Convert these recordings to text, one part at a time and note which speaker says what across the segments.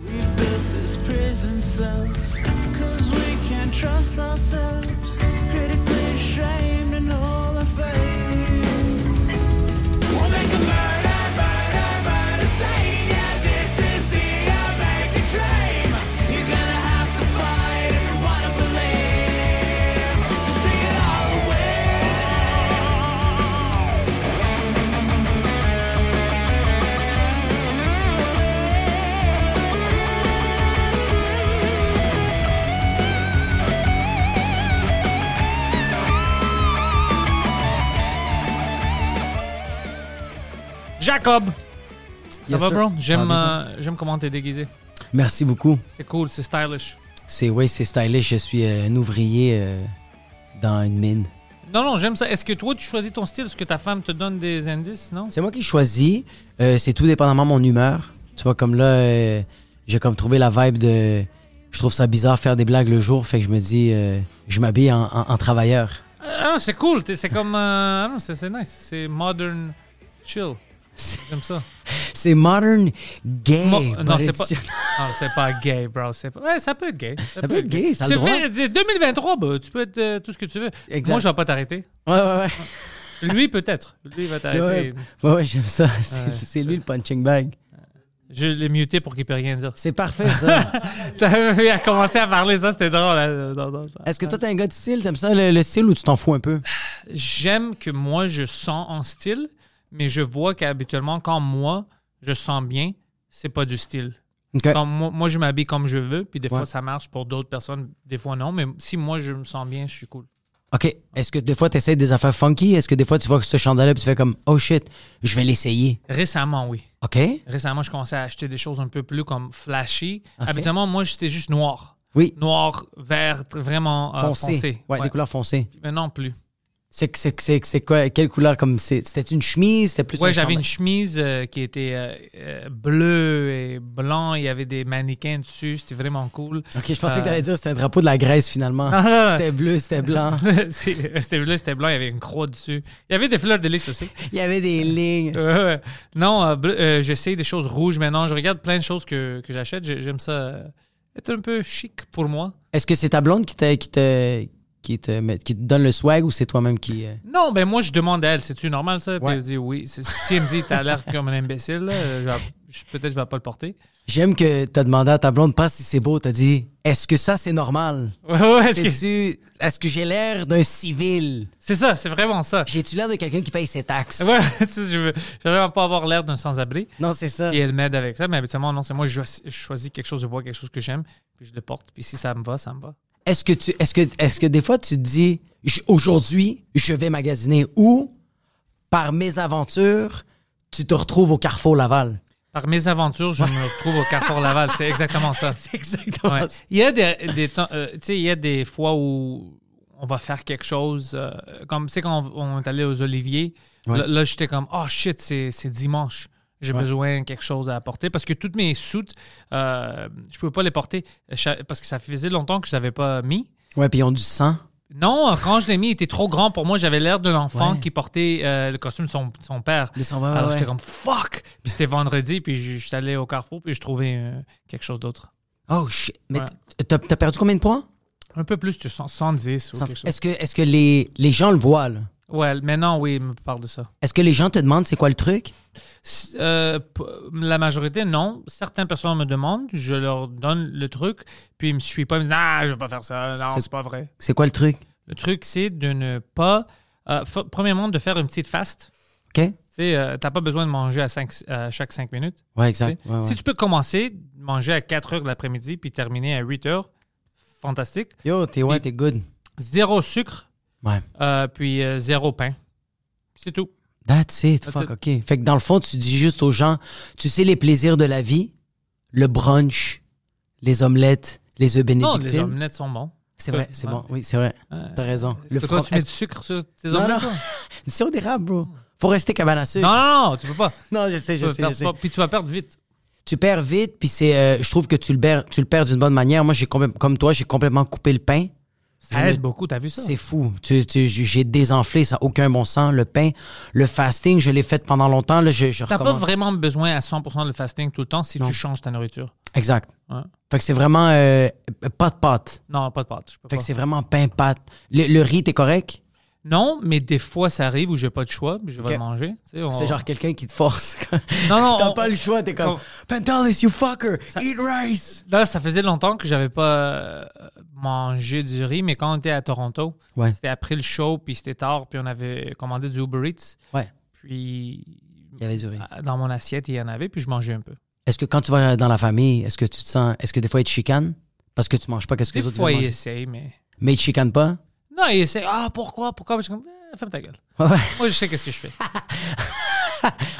Speaker 1: We've built this prison cell Cause we can't trust ourselves Critically ashamed and all our faith We'll make a murder, murder, murder scene Yeah, this is the American dream You're gonna have to fight if you wanna believe Just take it all away
Speaker 2: Jacob! Ça
Speaker 3: Yes,
Speaker 2: va,
Speaker 3: sir.
Speaker 2: bro? J'aime
Speaker 3: Ça va
Speaker 2: euh, j'aime comment t'es déguisé.
Speaker 3: Merci beaucoup.
Speaker 2: C'est cool, c'est stylish.
Speaker 3: C'est ouais, c'est stylish. Je suis euh, un ouvrier euh, dans une mine.
Speaker 2: Non, non, j'aime ça. Est-ce que toi, tu choisis ton style? Est-ce que ta femme te donne des indices, non?
Speaker 3: C'est moi qui choisis. Euh, c'est tout dépendamment de mon humeur. Tu vois, comme là, euh, j'ai comme trouvé la vibe de. Je trouve ça bizarre faire des blagues le jour, fait que je me dis, euh, je m'habille en, en- en travailleur.
Speaker 2: Ah, non, c'est cool. t'es- C'est comme... euh, ah non, c'est c'est nice. C'est modern chill. J'aime ça.
Speaker 3: C'est modern gay.
Speaker 2: Mo-
Speaker 3: but
Speaker 2: non, c'est
Speaker 3: it's-
Speaker 2: pas... non, c'est pas gay, bro. C'est pas- Ouais, ça peut être gay. Ça,
Speaker 3: peut être gay, ça a le
Speaker 2: C'est
Speaker 3: droit.
Speaker 2: fait- c'est 2023, bah, tu peux être euh, tout ce que tu veux.
Speaker 3: Exact.
Speaker 2: Moi, je vais pas t'arrêter.
Speaker 3: Ouais, ouais, ouais.
Speaker 2: Lui, peut-être. Lui, il va
Speaker 3: Ouais,
Speaker 2: t'arrêter.
Speaker 3: ouais, ouais, j'aime ça. C'est
Speaker 2: Ouais.
Speaker 3: c'est lui le punching bag.
Speaker 2: Je l'ai muté pour qu'il puisse rien dire.
Speaker 3: C'est parfait, ça.
Speaker 2: T'as vu, il a commencé à parler ça, c'était drôle. hein. Non, non, ça-
Speaker 3: Est-ce que toi, t'es un gars de style? T'aimes ça, le, le style, ou tu t'en fous un peu?
Speaker 2: J'aime que moi, je sens en style, mais je vois qu'habituellement, quand moi, je sens bien, c'est pas du style.
Speaker 3: Ok.
Speaker 2: Quand moi, moi, je m'habille comme je veux, puis des fois,
Speaker 3: Ouais.
Speaker 2: ça marche pour d'autres personnes, des fois, non. Mais si moi, je me sens bien, je suis cool.
Speaker 3: OK. Est-ce que des fois, tu essaies des affaires funky? Est-ce que des fois, tu vois que ce chandail-là, puis tu fais comme, oh shit, je vais l'essayer?
Speaker 2: Récemment, oui.
Speaker 3: OK?
Speaker 2: Récemment, je commençais à acheter des choses un peu plus comme flashy.
Speaker 3: Ok.
Speaker 2: Habituellement, moi, c'était juste noir.
Speaker 3: Oui.
Speaker 2: Noir, vert, tr- vraiment euh,
Speaker 3: Foncé.
Speaker 2: foncé.
Speaker 3: Ouais,
Speaker 2: Ouais.
Speaker 3: des couleurs foncées.
Speaker 2: Mais non plus.
Speaker 3: C'est, c'est, c'est, c'est quoi? Quelle couleur? Comme c'est, c'était une chemise? C'était plus
Speaker 2: Ouais,
Speaker 3: un
Speaker 2: j'avais une
Speaker 3: chandail?
Speaker 2: chemise euh, qui était euh, euh, bleue et blanc. Il y avait des mannequins dessus. C'était vraiment cool.
Speaker 3: OK, je pensais
Speaker 2: Euh, Ah,
Speaker 3: que t'allais dire que c'était un drapeau de la Grèce, finalement.
Speaker 2: Non, non, non.
Speaker 3: C'était bleu, c'était blanc.
Speaker 2: C'est- euh, c'était bleu, c'était blanc. Il y avait une croix dessus. Il y avait des fleurs de lys aussi.
Speaker 3: Il y avait des lignes.
Speaker 2: Ouais, ouais. non, euh, bleu- euh, j'essaye des choses rouges maintenant. Je regarde plein de choses que, que j'achète. J'ai- J'aime ça euh, être un peu chic pour moi.
Speaker 3: Est-ce que c'est ta blonde qui te, qui te, qui te, met- qui te donne le swag ou c'est toi-même qui... euh,
Speaker 2: Non, ben moi, je demande à elle, c'est-tu normal ça? Puis
Speaker 3: Ouais.
Speaker 2: elle dit oui. C'est- Si elle me dit, t'as l'air comme un imbécile, là, euh, je vais- je- peut-être je vais pas le porter.
Speaker 3: J'aime que t'as demandé à ta blonde, pas si c'est beau, t'as dit, est-ce que ça, c'est normal?
Speaker 2: Ouais, ouais, est-ce que- c'est
Speaker 3: Sais-tu- est-ce que j'ai l'air d'un civil?
Speaker 2: ça, c'est vraiment ça.
Speaker 3: J'ai-tu l'air de quelqu'un qui paye ses taxes?
Speaker 2: Ouais, si je veux, je veux vraiment pas avoir l'air d'un sans-abri.
Speaker 3: Non, c'est ça.
Speaker 2: Et elle m'aide avec ça, mais habituellement, non, c'est moi, je, je choisis quelque chose, je vois quelque chose que j'aime, puis je le porte, puis si ça me va, ça me va.
Speaker 3: Est-ce que tu est-ce que est-ce que des fois tu te dis J- aujourd'hui, je vais magasiner ou par mes aventures, tu te retrouves au Carrefour Laval?
Speaker 2: Par mes aventures, je me retrouve au Carrefour Laval, c'est exactement ça.
Speaker 3: Exactement.
Speaker 2: Ouais. Il, y a des, des temps- euh, tu sais, il y a des fois où on va faire quelque chose, euh, comme, tu sais, quand on, on est allé aux Oliviers,
Speaker 3: Ouais.
Speaker 2: là, là, j'étais comme, oh shit, c'est c'est dimanche. J'ai
Speaker 3: Ouais.
Speaker 2: besoin de quelque chose à apporter parce que toutes mes soutes, euh, je pouvais pas les porter cha- parce que ça faisait longtemps que je les avais pas mis.
Speaker 3: Ouais, puis ils ont du sang.
Speaker 2: Non, quand je l'ai mis, il était trop grand pour moi. J'avais l'air d'un enfant
Speaker 3: Ouais.
Speaker 2: qui portait euh, le costume de son, son père.
Speaker 3: De son- ouais,
Speaker 2: Alors
Speaker 3: Ah ouais.
Speaker 2: j'étais comme fuck. Puis c'était vendredi, puis je je suis allé au Carrefour, puis je trouvais euh, quelque chose d'autre.
Speaker 3: Oh shit. Mais
Speaker 2: Ouais.
Speaker 3: t- t'as, t'as perdu combien de points?
Speaker 2: Un peu plus, tu sens 110 ou
Speaker 3: Cent-
Speaker 2: quelque chose.
Speaker 3: Est-ce que est-ce que les, les gens le voient là?
Speaker 2: Ouais, maintenant, oui, il me parle de ça.
Speaker 3: Est-ce que les gens te demandent c'est quoi le truc?
Speaker 2: S- euh, p- la majorité, non. Certaines personnes me demandent, je leur donne le truc, puis ils me suivent pas, ils me disent Ah, je vais pas faire ça, non,
Speaker 3: C'est-
Speaker 2: c'est pas vrai.
Speaker 3: C'est quoi le truc?
Speaker 2: Le truc, c'est de ne pas. euh, fa- premièrement, de faire une petite faste.
Speaker 3: OK?
Speaker 2: Tu sais, euh, t'as pas besoin de manger à, cinq- à chaque 5 minutes.
Speaker 3: Ouais,
Speaker 2: Tu sais,
Speaker 3: exact. Ouais, Ah ouais.
Speaker 2: Si tu peux commencer, manger à 4 heures de l'après-midi puis terminer à 8 heures, fantastique.
Speaker 3: Yo, t'es ouais,
Speaker 2: Puis-
Speaker 3: t'es good.
Speaker 2: Zéro sucre,
Speaker 3: Ouais.
Speaker 2: euh, puis euh, zéro pain. C'est tout.
Speaker 3: That's it. Fuck,
Speaker 2: That's
Speaker 3: OK. Fait que dans le fond, tu dis juste aux gens, tu sais les plaisirs de la vie, le brunch, les omelettes, les œufs
Speaker 2: Non, les
Speaker 3: bénédictines.
Speaker 2: omelettes sont bons.
Speaker 3: C'est vrai, c'est
Speaker 2: Ouais.
Speaker 3: bon. Oui, c'est vrai.
Speaker 2: Ouais.
Speaker 3: T'as raison. Le
Speaker 2: Parce que toi,
Speaker 3: fromage.
Speaker 2: tu mets du sucre sur tes
Speaker 3: Non,
Speaker 2: omelettes?
Speaker 3: non.
Speaker 2: toi? Ah.
Speaker 3: Du sirop d'érable, bro. Faut rester cabane à sucre.
Speaker 2: Non, non, non, tu peux pas.
Speaker 3: Non, je sais,
Speaker 2: Tu
Speaker 3: je
Speaker 2: vas
Speaker 3: sais, je
Speaker 2: perdre
Speaker 3: sais.
Speaker 2: pas, Puis tu vas perdre vite.
Speaker 3: Tu perds vite, puis c'est, euh, je trouve que tu le perds, tu le perds d'une bonne manière. Moi, j'ai complè- comme toi, j'ai complètement coupé le pain. Je
Speaker 2: Ça
Speaker 3: me-
Speaker 2: aide beaucoup, t'as vu ça?
Speaker 3: C'est fou. Tu, tu- j'ai désenflé, ça n'a aucun bon sens. Le pain, le fasting, je l'ai fait pendant longtemps. Là, je, je
Speaker 2: T'as pas
Speaker 3: recommence.
Speaker 2: vraiment besoin à 100% de fasting tout le temps si
Speaker 3: Non.
Speaker 2: tu changes ta nourriture.
Speaker 3: Exact.
Speaker 2: Ouais.
Speaker 3: Fait que c'est vraiment euh, pas de pâte.
Speaker 2: Non, pas de pâtes. je peux
Speaker 3: Fait que
Speaker 2: pas.
Speaker 3: c'est vraiment pain, pâte. Le, le riz, t'es correct?
Speaker 2: Non, mais des fois, ça arrive où j'ai pas de choix, puis je vais
Speaker 3: Ok.
Speaker 2: le manger. tu sais, on-
Speaker 3: C'est genre quelqu'un qui te force.
Speaker 2: Oh. Non, non,
Speaker 3: T'as
Speaker 2: on-
Speaker 3: pas le choix, t'es comme
Speaker 2: on-
Speaker 3: Pantalis, you fucker,
Speaker 2: Ça-
Speaker 3: eat rice.
Speaker 2: Là, ça faisait longtemps que j'avais pas euh, mangé du riz, mais quand on était à Toronto,
Speaker 3: Ouais.
Speaker 2: c'était après le show, puis c'était tard, puis on avait commandé du Uber Eats.
Speaker 3: Ouais.
Speaker 2: Puis
Speaker 3: Il y avait du riz.
Speaker 2: à- dans mon assiette, il y en avait, puis je mangeais un peu.
Speaker 3: Ah. Est-ce que quand tu vas dans la famille, est-ce que tu te sens. Est-ce que des fois ils te chicanent? Parce que tu manges pas qu'est-ce que
Speaker 2: Des
Speaker 3: les autres
Speaker 2: fois,
Speaker 3: veulent
Speaker 2: ils
Speaker 3: manger.
Speaker 2: essayent, mais...
Speaker 3: Mais ils te chicanent pas?
Speaker 2: Non, ils essayent. Ah, pourquoi, pourquoi? Puis Je suis comme, Eh, ferme ta gueule.
Speaker 3: Ouais.
Speaker 2: Moi, je sais qu'est-ce que je fais.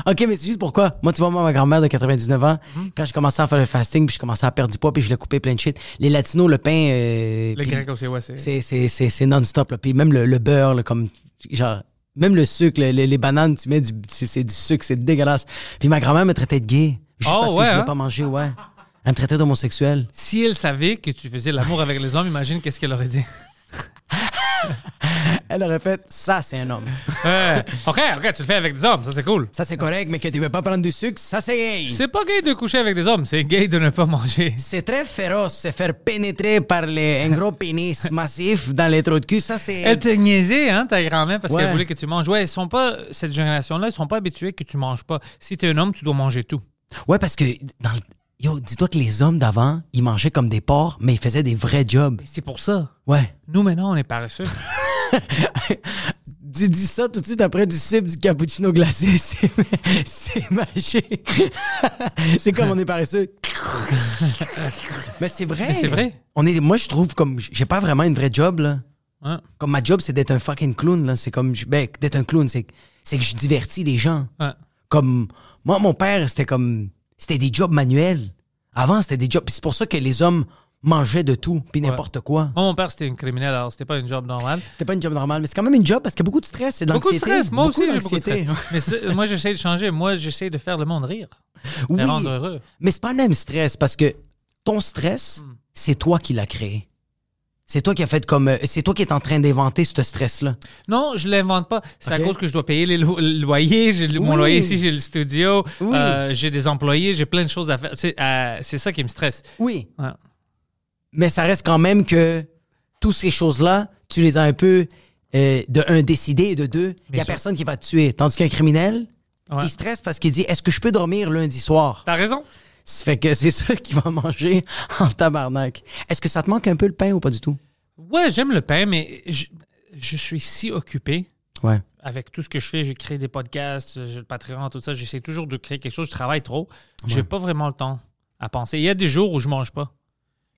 Speaker 3: OK, mais c'est juste pourquoi. Moi, tu vois, moi, ma grand-mère de 99 ans,
Speaker 2: Mhm.
Speaker 3: quand j'ai commencé à faire le fasting, puis je commençais à perdre du poids, puis je l'ai coupé plein de shit. Les latinos, le pain, euh,
Speaker 2: Le
Speaker 3: puis
Speaker 2: grec aussi, ouais, c'est...
Speaker 3: c'est, c'est, c'est, c'est non-stop. là. Puis même le, le beurre, là, comme genre, même le sucre, le- le- les bananes, tu mets du, c'est, c'est du sucre, c'est dégueulasse. Puis ma grand-mère me traitait de gay, juste
Speaker 2: Oh,
Speaker 3: parce que
Speaker 2: ouais,
Speaker 3: je voulais
Speaker 2: hein?
Speaker 3: pas manger, ouais. Elle me traitait d'homosexuel.
Speaker 2: Si elle savait que tu faisais l'amour avec les hommes, imagine qu'est-ce qu'elle aurait dit.
Speaker 3: Elle aurait fait, ça, c'est un homme.
Speaker 2: Ouais. OK, OK, tu le fais avec des hommes, ça, c'est cool.
Speaker 3: Ça, c'est correct, mais que tu veux pas prendre du sucre, ça, c'est gay.
Speaker 2: C'est pas gay de coucher avec des hommes, c'est gay de ne pas manger.
Speaker 3: C'est très féroce se faire pénétrer par les, un gros pénis massif dans les trous de cul. Ça, c'est.
Speaker 2: Elle te niaisait, hein, ta grand-mère, parce
Speaker 3: Ouais.
Speaker 2: qu'elle voulait que tu manges. Ouais, ils sont pas, cette génération-là, ils sont pas habitués que tu manges pas. Si t'es un homme, tu dois manger tout.
Speaker 3: Ouais, parce que. Dans le- Yo, dis-toi que les hommes d'avant, ils mangeaient comme des porcs, mais ils faisaient des vrais jobs.
Speaker 2: C'est pour ça.
Speaker 3: Ouais.
Speaker 2: Nous, maintenant, on est paresseux.
Speaker 3: Tu dis ça tout de suite après du sip du cappuccino glacé. C'est, c'est magique. c'est comme on est paresseux. mais c'est vrai.
Speaker 2: Mais c'est vrai.
Speaker 3: On est, moi, je trouve comme. J'ai pas vraiment une vraie job, là.
Speaker 2: Hein?
Speaker 3: Comme ma job, c'est d'être un fucking clown, là. C'est comme. je- Ben, d'être un clown, c'est, c'est que je divertis les gens.
Speaker 2: Ouais.
Speaker 3: comme moi mon père c'était comme c'était des jobs manuels avant c'était des jobs Puis c'est pour ça que les hommes mangeaient de tout puis n'importe quoi
Speaker 2: Moi, mon père, c'était une criminelle, alors c'était pas une job normale.
Speaker 3: c'était pas une job normale mais c'est quand même une job parce qu'il y a beaucoup de stress c'est de
Speaker 2: Beaucoup de
Speaker 3: l'anxiété
Speaker 2: stress. Moi aussi, j'ai beaucoup de
Speaker 3: d'anxiété.
Speaker 2: stress. Mais c'est- moi, j'essaie de changer. Moi, j'essaie de faire le monde rire. de Les rendre
Speaker 3: oui
Speaker 2: heureux.
Speaker 3: mais c'est pas le même stress parce que ton stress
Speaker 2: Hmm.
Speaker 3: c'est toi qui l'as créé c'est toi qui as fait comme euh, c'est toi qui es en train d'inventer ce stress là
Speaker 2: Non, je l'invente pas. C'est
Speaker 3: Ok.
Speaker 2: à cause que je dois payer les lo- le loyer. J'ai le- mon
Speaker 3: Oui.
Speaker 2: loyer ici, j'ai le studio.
Speaker 3: Oui.
Speaker 2: euh, j'ai des employés. J'ai plein de choses à faire. C'est euh, c'est ça qui me stresse.
Speaker 3: oui
Speaker 2: Ouais.
Speaker 3: mais ça reste quand même que toutes ces choses-là, tu les as un peu, euh, de un, décidées, et de deux, il n'y a
Speaker 2: sûr.
Speaker 3: personne qui va te tuer. Tandis qu'un criminel,
Speaker 2: Ouais.
Speaker 3: il stresse parce qu'il dit « Est-ce que je peux dormir lundi soir?
Speaker 2: T'as raison. »
Speaker 3: Ça fait que c'est ça qu'il va manger en tabarnak. Est-ce que ça te manque un peu le pain ou pas du tout?
Speaker 2: Ouais, j'aime le pain, mais je, je suis si occupé
Speaker 3: Ouais.
Speaker 2: avec tout ce que je fais. Je crée des podcasts, euh, j'ai le Patreon, tout ça. J'essaie toujours de créer quelque chose. Je travaille trop. J'ai pas vraiment le temps à penser. Il y a des jours où je mange pas.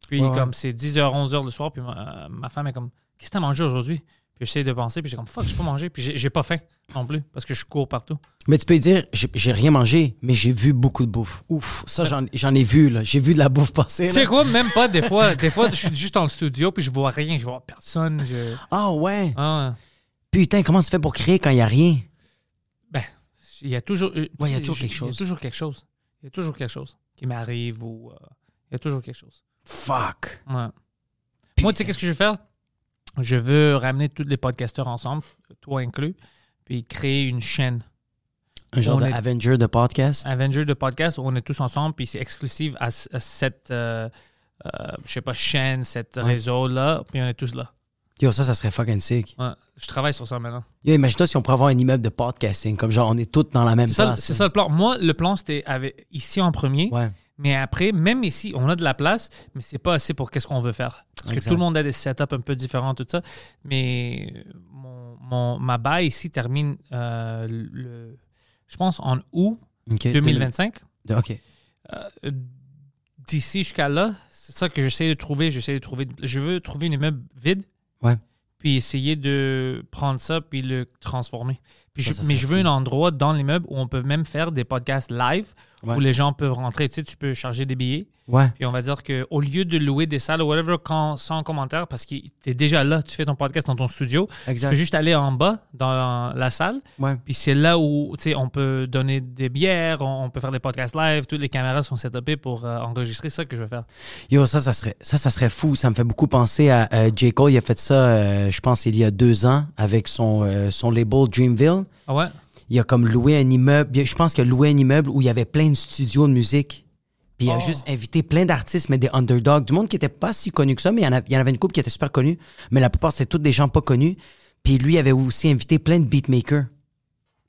Speaker 2: Puis
Speaker 3: Ouais, ouais.
Speaker 2: comme c'est 10h, 11h le soir, puis ma, ma femme est comme « Qu'est-ce que t'as mangé aujourd'hui? » Puis j'essaie de penser, puis j'ai comme « Fuck, j'ai pas mangé. » Puis j'ai- j'ai pas faim non plus parce que je cours partout.
Speaker 3: Mais tu peux dire « J'ai- J'ai rien mangé, mais j'ai vu beaucoup de bouffe. » Ouf, ça j'en j'en ai vu, là. J'ai vu de la bouffe passer.
Speaker 2: Tu
Speaker 3: là.
Speaker 2: sais quoi? Même pas des fois. Des fois, je suis juste dans le studio, puis je vois rien. Je vois personne. Je...
Speaker 3: Ah ouais?
Speaker 2: Ah,
Speaker 3: Putain, comment tu fais pour créer quand il n'y a rien?
Speaker 2: Ben, il y a toujours. euh,
Speaker 3: Ouais, il y a
Speaker 2: tu sais,
Speaker 3: toujours quelque
Speaker 2: je-
Speaker 3: chose.
Speaker 2: Il y a toujours quelque chose. Il y a toujours quelque chose qui m'arrive ou. euh, il y a toujours quelque chose.
Speaker 3: Fuck.
Speaker 2: Ouais. Moi, tu sais, qu'est-ce que je vais faire? Je veux ramener tous les podcasteurs ensemble, toi inclus, puis créer une chaîne
Speaker 3: Un genre
Speaker 2: On
Speaker 3: de
Speaker 2: est- Ah.
Speaker 3: Avenger de podcast?
Speaker 2: Avenger de podcast où on est tous ensemble, puis c'est exclusif à, c- à cette. euh, euh, je sais pas, chaîne, cette
Speaker 3: Ouais.
Speaker 2: réseau-là, puis on est tous là.
Speaker 3: Yo, ça, ça serait fucking sick.
Speaker 2: Ouais. Je travaille sur ça maintenant.
Speaker 3: Yo, imagine-toi si on pourrait avoir un immeuble de podcasting, comme genre on est tous dans la même
Speaker 2: C'est ça,
Speaker 3: place.
Speaker 2: c'est ça le plan. Moi, le plan, c'était avec- ici en premier.
Speaker 3: Ouais.
Speaker 2: Mais après, même ici, on a de la place, mais c'est pas assez pour qu'est-ce qu'on veut faire. Parce que
Speaker 3: Exact.
Speaker 2: tout le monde a des setups un peu différents, tout ça. Mais mon, mon- ma bail ici termine, euh, le, je pense, en août
Speaker 3: OK.
Speaker 2: 2025.
Speaker 3: De- OK.
Speaker 2: Euh, D'ici jusqu'à là, c'est ça que j'essaie de trouver. J'essaie de trouver. Je veux trouver une immeuble vide.
Speaker 3: Ouais.
Speaker 2: Puis essayer de prendre ça puis le transformer. Puis
Speaker 3: Ça,
Speaker 2: je-
Speaker 3: ça
Speaker 2: mais
Speaker 3: serait
Speaker 2: je veux
Speaker 3: fou.
Speaker 2: un endroit dans l'immeuble où on peut même faire des podcasts live
Speaker 3: Ouais.
Speaker 2: où les gens peuvent rentrer. Tu sais, tu peux charger des billets.
Speaker 3: Ouais.
Speaker 2: Puis on va dire que au lieu de louer des salles ou whatever quand, sans commentaire, parce que t'es déjà là, tu fais ton podcast dans ton studio, tu peux
Speaker 3: Exact.
Speaker 2: juste aller en bas dans la salle.
Speaker 3: Ouais.
Speaker 2: Puis c'est là où tu sais, on peut donner des bières, on, on peut faire des podcasts live, toutes les caméras sont setupées pour euh, enregistrer ça que je veux faire.
Speaker 3: Yo, ça, ça serait, ça, ça serait fou. Ça me fait beaucoup penser à euh, J. Cole. Il a fait ça, euh, je pense, il y a deux ans avec son, euh, son label Dreamville.
Speaker 2: Ah ouais?
Speaker 3: Il a comme loué un immeuble. Il a- Je pense qu'il a loué un immeuble où il y avait plein de studios de musique. Puis il a
Speaker 2: Oh.
Speaker 3: juste invité plein d'artistes, mais des underdogs. Du monde qui n'était pas si connu que ça, mais il y, en a- il y en avait une couple qui était super connue. Mais la plupart, c'était toutes des gens pas connus. Puis lui avait aussi invité plein de beatmakers,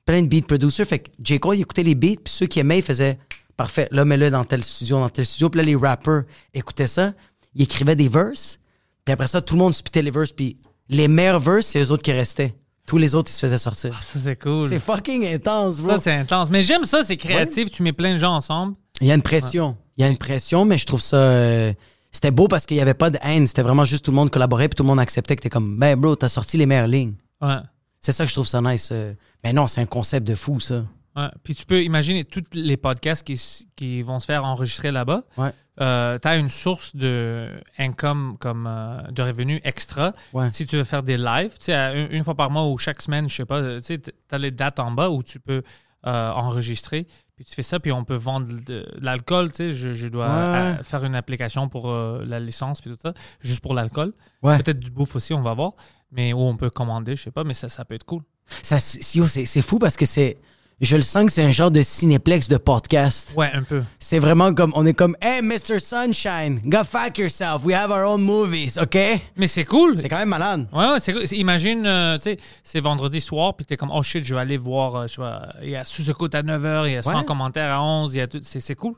Speaker 3: plein de beat producers. Fait que J. Cole, il écoutait les beats, puis ceux qui aimaient, il faisait parfait, là, mets-le dans tel studio, dans tel studio. Puis là, les rappers écoutaient ça, ils écrivaient des verses. Puis après ça, tout le monde spitait les verses. Puis les meilleurs verses, c'est eux autres qui restaient. Tous les autres, ils se faisaient sortir.
Speaker 2: Ah, ça c'est cool.
Speaker 3: C'est fucking intense, bro.
Speaker 2: Ça c'est intense. Mais j'aime ça, c'est créatif, tu mets plein de gens ensemble.
Speaker 3: Il y a une pression. Il y a une pression, mais je trouve ça. euh, c'était beau parce qu'il n'y avait pas de haine. C'était vraiment juste tout le monde collaborait puis tout le monde acceptait que t'es comme, ben bro, t'as sorti les meilleures lignes.
Speaker 2: Ouais.
Speaker 3: C'est ça que je trouve ça nice. euh. Mais non, c'est un concept de fou, ça.
Speaker 2: Ouais. Puis tu peux imaginer tous les podcasts qui, s- qui vont se faire enregistrer là-bas.
Speaker 3: Ouais.
Speaker 2: tu as une source de income comme euh, de revenus extra.
Speaker 3: Ouais.
Speaker 2: Si tu veux faire des lives, tu sais, à une, une fois par mois ou chaque semaine, je sais pas, euh, tu sais, as les dates en bas où tu peux euh, enregistrer. Puis tu fais ça, puis on peut vendre de, de l'alcool. Tu sais, je, je dois
Speaker 3: Ouais.
Speaker 2: euh, faire une application pour euh, la licence, puis tout ça, juste pour l'alcool.
Speaker 3: Ouais.
Speaker 2: Peut-être du bouffe aussi, on va voir. Mais où on peut commander, je sais pas, mais ça, ça peut être cool.
Speaker 3: ça c'est- yo, c'est c'est fou parce que c'est. Je le sens que c'est un genre de cinéplex de podcast.
Speaker 2: Ouais, un peu.
Speaker 3: C'est vraiment comme. On est comme, hey, Mr. Sunshine, go fuck yourself. We have our own movies, OK?
Speaker 2: Mais c'est cool.
Speaker 3: C'est quand même malade.
Speaker 2: Ouais, ouais, c'est cool. C'est- Imagine, euh, tu sais, c'est vendredi soir, puis t'es comme, oh shit, je vais aller voir, euh, je sais pas, il y a Sous-Écoute à 9h, il y a 100
Speaker 3: Ouais.
Speaker 2: commentaires à 11, il y a tout, c'est c'est cool.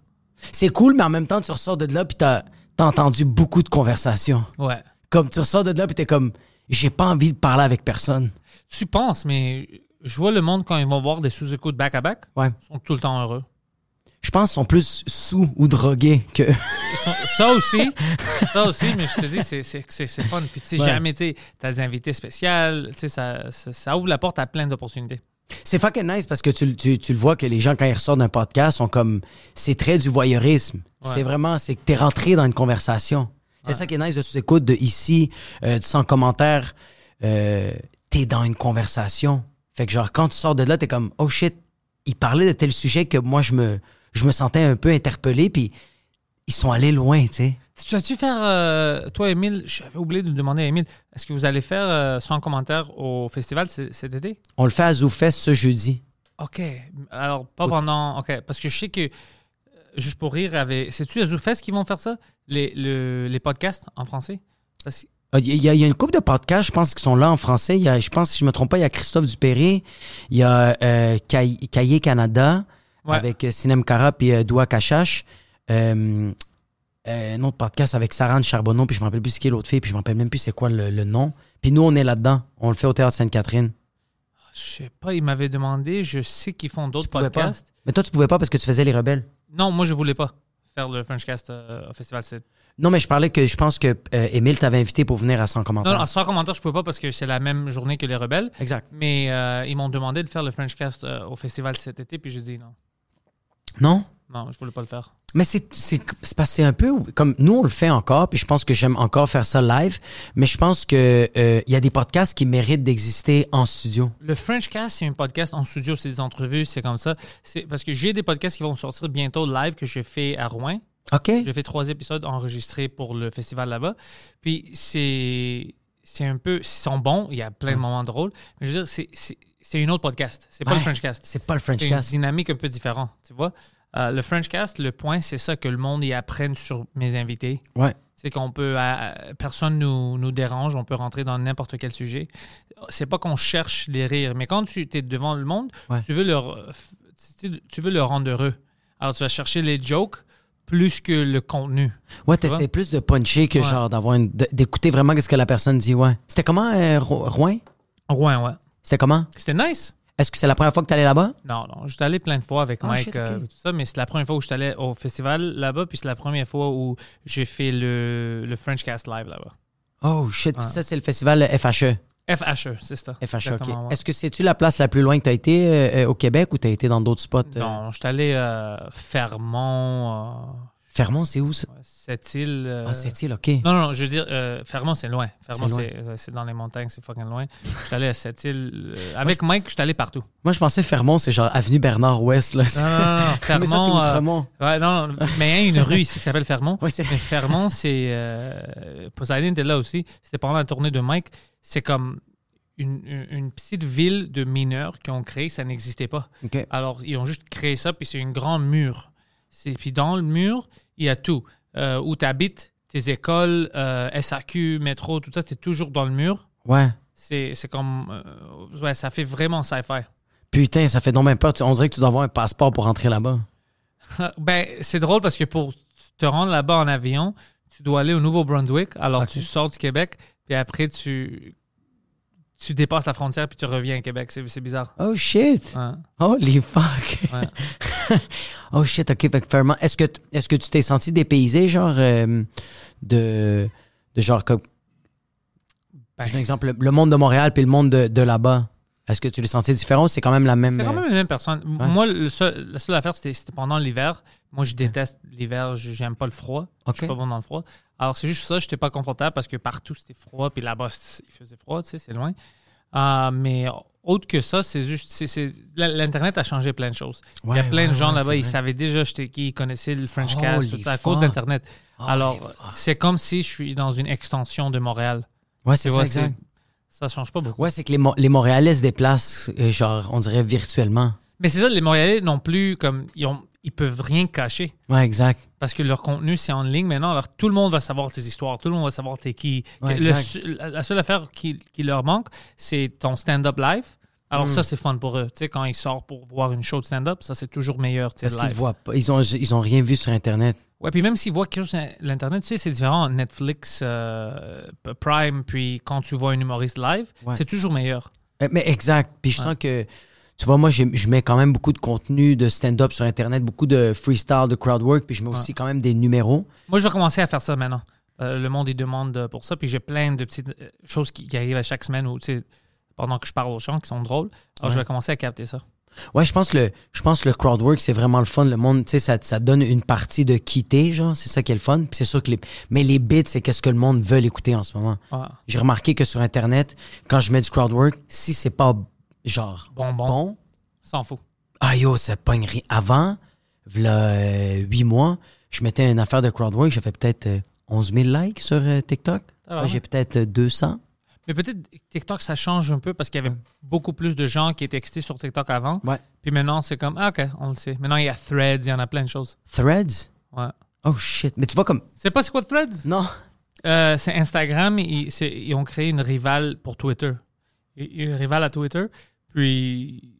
Speaker 3: C'est cool, mais en même temps, tu ressors de là puis t'as t'as entendu beaucoup de conversations.
Speaker 2: Ouais.
Speaker 3: comme tu ressors de là puis t'es comme j'ai pas envie de parler avec personne
Speaker 2: Tu penses, mais je vois le monde quand ils vont voir des Sous-Écoutes back-à-back,
Speaker 3: ouais
Speaker 2: ils sont tout le temps heureux.
Speaker 3: je pense qu'ils sont plus sous ou drogués que
Speaker 2: Ils sont- ça aussi, ça aussi, mais je te dis, c'est- c'est c'est- c'est fun. Puis tu sais,
Speaker 3: Ouais.
Speaker 2: jamais, tu sais, t'as des invités spéciales, tu sais, ça, ça, ça ouvre la porte à plein d'opportunités.
Speaker 3: c'est fucking nice parce que tu, le- tu- tu le vois que les gens quand ils ressortent d'un podcast sont comme c'est très du voyeurisme
Speaker 2: Ouais.
Speaker 3: c'est vraiment c'est que t'es rentré dans une conversation c'est ça qui est nice de sous-écoute de ici euh, de sans commentaire euh, t'es dans une conversation fait que genre quand tu sors de là t'es comme oh shit ils parlaient de tel sujet que moi je me je me sentais un peu interpellé puis ils sont allés loin tu sais
Speaker 2: Tu vas-tu faire, euh, toi, Émile, j'avais oublié de demander à Émile, est-ce que vous allez faire euh, 100 commentaires au festival c- cet été?
Speaker 3: on le fait à ZooFest ce jeudi
Speaker 2: OK. Alors, pas pendant. OK. Parce que je sais que. euh, Juste pour rire, avec... c'est-tu les Zoufest qui vont faire ça Les, le- les podcasts en français Parce que-
Speaker 3: Ah, Il y, a, il y a une couple de podcasts, je pense, qui sont là en français. Il y a, je pense, si je me trompe pas, il y a Christophe Dupéré, il y a euh, Cahier Cahier Canada
Speaker 2: Ouais.
Speaker 3: avec euh, Sinem Kara puis euh, Doua Kachache. Euh, euh, un autre podcast avec Sarah Charbonneau, puis je me rappelle plus ce qui est l'autre fille, puis je me rappelle même plus c'est quoi le, le nom. Puis nous, on est là-dedans. On le fait au Théâtre Sainte-Catherine.
Speaker 2: Ah, Je sais pas, ils m'avaient demandé, je sais qu'ils font d'autres
Speaker 3: Tu pouvais pas?
Speaker 2: podcasts.
Speaker 3: Mais toi, tu pouvais pas parce que tu faisais Les Rebelles. Non,
Speaker 2: Non, moi, je voulais pas faire le Frenchcast euh, au festival. C'est-
Speaker 3: mais je parlais que je pense que euh, Émile t'avait invité pour venir à 100
Speaker 2: Non,
Speaker 3: commentaires.
Speaker 2: non, sans commentaire, je pouvais pas parce que c'est la même journée que les rebelles.
Speaker 3: exact.
Speaker 2: Mais euh, ils m'ont demandé de faire le Frenchcast euh, au festival cet été, puis j'ai dit non.
Speaker 3: Non?
Speaker 2: Non, je voulais pas le faire.
Speaker 3: Mais c'est c'est c'est parce que c'est un peu comme nous on le fait encore puis je pense que j'aime encore faire ça live mais je pense que euh, il y a des podcasts qui méritent d'exister en studio.
Speaker 2: Le Frenchcast, c'est un podcast en studio, c'est des entrevues, c'est comme ça. C'est parce que j'ai des podcasts qui vont sortir bientôt live que j'ai fait à Rouen.
Speaker 3: OK
Speaker 2: J'ai fait trois épisodes enregistrés pour le festival là-bas. Puis c'est c'est un peu ils sont bons, il y a plein de moments drôles, mais je veux dire c'est c'est c'est une autre podcast, c'est pas
Speaker 3: Ouais.
Speaker 2: le Frenchcast.
Speaker 3: C'est pas le
Speaker 2: C'est une
Speaker 3: Frenchcast.
Speaker 2: dynamique un peu différente, tu vois. Euh, le Frenchcast, le point c'est ça que le monde y apprenne sur mes invités.
Speaker 3: Ouais.
Speaker 2: C'est qu'on peut. euh, personne nous, nous dérange, on peut rentrer dans n'importe quel sujet. C'est pas qu'on cherche les rires, mais quand tu es devant le monde,
Speaker 3: Ouais.
Speaker 2: tu, veux leur, euh, f- tu- tu veux leur rendre heureux. Alors tu vas chercher les jokes plus que le contenu.
Speaker 3: Ouais,
Speaker 2: vois?
Speaker 3: t'essaies plus de puncher que
Speaker 2: Ouais.
Speaker 3: genre d'avoir une- de- d'écouter vraiment ce que la personne dit ouais. C'était comment euh, Ro- Rouen
Speaker 2: Ouais, ouais.
Speaker 3: C'était comment
Speaker 2: C'était nice.
Speaker 3: Est-ce que c'est la première fois que t'allais là-bas
Speaker 2: Non, non, je suis allé plein de fois avec
Speaker 3: Ah,
Speaker 2: Mike,
Speaker 3: shit,
Speaker 2: euh,
Speaker 3: ok.
Speaker 2: tout ça, mais c'est la première fois où je suis allé au festival là-bas, puis c'est la première fois où j'ai fait le, le Frenchcast live là-bas.
Speaker 3: Oh shit,
Speaker 2: Ouais.
Speaker 3: ça c'est le festival E, FHE.
Speaker 2: FHE, E, c'est ça.
Speaker 3: FHE, E, OK.
Speaker 2: Exactement, ouais.
Speaker 3: Est-ce que c'est-tu la place la plus loin que tu as été euh, euh, au Québec ou tu as été dans d'autres spots? euh?
Speaker 2: Non, je suis allé à Fermont,
Speaker 3: Fermont, c'est où ça?
Speaker 2: euh, cette île. euh,
Speaker 3: Ah, cette île, OK.
Speaker 2: Non, non, non, je veux dire, euh, Fermont, c'est loin. Fermont,
Speaker 3: C'est loin.
Speaker 2: c'est euh, c'est dans les montagnes, c'est fucking loin. Je suis allé à cette île. euh, avec Mike, je suis allé partout.
Speaker 3: Moi, je pensais Fermont, c'est genre Avenue Bernard-Ouest. Là.
Speaker 2: Non, non, non, non,
Speaker 3: Ah, Mais ça, c'est
Speaker 2: Ah, Fermont. euh,
Speaker 3: Outremont.
Speaker 2: ouais, non, non, mais il y a une rue ici qui s'appelle Fermont.
Speaker 3: Ouais, c'est...
Speaker 2: Mais Fermont, c'est. euh, Poseidon était là aussi. C'était pendant la tournée de Mike. C'est comme une, une- une petite ville de mineurs qui ont créé, ça n'existait pas.
Speaker 3: OK.
Speaker 2: Alors, ils ont juste créé ça, puis c'est une grande mur. C'est- Puis dans le mur, il y a tout. Euh, où tu habites, tes écoles, euh, SAQ, métro, tout ça, c'est toujours dans le mur.
Speaker 3: Ouais.
Speaker 2: C'est c'est comme. euh, ouais, ça fait vraiment sci-fi.
Speaker 3: Putain, ça fait non même peur. Tu- On dirait que tu dois avoir un passeport pour rentrer là-bas.
Speaker 2: Ben, c'est drôle parce que pour te rendre là-bas en avion, tu dois aller au Nouveau-Brunswick. Alors,
Speaker 3: Ok.
Speaker 2: tu sors du Québec, puis après, tu, tu dépasses la frontière, puis tu reviens au Québec. C'est c'est bizarre. Hein?
Speaker 3: Oh shit!
Speaker 2: Ouais.
Speaker 3: Holy fuck!
Speaker 2: Ouais.
Speaker 3: oh shit, ok, fait que Fermont, est-ce que, t- est-ce que tu t'es senti dépaysé, genre, euh, de, de genre, comme,
Speaker 2: Ben,
Speaker 3: par exemple, le, le monde de Montréal puis le monde de, de là-bas? Est-ce que tu l'as senti différent ou c'est quand même la même.
Speaker 2: C'est quand
Speaker 3: euh,
Speaker 2: même les mêmes personnes. M-
Speaker 3: ouais.
Speaker 2: Moi, le seul- la seule affaire, c'était c'était pendant l'hiver. Moi, je déteste l'hiver. je- J'aime pas le froid. Je suis
Speaker 3: Ok.
Speaker 2: pas bon dans le froid. Alors, c'est juste ça. J'étais pas confortable parce que partout, c'était froid. Puis là-bas, c'est- il faisait froid. Tu sais, c'est loin. Ah, mais autre que ça, c'est juste. c'est- c'est- l'in- L'Internet a changé plein de choses. il y a
Speaker 3: Ouais,
Speaker 2: plein de
Speaker 3: ouais,
Speaker 2: gens
Speaker 3: ouais,
Speaker 2: là-bas,
Speaker 3: c'est
Speaker 2: ils
Speaker 3: vrai.
Speaker 2: savaient déjà j'étais qui, ils connaissaient le French Cast, tout
Speaker 3: Holy
Speaker 2: ça, à cause
Speaker 3: fuck.
Speaker 2: d'Internet.
Speaker 3: Holy
Speaker 2: Alors,
Speaker 3: fuck.
Speaker 2: c'est comme si je suis dans une extension de Montréal.
Speaker 3: Ouais, c'est
Speaker 2: Tu
Speaker 3: ça,
Speaker 2: vois,
Speaker 3: exact.
Speaker 2: Ça change pas beaucoup.
Speaker 3: Ouais, c'est que les, Mo- les Montréalais se déplacent, euh, genre, on dirait virtuellement.
Speaker 2: Mais c'est ça, les Montréalais non plus, comme ils, ont, ils peuvent rien cacher.
Speaker 3: Ouais, exact.
Speaker 2: parce que leur contenu, c'est en ligne maintenant. Alors, tout le monde va savoir tes histoires, tout le monde va savoir t'es qui.
Speaker 3: Ouais,
Speaker 2: Le
Speaker 3: exact.
Speaker 2: su- la la seule affaire qui, qui leur manque, c'est ton stand-up live. Alors,
Speaker 3: Mm.
Speaker 2: ça, c'est fun pour eux. Tu sais, quand ils sortent pour voir une show de stand-up, ça, c'est toujours meilleur. tu sais,
Speaker 3: Parce qu'ils
Speaker 2: live.
Speaker 3: te voient pas. Ils ont, ils ont rien vu sur Internet.
Speaker 2: Ouais, puis même s'ils voient quelque chose sur l'Internet, tu sais, c'est différent. Netflix, euh, Prime, puis quand tu vois un humoriste live,
Speaker 3: Ouais.
Speaker 2: c'est toujours meilleur.
Speaker 3: Euh, Mais exact. Puis je sens que, tu vois, moi, j'ai- je mets quand même beaucoup de contenu de stand-up sur Internet, beaucoup de freestyle, de crowd work, puis je mets aussi quand même des numéros.
Speaker 2: Moi, je vais commencer à faire ça maintenant. Euh, le monde, il demande euh, pour ça. Puis j'ai plein de petites euh, choses qui, qui arrivent à chaque semaine ou, tu sais, pendant que je parle aux gens qui sont drôles. Alors, je vais commencer à capter ça.
Speaker 3: Ouais, je pense que le, je pense que le crowd work, c'est vraiment le fun. Le monde, tu sais, ça, ça donne une partie de quitter, genre. C'est ça qui est le fun. Puis c'est sûr que les, mais les bits, c'est qu'est-ce que le monde veut écouter en ce moment.
Speaker 2: Ouais.
Speaker 3: J'ai remarqué que sur Internet, quand je mets du crowd work, si c'est pas, genre,
Speaker 2: Bon, bon.
Speaker 3: bon
Speaker 2: S'en fout.
Speaker 3: Ah yo, ça pogne rien. Avant, v'là euh, huit mois, je mettais une affaire de crowdwork, j'avais peut-être euh, 11 000 likes sur euh, TikTok.
Speaker 2: Ah,
Speaker 3: Là,
Speaker 2: ouais.
Speaker 3: j'ai peut-être euh, 200.
Speaker 2: Mais peut-être TikTok, ça change un peu parce qu'il y avait beaucoup plus de gens qui étaient excités sur TikTok avant.
Speaker 3: Ouais.
Speaker 2: Puis maintenant, c'est comme, ah, OK, on le sait. Maintenant, il y a Threads, il y en a plein de choses.
Speaker 3: Threads?
Speaker 2: Ouais.
Speaker 3: Oh shit. Mais tu vois comme.
Speaker 2: C'est pas c'est quoi Threads?
Speaker 3: Non.
Speaker 2: Euh, c'est Instagram, ils, c'est- ils ont créé une rivale pour Twitter. Il- Une rivale à Twitter. Puis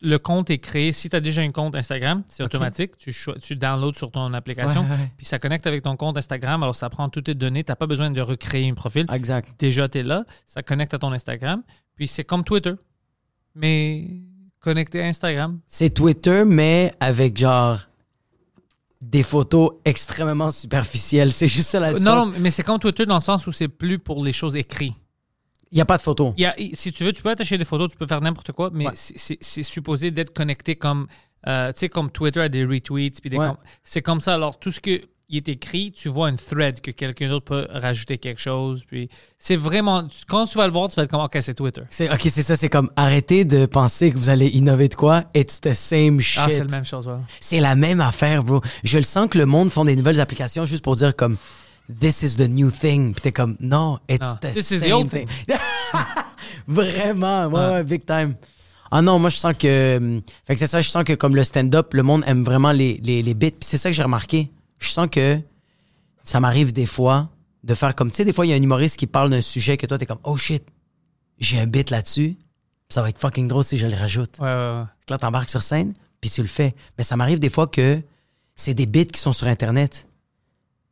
Speaker 2: le compte est créé. Si tu as déjà un compte Instagram, c'est
Speaker 3: Ok.
Speaker 2: automatique. Tu, cho- tu downloads sur ton application.
Speaker 3: Ouais, ouais.
Speaker 2: Puis ça connecte avec ton compte Instagram. Alors ça prend toutes tes données. Tu n'as pas besoin de recréer un profil.
Speaker 3: Exact.
Speaker 2: déjà tu es là, ça connecte à ton Instagram, puis c'est comme Twitter, mais connecté à Instagram.
Speaker 3: C'est Twitter, mais avec genre des photos extrêmement superficielles. C'est juste ça la
Speaker 2: Euh, Non,
Speaker 3: différence.
Speaker 2: non, mais c'est comme Twitter dans le sens où c'est plus pour les choses écrites.
Speaker 3: Il n'y a pas de photos.
Speaker 2: Il y a- si tu veux, tu peux attacher des photos, tu peux faire n'importe quoi, mais
Speaker 3: Ouais.
Speaker 2: c'est- c'est c'est supposé d'être connecté comme, euh, tu sais, comme Twitter a des retweets, puis des
Speaker 3: Ouais.
Speaker 2: com- c'est comme ça. Alors tout ce qui est écrit, tu vois une thread que quelqu'un d'autre peut rajouter quelque chose, puis c'est vraiment, quand tu vas le voir, tu vas être comme, ok, c'est Twitter.
Speaker 3: C'est, ok, c'est ça, c'est comme arrêtez de penser que vous allez innover de quoi. It's the same shit.
Speaker 2: Ah, c'est la même chose, ouais.
Speaker 3: C'est la même affaire, bro. Je le sens que le monde font des nouvelles applications juste pour dire comme This is the new thing. Puis t'es comme Non, it's
Speaker 2: Non,
Speaker 3: the
Speaker 2: this is
Speaker 3: same
Speaker 2: the old
Speaker 3: thing. Vraiment, ouais,
Speaker 2: Ouais.
Speaker 3: ouais, big time. Ah non, moi je sens que. hum, Fait que c'est ça, je sens que comme le stand-up, le monde aime vraiment les, les, les bits. Puis c'est ça que j'ai remarqué. Je sens que ça m'arrive des fois de faire comme. Tu sais, des fois, il y a un humoriste qui parle d'un sujet que toi, t'es comme Oh shit, j'ai un bit là-dessus. Ça va être fucking drôle si je le rajoute.
Speaker 2: Ouais, ouais, ouais.
Speaker 3: Fait que Là, t'embarques sur scène, puis tu le fais. Mais ça m'arrive des fois que c'est des bits qui sont sur Internet.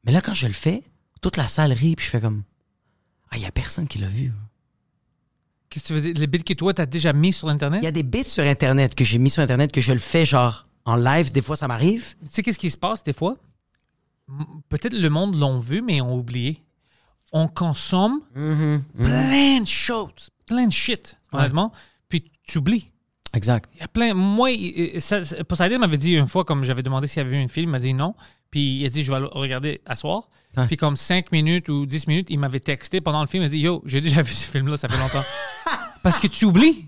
Speaker 3: Mais là, quand je le fais, toute la salle rit, puis je fais comme Ah, il n'y a personne qui l'a vu.
Speaker 2: Qu'est-ce que tu veux dire? Les bits que toi, tu as déjà mis sur Internet?
Speaker 3: Il y a des bits sur Internet que j'ai mis sur Internet que je le fais genre en live. Des fois, ça m'arrive.
Speaker 2: Tu sais qu'est-ce qui se passe des fois? M- Peut-être le monde l'ont vu, mais ont oublié. On consomme plein de choses, plein de shit, honnêtement. Puis tu oublies.
Speaker 3: Exact.
Speaker 2: Il y a plein. Moi, il- il- ça- ça- Poseidon m'avait dit une fois, comme j'avais demandé s'il avait vu un film, il m'a dit non. Puis il a dit, je vais le regarder à soir.
Speaker 3: Ouais.
Speaker 2: Puis comme 5 minutes ou 10 minutes, il m'avait texté pendant le film. Il a dit, yo, j'ai déjà vu ce film-là, ça fait longtemps. Parce que tu oublies.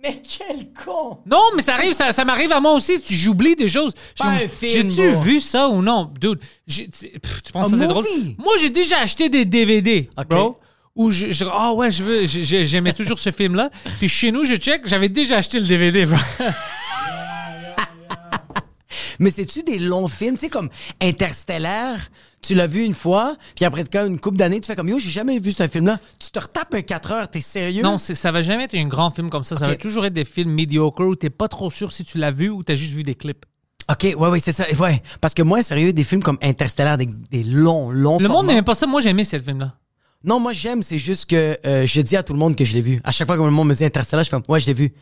Speaker 3: Mais quel con!
Speaker 2: Non, mais ça arrive, ça, ça m'arrive à moi aussi. Tu- J'oublie des choses.
Speaker 3: Pas
Speaker 2: J'ai-
Speaker 3: un film,
Speaker 2: J'ai-tu
Speaker 3: bro.
Speaker 2: vu ça ou non? Dude, j'ai- tu pff, tu penses
Speaker 3: Un
Speaker 2: que ça, c'est drôle?
Speaker 3: movie.
Speaker 2: Moi, j'ai déjà acheté des DVD,
Speaker 3: Ok.
Speaker 2: bro. Où je, je- ah ouais, je veux, je- je- j'aimais toujours ce film-là. Puis chez nous, je check, j'avais déjà acheté le DVD, bro.
Speaker 3: Mais c'est-tu des longs films? Tu sais, comme Interstellaire, tu l'as vu une fois, puis après quand une couple d'années, tu fais comme Yo, j'ai jamais vu ce film-là. Tu te retapes un 4 heures, t'es sérieux?
Speaker 2: Non, c'est- ça va jamais être un grand film comme ça. Ça
Speaker 3: Ok.
Speaker 2: va toujours être des films médiocres où t'es pas trop sûr si tu l'as vu ou t'as juste vu des clips.
Speaker 3: OK, ouais, ouais, c'est ça. Ouais. Parce que moi, sérieux, des films comme Interstellaire, des, des longs, longs
Speaker 2: Le monde
Speaker 3: formats-
Speaker 2: n'aimait pas ça. Moi, j'aimais ce film-là.
Speaker 3: Non, moi, j'aime, c'est juste que euh, je dis à tout le monde que je l'ai vu. À chaque fois que le monde me dit Interstellar, je fais Ouais, je l'ai vu.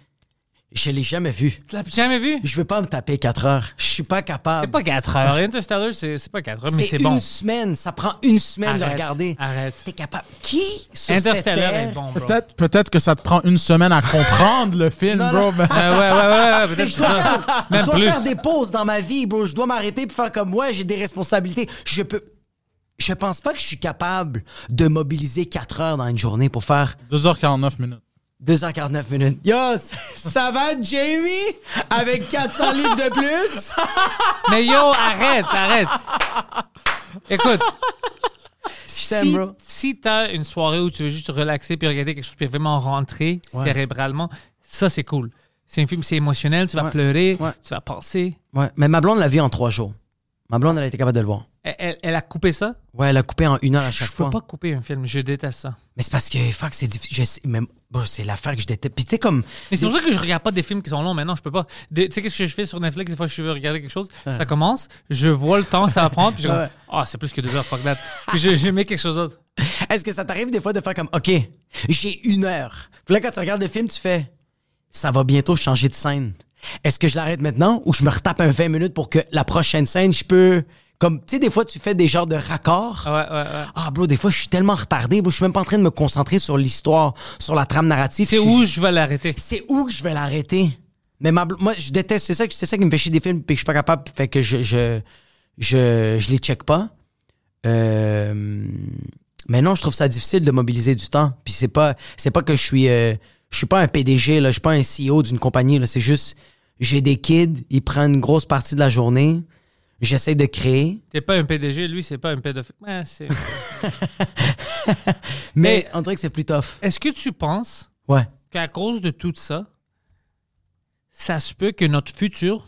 Speaker 3: Je l'ai jamais vu.
Speaker 2: Tu l'as jamais vu?
Speaker 3: Je veux pas me taper 4 heures. Je suis pas capable.
Speaker 2: C'est pas 4 heures. Interstellar, c'est c'est pas 4 heures, mais c'est
Speaker 3: une
Speaker 2: bon.
Speaker 3: semaine. Ça prend une semaine de
Speaker 2: Arrête,
Speaker 3: regarder.
Speaker 2: arrête.
Speaker 3: T'es capable. Qui sur
Speaker 2: Interstellar
Speaker 3: cette terre-
Speaker 2: est bon, bro.
Speaker 4: Peut-être peut-être que ça te prend une semaine à comprendre le film, bro. mais-
Speaker 2: Euh, ouais, ouais, ouais, ouais, peut-être
Speaker 3: C'est que je dois,
Speaker 2: ça.
Speaker 3: faire, je
Speaker 2: Même
Speaker 3: dois
Speaker 2: plus.
Speaker 3: faire des pauses dans ma vie, bro. Je dois m'arrêter pour faire comme moi. J'ai des responsabilités. Je peux. Je pense pas que je suis capable de mobiliser 4 heures dans une journée pour faire
Speaker 4: 2h49 minutes.
Speaker 3: 2h49 minutes. Yo, ça- ça va, Jamie? Avec 400 livres de plus?
Speaker 2: Mais yo, arrête, arrête. Écoute,
Speaker 3: t'aime,
Speaker 2: si,
Speaker 3: bro.
Speaker 2: si t'as une soirée où tu veux juste te relaxer puis regarder quelque chose puis vraiment rentrer cérébralement, ça c'est cool. C'est un film, c'est émotionnel, tu vas
Speaker 3: Ouais.
Speaker 2: pleurer,
Speaker 3: Ouais.
Speaker 2: tu vas penser.
Speaker 3: Ouais, mais ma blonde l'a vu en 3 jours. Ma blonde, elle a été capable de le voir.
Speaker 2: Elle, elle- elle a coupé ça.
Speaker 3: Ouais, elle a coupé en une heure à chaque
Speaker 2: je
Speaker 3: fois.
Speaker 2: peux pas couper un film, je déteste ça.
Speaker 3: Mais c'est parce que, fuck, c'est difficile. Je sais, même, bon, c'est l'affaire que je déteste. Puis tu sais, comme.
Speaker 2: Mais c'est pour ça que je regarde pas des films qui sont longs maintenant, je peux pas. Des- Tu sais qu'est-ce que je fais sur Netflix des fois je veux regarder quelque chose, ça commence, je vois le temps que ça va prendre, puis je
Speaker 3: Ouais.
Speaker 2: ah c'est plus que deux heures, fuck that. Puis je, je mets quelque chose d'autre.
Speaker 3: Est-ce que ça t'arrive des fois de faire comme, OK, j'ai une heure. Puis là, quand tu regardes le film, tu fais, ça va bientôt changer de scène. Est-ce que je l'arrête maintenant ou je me retape un 20 minutes pour que la prochaine scène, je peux. Comme, tu sais, des fois, tu fais des genres de raccords.
Speaker 2: Ouais, ouais, ouais.
Speaker 3: Ah, bro, des fois, je suis tellement retardé. bro, Je suis même pas en train de me concentrer sur l'histoire, sur la trame narrative.
Speaker 2: C'est
Speaker 3: Je-
Speaker 2: où je vais l'arrêter.
Speaker 3: C'est où que je vais l'arrêter? Mais ma bl- moi, je déteste. C'est ça, que- c'est ça qui me fait chier des films, puis que je suis pas capable, fait que je, je, je, je les check pas. Euh, mais non, je trouve ça difficile de mobiliser du temps. Puis c'est pas, c'est pas que je suis, euh, je suis pas un PDG là, je suis pas un CEO d'une compagnie là. C'est juste, j'ai des kids, ils prennent une grosse partie de la journée. J'essaie de créer,
Speaker 2: T'es pas un PDG, lui, c'est pas un pédophile. Ouais, c'est-
Speaker 3: mais
Speaker 2: Mais-
Speaker 3: on dirait que c'est plus tough.
Speaker 2: Est-ce que tu penses
Speaker 3: Ouais.
Speaker 2: qu'à cause de tout ça, ça se peut que notre futur,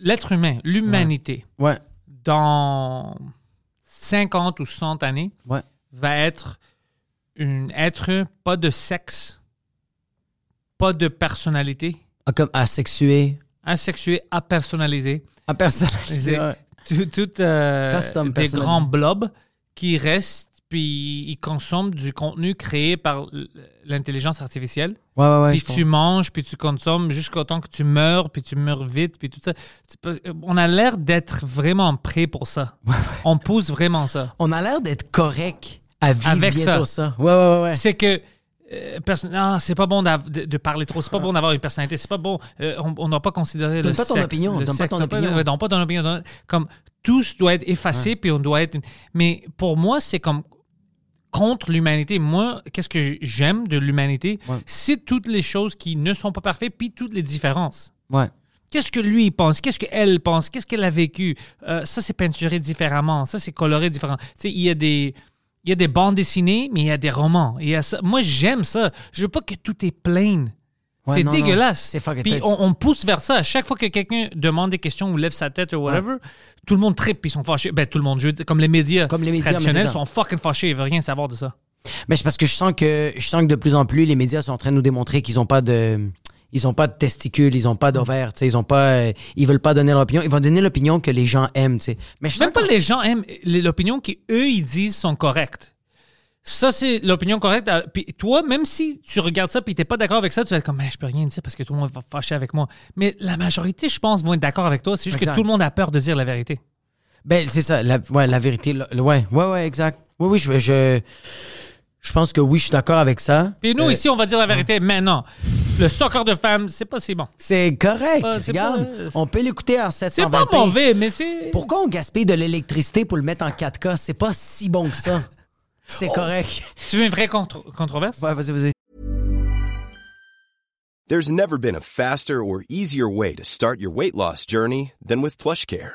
Speaker 2: l'être humain, l'humanité,
Speaker 3: Ouais.
Speaker 2: dans 50 ou 100 années,
Speaker 3: Ouais.
Speaker 2: va être un être pas de sexe, pas de personnalité,
Speaker 3: Ah, Comme asexué,
Speaker 2: asexué, apersonnalisé,
Speaker 3: impersonnalisé.
Speaker 2: C'est-
Speaker 3: Ouais.
Speaker 2: tout, tout, euh,
Speaker 3: Custom
Speaker 2: des
Speaker 3: personnalisé.
Speaker 2: grands blobs qui restent puis ils consomment du contenu créé par l- l'intelligence artificielle.
Speaker 3: Ouais, ouais, ouais.
Speaker 2: puis
Speaker 3: je comprends.
Speaker 2: tu manges, puis tu consommes jusqu'au temps que tu meurs, puis tu meurs vite, puis tout ça. Tu peux- On a l'air d'être vraiment prêt pour ça. On pousse vraiment ça.
Speaker 3: on a l'air d'être correct à vivre
Speaker 2: Avec
Speaker 3: bientôt ça. Ouais, ouais, ouais. ouais.
Speaker 2: C'est que euh, personne- ah, c'est pas bon d'av- de, de parler trop, c'est pas bon d'avoir une personnalité, c'est pas bon. euh, on- on n'a pas considéré
Speaker 3: Donne
Speaker 2: le
Speaker 3: pas ton
Speaker 2: sexe,
Speaker 3: opinion,
Speaker 2: le
Speaker 3: donne pas
Speaker 2: sexe,
Speaker 3: ton
Speaker 2: donne
Speaker 3: opinion.
Speaker 2: ouais, donne pas ton opinion. donne- Comme tous doit être effacé, puis on doit être. Mais pour moi, c'est comme contre l'humanité. Moi, qu'est-ce que j'aime de l'humanité, c'est toutes les choses qui ne sont pas parfaites, puis toutes les différences.
Speaker 3: Ouais.
Speaker 2: Qu'est-ce que lui il pense? Qu'est-ce qu'elle pense? Qu'est-ce qu'elle a vécu? Euh, ça, c'est peinturé différemment. Ça, c'est coloré différemment. Tu sais, il y a des. Il y a des bandes dessinées, mais il y a des romans. Il y a ça. Moi, j'aime ça. Je veux pas que tout est plain.
Speaker 3: Ouais,
Speaker 2: c'est
Speaker 3: non, non.
Speaker 2: dégueulasse.
Speaker 3: C'est fucking
Speaker 2: Puis
Speaker 3: tête.
Speaker 2: on, on pousse vers ça. À chaque fois que quelqu'un demande des questions ou lève sa tête ou whatever, tout le monde tripe puis ils sont fâchés. Ben, tout le monde, je veux dire, comme les médias,
Speaker 3: Comme les médias, mais c'est
Speaker 2: traditionnels
Speaker 3: ça.
Speaker 2: sont fucking fâchés. Ils veulent rien savoir de ça.
Speaker 3: Mais c'est parce que je sens que je sens que de plus en plus les médias sont en train de nous démontrer qu'ils ont pas de ils ont pas de testicules, ils ont pas d'ovaires, tu sais, ils ont pas euh, ils veulent pas donner leur opinion, ils vont donner l'opinion que les gens aiment, tu sais. Mais je sens
Speaker 2: Même pas
Speaker 3: que-
Speaker 2: les gens aiment les- l'opinion qui eux ils disent sont correctes. Ça c'est l'opinion correcte. Ah, Puis toi, même si tu regardes ça puis t'es pas d'accord avec ça, tu vas être comme Mais je peux rien dire parce que tout le monde va fâcher avec moi. Mais la majorité, je pense, vont être d'accord avec toi. C'est juste
Speaker 3: Exact.
Speaker 2: que tout le monde a peur de dire la vérité.
Speaker 3: ben c'est ça, la, ouais, la vérité, le- le- ouais, ouais, ouais, exact. Oui, oui, je, je Je pense que oui, je suis d'accord avec ça. Euh,
Speaker 2: Puis nous, ici, on va dire la vérité maintenant. Le soccer de femmes, c'est pas si bon.
Speaker 3: C'est correct.
Speaker 2: Euh, c'est
Speaker 3: Regarde,
Speaker 2: pas-
Speaker 3: on peut l'écouter en 720p.
Speaker 2: C'est pas mauvais, mais c'est.
Speaker 3: Pourquoi on gaspille de l'électricité pour le mettre en 4K? C'est pas si bon que ça. C'est
Speaker 2: Oh.
Speaker 3: correct.
Speaker 2: Tu veux une vraie contre- controverse?
Speaker 3: Ouais, vas-y, vas-y.
Speaker 5: There's never been a faster or easier way to start your weight loss journey than with PlushCare.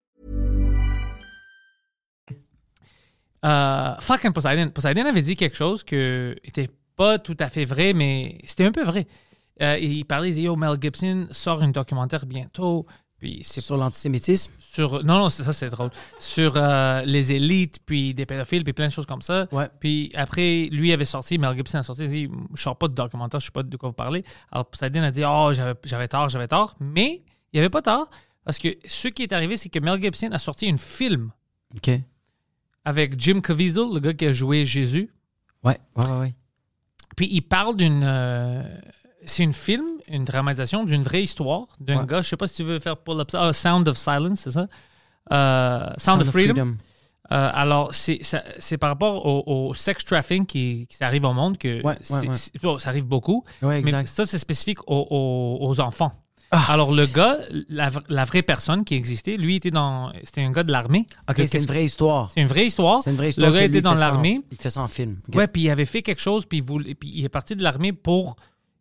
Speaker 2: Euh, fucking Poseidon. Poseidon avait dit quelque chose que était pas tout à fait vrai, mais c'était un peu vrai. Euh, il parlait, il disait, Yo, Mel Gibson sort une documentaire bientôt. Puis c'est
Speaker 3: Sur l'antisémitisme?
Speaker 2: sur non non c'est ça c'est drôle sur euh, les élites puis des pédophiles puis plein de choses comme ça
Speaker 3: Ouais.
Speaker 2: puis après lui avait sorti Mel Gibson a sorti il dit je sors pas de documentaire je sais pas de quoi vous parlez alors Poseidon a dit oh j'avais j'avais tort j'avais tort mais il y avait pas tort parce que ce qui est arrivé c'est que Mel Gibson a sorti une film
Speaker 3: OK. Ouais,
Speaker 2: avec Jim Caviezel le gars qui a joué Jésus
Speaker 3: ouais, ouais. ouais.
Speaker 2: puis il parle d'une. euh, c'est une film, une dramatisation d'une vraie histoire d'un
Speaker 3: Ouais.
Speaker 2: gars. Je sais pas si tu veux faire pull up ça. Ah, Sound of Silence, c'est ça? Euh, Sound, of Freedom. Euh, alors, c'est ça- c'est par rapport au, au sex trafficking qui, qui arrive au monde que
Speaker 3: Ouais,
Speaker 2: c'est-
Speaker 3: ouais, ouais.
Speaker 2: c'est- bon, ça arrive beaucoup.
Speaker 3: Ouais,
Speaker 2: Mais
Speaker 3: exact. Ah.
Speaker 2: ça, c'est spécifique aux, aux- aux enfants. Alors, le gars, la, vra- la vraie personne qui existait, lui, était dans. C'était un gars de l'armée.
Speaker 3: OK,
Speaker 2: De-
Speaker 3: c'est une vraie histoire.
Speaker 2: c'est une vraie histoire.
Speaker 3: C'est une vraie histoire.
Speaker 2: Le gars
Speaker 3: que
Speaker 2: était
Speaker 3: lui
Speaker 2: dans
Speaker 3: fait ça en-
Speaker 2: l'armée.
Speaker 3: Il fait ça en film. OK.
Speaker 2: Ouais, puis il avait fait quelque chose, puis il, voulait- puis il est parti de l'armée pour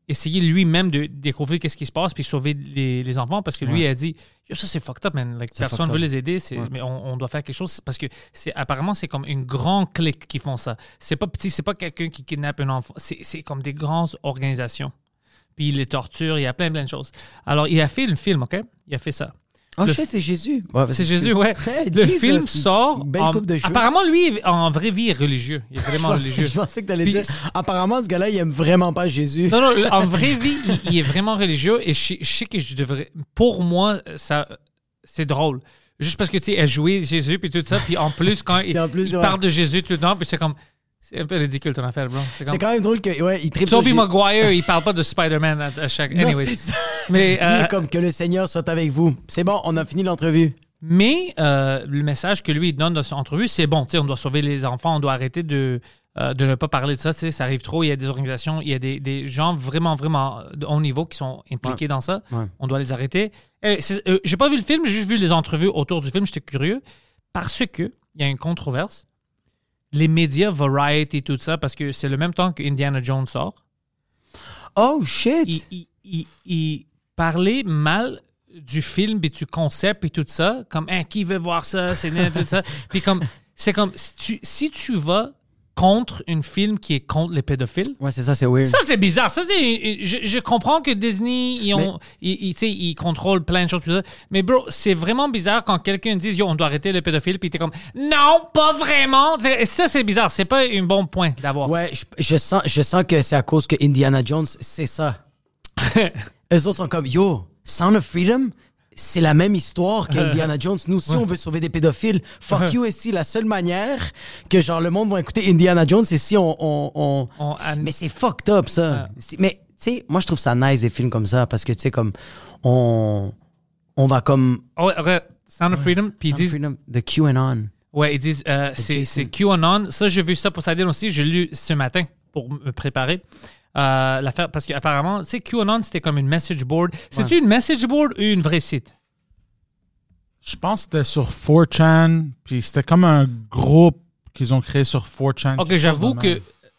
Speaker 2: essayer lui-même de découvrir qu'est-ce qui se passe, puis sauver les, les enfants, parce que lui, il a dit Yo, ça, c'est fucked up, man. Like,
Speaker 3: C'est
Speaker 2: personne ne
Speaker 3: fucked
Speaker 2: veut
Speaker 3: up.
Speaker 2: les aider, c'est- mais on, on doit faire quelque chose. Parce que c'est apparemment, c'est comme une grande clique qui font ça. C'est pas petit, c'est pas quelqu'un qui kidnappe un enfant. C'est c'est comme des grandes organisations. Puis il les torture, il y a plein, plein de choses. Alors, il a fait le film, OK Il a fait ça.
Speaker 3: Oh,
Speaker 2: Le
Speaker 3: shit, c'est Jésus. Ouais, vas-y,
Speaker 2: C'est
Speaker 3: excuse.
Speaker 2: Jésus, ouais.
Speaker 3: Hey,
Speaker 2: le
Speaker 3: Jesus,
Speaker 2: film
Speaker 3: une
Speaker 2: sort.
Speaker 3: Belle
Speaker 2: en-
Speaker 3: coupe de cheveux.
Speaker 2: apparemment, lui, en vraie vie, est religieux. Il est
Speaker 3: Je
Speaker 2: vraiment
Speaker 3: pensais,
Speaker 2: religieux.
Speaker 3: je pensais que t'allais
Speaker 2: Puis-
Speaker 3: dire. Apparemment, ce gars-là, il aime vraiment pas Jésus.
Speaker 2: Non, non, le- en vraie vie, il, il est vraiment religieux et je, sais- je sais que je devrais. Pour moi, ça, c'est drôle. Juste parce que, tu sais, elle jouait Jésus puis tout ça, puis en plus, quand il,
Speaker 3: en plus,
Speaker 2: il
Speaker 3: ouais.
Speaker 2: parle de Jésus tout le temps, puis c'est comme. C'est un peu ridicule ton affaire, bro. C'est
Speaker 3: C'est
Speaker 2: comme.
Speaker 3: quand même drôle que. Ouais, il tripe sur
Speaker 2: Tobey
Speaker 3: Jésus.
Speaker 2: Maguire, il parle pas de Spider-Man à, à chaque.
Speaker 3: Non,
Speaker 2: Anyways.
Speaker 3: c'est ça.
Speaker 2: Mais,
Speaker 3: Lui, il
Speaker 2: euh,
Speaker 3: est comme que le Seigneur soit avec vous. C'est bon, on a fini l'entrevue.
Speaker 2: mais euh, le message que lui il donne dans son entrevue, c'est bon, tu sais, on doit sauver les enfants, on doit arrêter de, euh, de ne pas parler de ça, tu sais, ça arrive trop, il y a des organisations, il y a des, des gens vraiment, vraiment euh, de haut niveau qui sont impliqués dans ça,
Speaker 3: Ouais.
Speaker 2: on doit les arrêter. Euh, c'est- euh, j'ai pas vu le film, j'ai juste vu les entrevues autour du film, j'étais curieux, parce que il y a une controverse, les médias, Variety, tout ça, parce que c'est le même temps que Indiana Jones sort,
Speaker 3: Oh shit!
Speaker 2: il, il- il- il parlait mal du film et du concept et tout ça, comme Hein, qui veut voir ça, c'est net, tout ça. Puis comme c'est comme si tu, si tu vas contre une film qui est contre les pédophiles.
Speaker 3: Ouais, c'est ça, c'est weird.
Speaker 2: Ça, c'est bizarre. Ça, c'est, je, je comprends que Disney, ils, ont, ils, ils, tu sais, ils contrôlent plein de choses. tout ça. Mais bro, c'est vraiment bizarre quand quelqu'un dit Yo, on doit arrêter les pédophiles. Puis t'es comme Non, pas vraiment. Tu sais, Ça, c'est bizarre. C'est pas un bon point d'avoir.
Speaker 3: Ouais, je, je sens, je sens que c'est à cause que Indiana Jones, c'est ça. Eux autres sont comme, yo, Sound of Freedom, c'est la même histoire qu'Indiana Jones. Nous aussi, on veut sauver des pédophiles. Fuck you, ici. La seule manière que genre le monde va écouter Indiana Jones, c'est si on... on- on-
Speaker 2: On- à-
Speaker 3: Mais c'est fucked up, ça. C'est- Mais, tu sais, moi, je trouve ça nice, des films comme ça, parce que, tu sais, comme, on, on va comme...
Speaker 2: Oh, re- Sound of Freedom. Puis ils
Speaker 3: Sound
Speaker 2: disent
Speaker 3: of Freedom, The QAnon.
Speaker 2: Ouais, ils disent euh, c'est
Speaker 3: Jason.
Speaker 2: c'est QAnon. Ça, j'ai vu ça pour Sadine aussi. J'ai lu ce matin pour me préparer. Euh, l'affaire- parce qu'apparemment, tu sais, QAnon, c'était comme une message board. C'est-tu une message board ou une vraie site?
Speaker 4: Je pense que c'était sur 4chan, puis c'était comme un groupe qu'ils ont créé sur 4chan.
Speaker 2: Ok,
Speaker 4: quelque chose
Speaker 2: j'avoue
Speaker 4: de
Speaker 2: que
Speaker 4: même.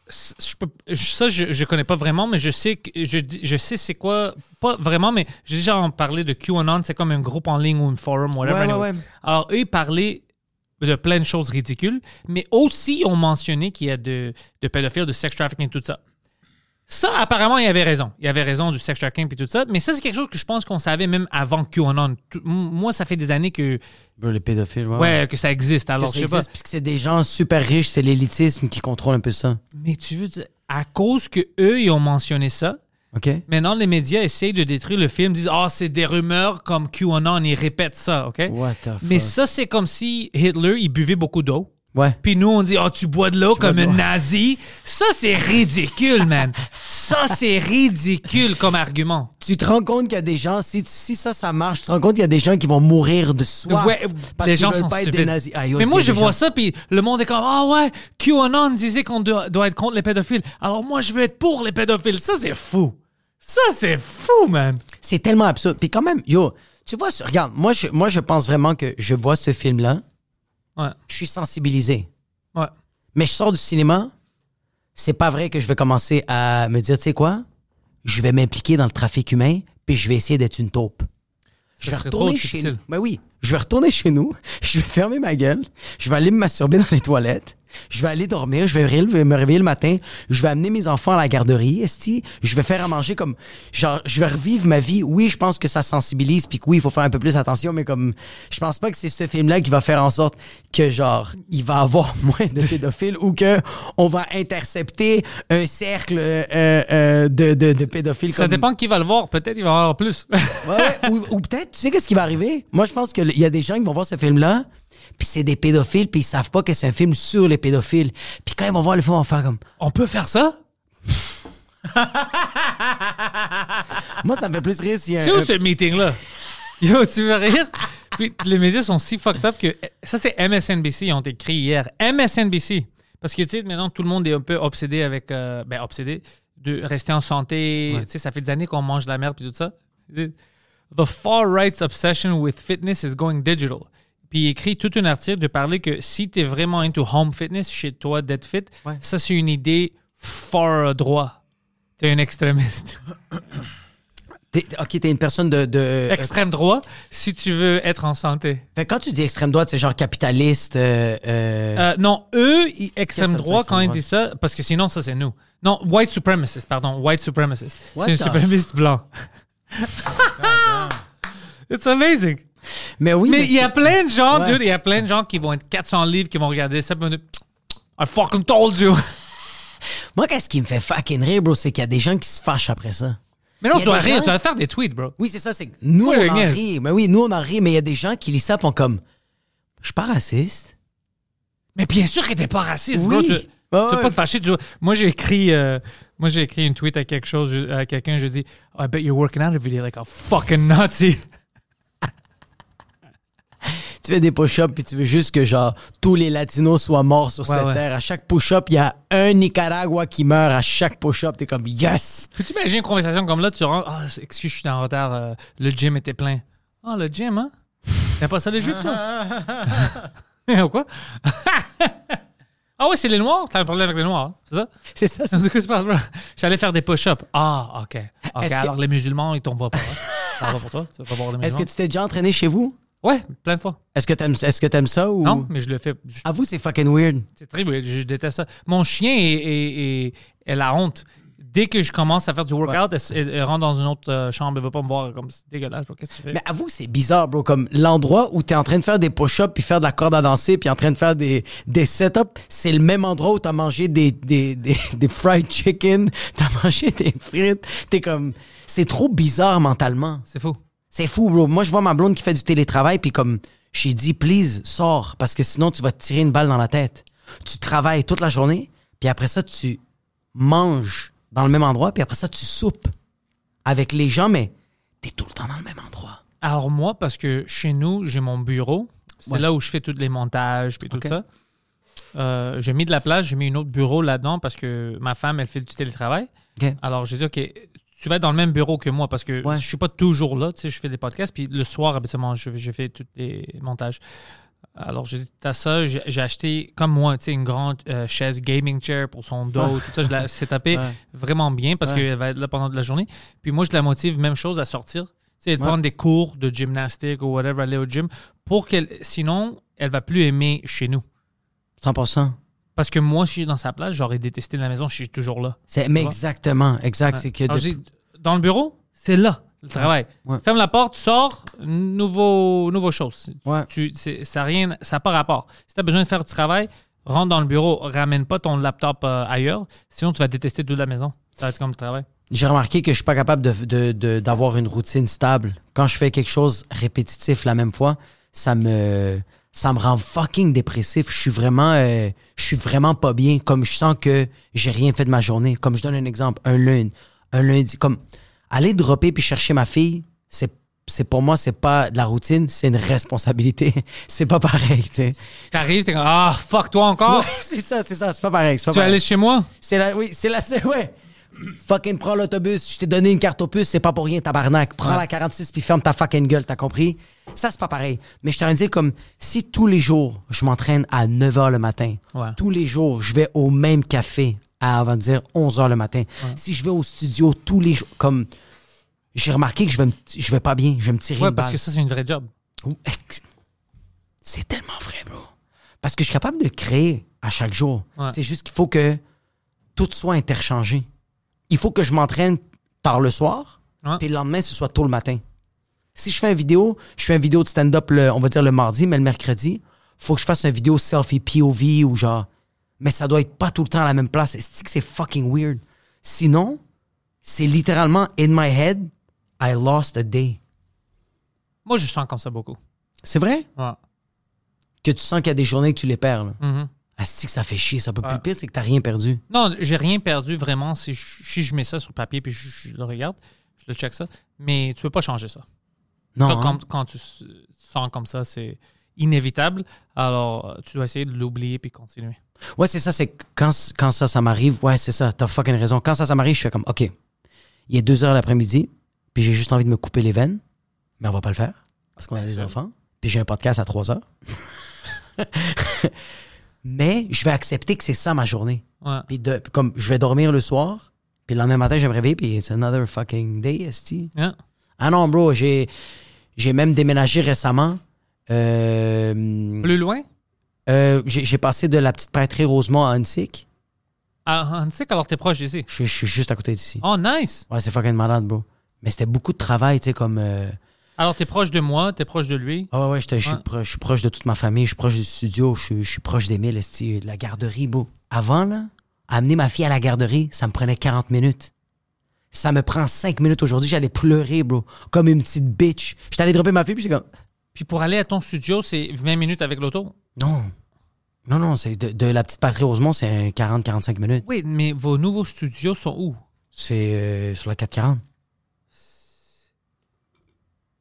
Speaker 2: c- je peux, je- ça, je, je connais pas vraiment, mais je sais que je, dis- je sais c'est quoi. Pas vraiment, mais j'ai déjà en parlé de QAnon. C'est comme un groupe en ligne ou un forum, whatever.
Speaker 3: Ouais, ouais,
Speaker 2: anyway.
Speaker 3: ouais.
Speaker 2: Alors, eux, ils parlaient de plein de choses ridicules, mais aussi ils ont mentionné qu'il y a de, de pédophiles, de sex trafficking, tout ça. Ça, apparemment, il avait raison. Il avait raison du sex trafficking et tout ça. Mais ça, c'est quelque chose que je pense qu'on savait même avant QAnon. Tout- m- moi, ça fait des années que,
Speaker 3: Bro, les pédophiles, ouais.
Speaker 2: ouais, que ça existe.
Speaker 3: Que
Speaker 2: Alors,
Speaker 3: ça
Speaker 2: je sais pas.
Speaker 3: existe, puisque c'est des gens super riches, c'est l'élitisme qui contrôle un peu ça.
Speaker 2: Mais tu veux dire, à cause que eux, ils ont mentionné ça,
Speaker 3: OK?
Speaker 2: Maintenant, les médias essayent de détruire le film, disent Ah, c'est des rumeurs comme QAnon, ils répètent ça, OK?
Speaker 3: What the
Speaker 2: Mais
Speaker 3: fuck?
Speaker 2: ça, c'est comme si Hitler, il buvait beaucoup d'eau.
Speaker 3: Ouais.
Speaker 2: Puis nous, on dit Ah, tu bois de l'eau comme
Speaker 3: bois de
Speaker 2: un
Speaker 3: l'eau.
Speaker 2: nazi. Ça, c'est ridicule, man. ça, c'est ridicule comme argument.
Speaker 3: Tu te rends compte qu'il y a des gens, si, si ça, ça marche, tu te rends compte qu'il y a des gens qui vont mourir de soif.
Speaker 2: Ouais,
Speaker 3: parce
Speaker 2: les
Speaker 3: qu'ils
Speaker 2: gens
Speaker 3: veulent
Speaker 2: sont
Speaker 3: pas être
Speaker 2: stupides.
Speaker 3: des nazis. Ah, yo,
Speaker 2: mais
Speaker 3: tu
Speaker 2: moi,
Speaker 3: sais,
Speaker 2: je
Speaker 3: les
Speaker 2: vois
Speaker 3: gens-
Speaker 2: ça, puis le monde est comme Ah ouais, QAnon disait qu'on doit, doit être contre les pédophiles. Alors moi, je veux être pour les pédophiles. Ça, c'est fou. Ça, c'est fou, man.
Speaker 3: C'est tellement absurde. Puis quand même, yo, tu vois, ce- regarde, moi je, moi, je pense vraiment que je vois ce film-là,
Speaker 2: Ouais,
Speaker 3: je suis sensibilisé.
Speaker 2: ouais.
Speaker 3: Mais je sors du cinéma, c'est pas vrai que je vais commencer à me dire, tu sais quoi, je vais m'impliquer dans le trafic humain, puis je vais essayer d'être une taupe. Je vais
Speaker 2: serait
Speaker 3: retourner
Speaker 2: trop
Speaker 3: chez nous.
Speaker 2: difficile.
Speaker 3: Ben oui, je vais retourner chez nous, je vais fermer ma gueule, je vais aller me masturber dans les toilettes, je vais aller dormir, je vais ré- me réveiller le matin, je vais amener mes enfants à la garderie, esti, je vais faire à manger comme genre je vais revivre ma vie. Oui, je pense que ça sensibilise puis que oui, il faut faire un peu plus attention mais comme je pense pas que c'est ce film là qui va faire en sorte que genre il va avoir moins de pédophiles ou que on va intercepter un cercle euh, euh, de, de, de pédophiles
Speaker 2: Ça
Speaker 3: comme-
Speaker 2: dépend de qui va le voir. Peut-être il va y en avoir plus.
Speaker 3: Ouais, ouais. Ou, ou peut-être, tu sais qu'est-ce qui va arriver? Moi, je pense qu'il y a des gens qui vont voir ce film-là, puis c'est des pédophiles, puis ils savent pas que c'est un film sur les pédophiles. Puis quand ils vont voir le film, ils vont faire comme...
Speaker 2: On peut faire ça?
Speaker 3: Moi, ça me fait plus rire si...
Speaker 2: C'est
Speaker 3: Un,
Speaker 2: où
Speaker 3: un-
Speaker 2: ce meeting-là? Yo, tu veux rire? Puis les médias sont si fucked up que. Ça, c'est MSNBC, ils ont écrit hier. MSNBC. Parce que, tu sais, maintenant, tout le monde est un peu obsédé avec. euh, ben, obsédé de rester en santé. Tu sais, ça fait des années qu'on mange de la merde puis tout ça. The far right's obsession with fitness is going digital. Puis il écrit tout un article de parler que si tu es vraiment into home fitness, chez toi, d'être fit,
Speaker 3: Ouais.
Speaker 2: ça, c'est une idée far droit. Tu es un extrémiste.
Speaker 3: t'es- OK, t'es une personne de... de euh,
Speaker 2: extrême droit si tu veux être en santé.
Speaker 3: fait, quand tu dis extrême droite, c'est genre capitaliste... euh, euh,
Speaker 2: Euh, non, eux, ils-
Speaker 3: Qu'est-ce
Speaker 2: extrême
Speaker 3: que ça veut dire,
Speaker 2: droit, quand ils
Speaker 3: extrême
Speaker 2: disent ça, parce que sinon, ça, c'est nous. Non, white supremacist, pardon, white supremacist.
Speaker 3: What
Speaker 2: C'est un
Speaker 3: the-
Speaker 2: suprémaciste blanc. It's amazing.
Speaker 3: Mais oui,
Speaker 2: Mais il y a
Speaker 3: c'est-
Speaker 2: plein de gens,
Speaker 3: Ouais.
Speaker 2: dude, il y a plein de gens qui vont être 400 livres, qui vont regarder ça, puis vont dire, I fucking told you.
Speaker 3: Moi, qu'est-ce qui me fait fucking rire, bro, c'est qu'il y a des gens qui se fâchent après ça.
Speaker 2: Mais non,
Speaker 3: Il y a
Speaker 2: tu dois
Speaker 3: des
Speaker 2: rire,
Speaker 3: gens-
Speaker 2: tu dois faire des tweets, bro.
Speaker 3: Oui, c'est ça, c'est que nous,
Speaker 2: Ouais,
Speaker 3: on en
Speaker 2: génial.
Speaker 3: rit. Mais oui, nous, on en rit, mais il y a des gens qui lisent ça, puis font comme... Je suis pas raciste.
Speaker 2: Mais bien sûr que t'es pas raciste,
Speaker 3: Oui.
Speaker 2: bro. Tu,
Speaker 3: Ouais,
Speaker 2: tu vas
Speaker 3: ouais.
Speaker 2: pas te fâcher. tu vois. moi, j'ai écrit, euh, moi, j'ai écrit une tweet à quelque chose, je- à quelqu'un, je dis, I bet you're working out every day like a fucking Nazi.
Speaker 3: tu fais des push-ups puis tu veux juste que genre tous les latinos soient morts sur
Speaker 2: Ouais,
Speaker 3: cette
Speaker 2: ouais.
Speaker 3: terre. À chaque push-up, il y a un Nicaragua qui meurt à chaque push-up. T'es comme yes.
Speaker 2: Peux-tu imaginer une conversation comme là, tu rentres, ah, excuse, je suis en retard, euh, le gym était plein. Ah, le gym, hein? T'as pas ça les juifs, toi? Quoi? ah ouais, c'est les noirs? T'as un problème avec les noirs, hein? c'est ça?
Speaker 3: C'est ça. c'est-
Speaker 2: C'est ce que je parle, bro. J'allais faire des push-ups. Ah, ok. Ok,
Speaker 3: Est-ce que-
Speaker 2: alors les musulmans, ils tombent pas. hein? Ça va pour toi? Tu vas pas voir les
Speaker 3: Est-ce
Speaker 2: musulmans?
Speaker 3: que tu t'es déjà entraîné chez vous
Speaker 2: Ouais, plein de fois.
Speaker 3: Est-ce que t'aimes Est-ce que t'aimes ça ou
Speaker 2: Non, mais je le fais. Je-
Speaker 3: Avoue, c'est fucking weird.
Speaker 2: C'est très weird, Je déteste ça. Mon chien est, est- est- est la honte. Dès que je commence à faire du workout, elle, elle- elle rentre dans une autre euh, chambre. Elle ne veut pas me voir. comme C'est dégueulasse. bro. Qu'est-ce que tu fais?
Speaker 3: Mais avoue, c'est bizarre, bro. Comme l'endroit où t'es en train de faire des push-ups puis faire de la corde à danser puis en train de faire des des setups, c'est le même endroit où t'as mangé des des, des des fried chicken, t'as mangé des frites. T'es comme, c'est trop bizarre mentalement.
Speaker 2: C'est fou.
Speaker 3: C'est fou, bro. Moi, je vois ma blonde qui fait du télétravail, puis comme, j'ai dit, please, sors, parce que sinon, tu vas te tirer une balle dans la tête. Tu travailles toute la journée, puis après ça, tu manges dans le même endroit, puis après ça, tu soupes avec les gens, mais t'es tout le temps dans le même endroit.
Speaker 2: Alors moi, parce que chez nous, j'ai mon bureau. C'est
Speaker 3: Ouais.
Speaker 2: là où je fais tous les montages et
Speaker 3: Ok.
Speaker 2: tout ça. Euh, j'ai mis de la place. J'ai mis une autre bureau là-dedans parce que ma femme, elle fait du télétravail.
Speaker 3: OK?
Speaker 2: Alors, j'ai dit, OK, tu vas être dans le même bureau que moi parce que
Speaker 3: Ouais.
Speaker 2: je suis pas toujours là. Tu sais, je fais des podcasts. Puis le soir, habituellement, je, je fais tous les montages. Alors, j'ai dit, t'as ça. J'ai j'ai acheté, comme moi, tu sais, une grande euh, chaise gaming chair pour son dos. Tout ça, je la sais taper
Speaker 3: Ouais.
Speaker 2: vraiment bien parce qu'elle va être là pendant de la journée. Puis moi, je la motive, même chose, à sortir. Tu sais, elle
Speaker 3: Ouais.
Speaker 2: prend des cours de gymnastique ou whatever, aller au gym pour qu'elle. Sinon, elle va plus aimer chez nous.
Speaker 3: 100%.
Speaker 2: Parce que moi, si je suis dans sa place, j'aurais détesté la maison, je suis toujours là.
Speaker 3: C'est, mais
Speaker 2: Ouais.
Speaker 3: exactement, exact. C'est que
Speaker 2: Alors,
Speaker 3: de-
Speaker 2: j'ai- dans le bureau, c'est là le travail.
Speaker 3: Ouais.
Speaker 2: Ferme la porte, sors, nouveau, nouveau chose. Tu-
Speaker 3: Ouais.
Speaker 2: Tu, c'est- ça n'a rien, ça a pas rapport. Si tu as besoin de faire du travail, rentre dans le bureau, ramène pas ton laptop euh, ailleurs, sinon tu vas détester toute la maison. Ça va être comme le travail.
Speaker 3: J'ai remarqué que je suis pas capable de- de- de- d'avoir une routine stable. Quand je fais quelque chose répétitif la même fois, ça me ça me rend fucking dépressif. Je suis vraiment euh, je suis vraiment pas bien. Comme je sens que j'ai rien fait de ma journée. Comme je donne un exemple, un lundi, un lundi, comme aller dropper puis chercher ma fille, c'est c'est pour moi c'est pas de la routine, c'est une responsabilité. c'est pas pareil. tu sais.
Speaker 2: T'arrives, t'es comme Ah, fuck toi encore!
Speaker 3: Ouais, c'est ça, c'est ça, c'est pas pareil. c'est pas
Speaker 2: tu vas
Speaker 3: pareil.
Speaker 2: aller chez moi?
Speaker 3: C'est la, oui, c'est la, c'est- ouais. Fucking prends l'autobus, je t'ai donné une carte au puce, c'est pas pour rien, tabarnak. Prends la 46 puis ferme ta fucking gueule, t'as compris? Ça, c'est pas pareil. Mais je t'ai dire comme, si tous les jours, je m'entraîne à 9 h le matin,
Speaker 2: Ouais.
Speaker 3: tous les jours, je vais au même café à, avant de dire, 11 h le matin. Si je vais au studio tous les jours, comme, j'ai remarqué que je vais, me- je vais pas bien, je vais me tirer
Speaker 2: Ouais,
Speaker 3: une
Speaker 2: parce
Speaker 3: balle.
Speaker 2: que ça, c'est une vraie job.
Speaker 3: Ou- C'est tellement vrai, bro. Parce que je suis capable de créer à chaque jour.
Speaker 2: Ouais.
Speaker 3: C'est juste qu'il faut que tout soit interchangé. Il faut que je m'entraîne tard le soir,
Speaker 2: Ouais.
Speaker 3: puis le lendemain, ce soit tôt le matin. Si je fais une vidéo, je fais une vidéo de stand-up, le- on va dire le mardi, mais le mercredi, faut que je fasse une vidéo selfie POV ou genre. Mais ça doit être pas tout le temps à la même place. cest que c'est fucking weird? Sinon, c'est littéralement in my head, I lost a day.
Speaker 2: Moi, je sens comme ça beaucoup.
Speaker 3: C'est vrai?
Speaker 2: Ouais.
Speaker 3: que tu sens qu'il y a des journées que tu les perds. là.
Speaker 2: Mhm.
Speaker 3: Asti que ça fait chier, ça peut plus
Speaker 2: Ouais.
Speaker 3: le pire, c'est que t'as rien perdu.
Speaker 2: Non, j'ai rien perdu vraiment si je, si je mets ça sur papier puis je, je le regarde, je le check ça. Mais tu peux pas changer ça.
Speaker 3: Non.
Speaker 2: Quand-
Speaker 3: hein?
Speaker 2: quand, quand tu s- sens comme ça, c'est inévitable. Alors, tu dois essayer de l'oublier puis continuer.
Speaker 3: hein? Ouais, c'est ça, c'est que quand, quand ça, ça m'arrive, ouais, c'est ça, t'as fucking raison. Quand ça, ça m'arrive, je fais comme, OK, il est 2 heures l'après-midi, puis j'ai juste envie de me couper les veines, mais on va pas le faire, parce qu'on a des enfants, puis j'ai un podcast à 3 heures. mais je vais accepter que c'est ça ma journée.
Speaker 2: Ouais.
Speaker 3: Puis de, comme je vais dormir le soir, puis le lendemain matin, je vais me réveiller, puis it's another fucking day, esti.
Speaker 2: Hein?
Speaker 3: Ah non, bro, j'ai, j'ai même déménagé récemment. Euh,
Speaker 2: Plus loin?
Speaker 3: euh, j'ai, j'ai passé de la petite prêtrie Rosemont à Huntsic.
Speaker 2: Ah, tu sais qu'alors t'es proche d'ici.
Speaker 3: Je, je suis juste à côté d'ici.
Speaker 2: Oh, nice!
Speaker 3: Ouais, c'est fucking malade, bro. Mais c'était beaucoup de travail, tu sais, comme. euh,
Speaker 2: Alors, t'es proche de moi, t'es proche de lui.
Speaker 3: Ah ouais, ouais, j'étais- je suis
Speaker 2: Ouais.
Speaker 3: pro- je suis proche de toute ma famille, je suis proche du studio, je suis- je suis proche d'Emile, esti, de la garderie, bro. Avant, là, amener ma fille à la garderie, ça me prenait 40 minutes. Ça me prend 5 minutes aujourd'hui, j'allais pleurer, bro, comme une petite bitch. J'étais allé dropper ma fille, puis j'étais comme.
Speaker 2: Puis pour aller à ton studio, c'est 20 minutes avec l'auto.
Speaker 3: Non. Non, non, c'est de, de la petite patrie Rosemont, c'est un 40-45 minutes.
Speaker 2: Oui, mais vos nouveaux studios sont où?
Speaker 3: C'est euh, sur la 440.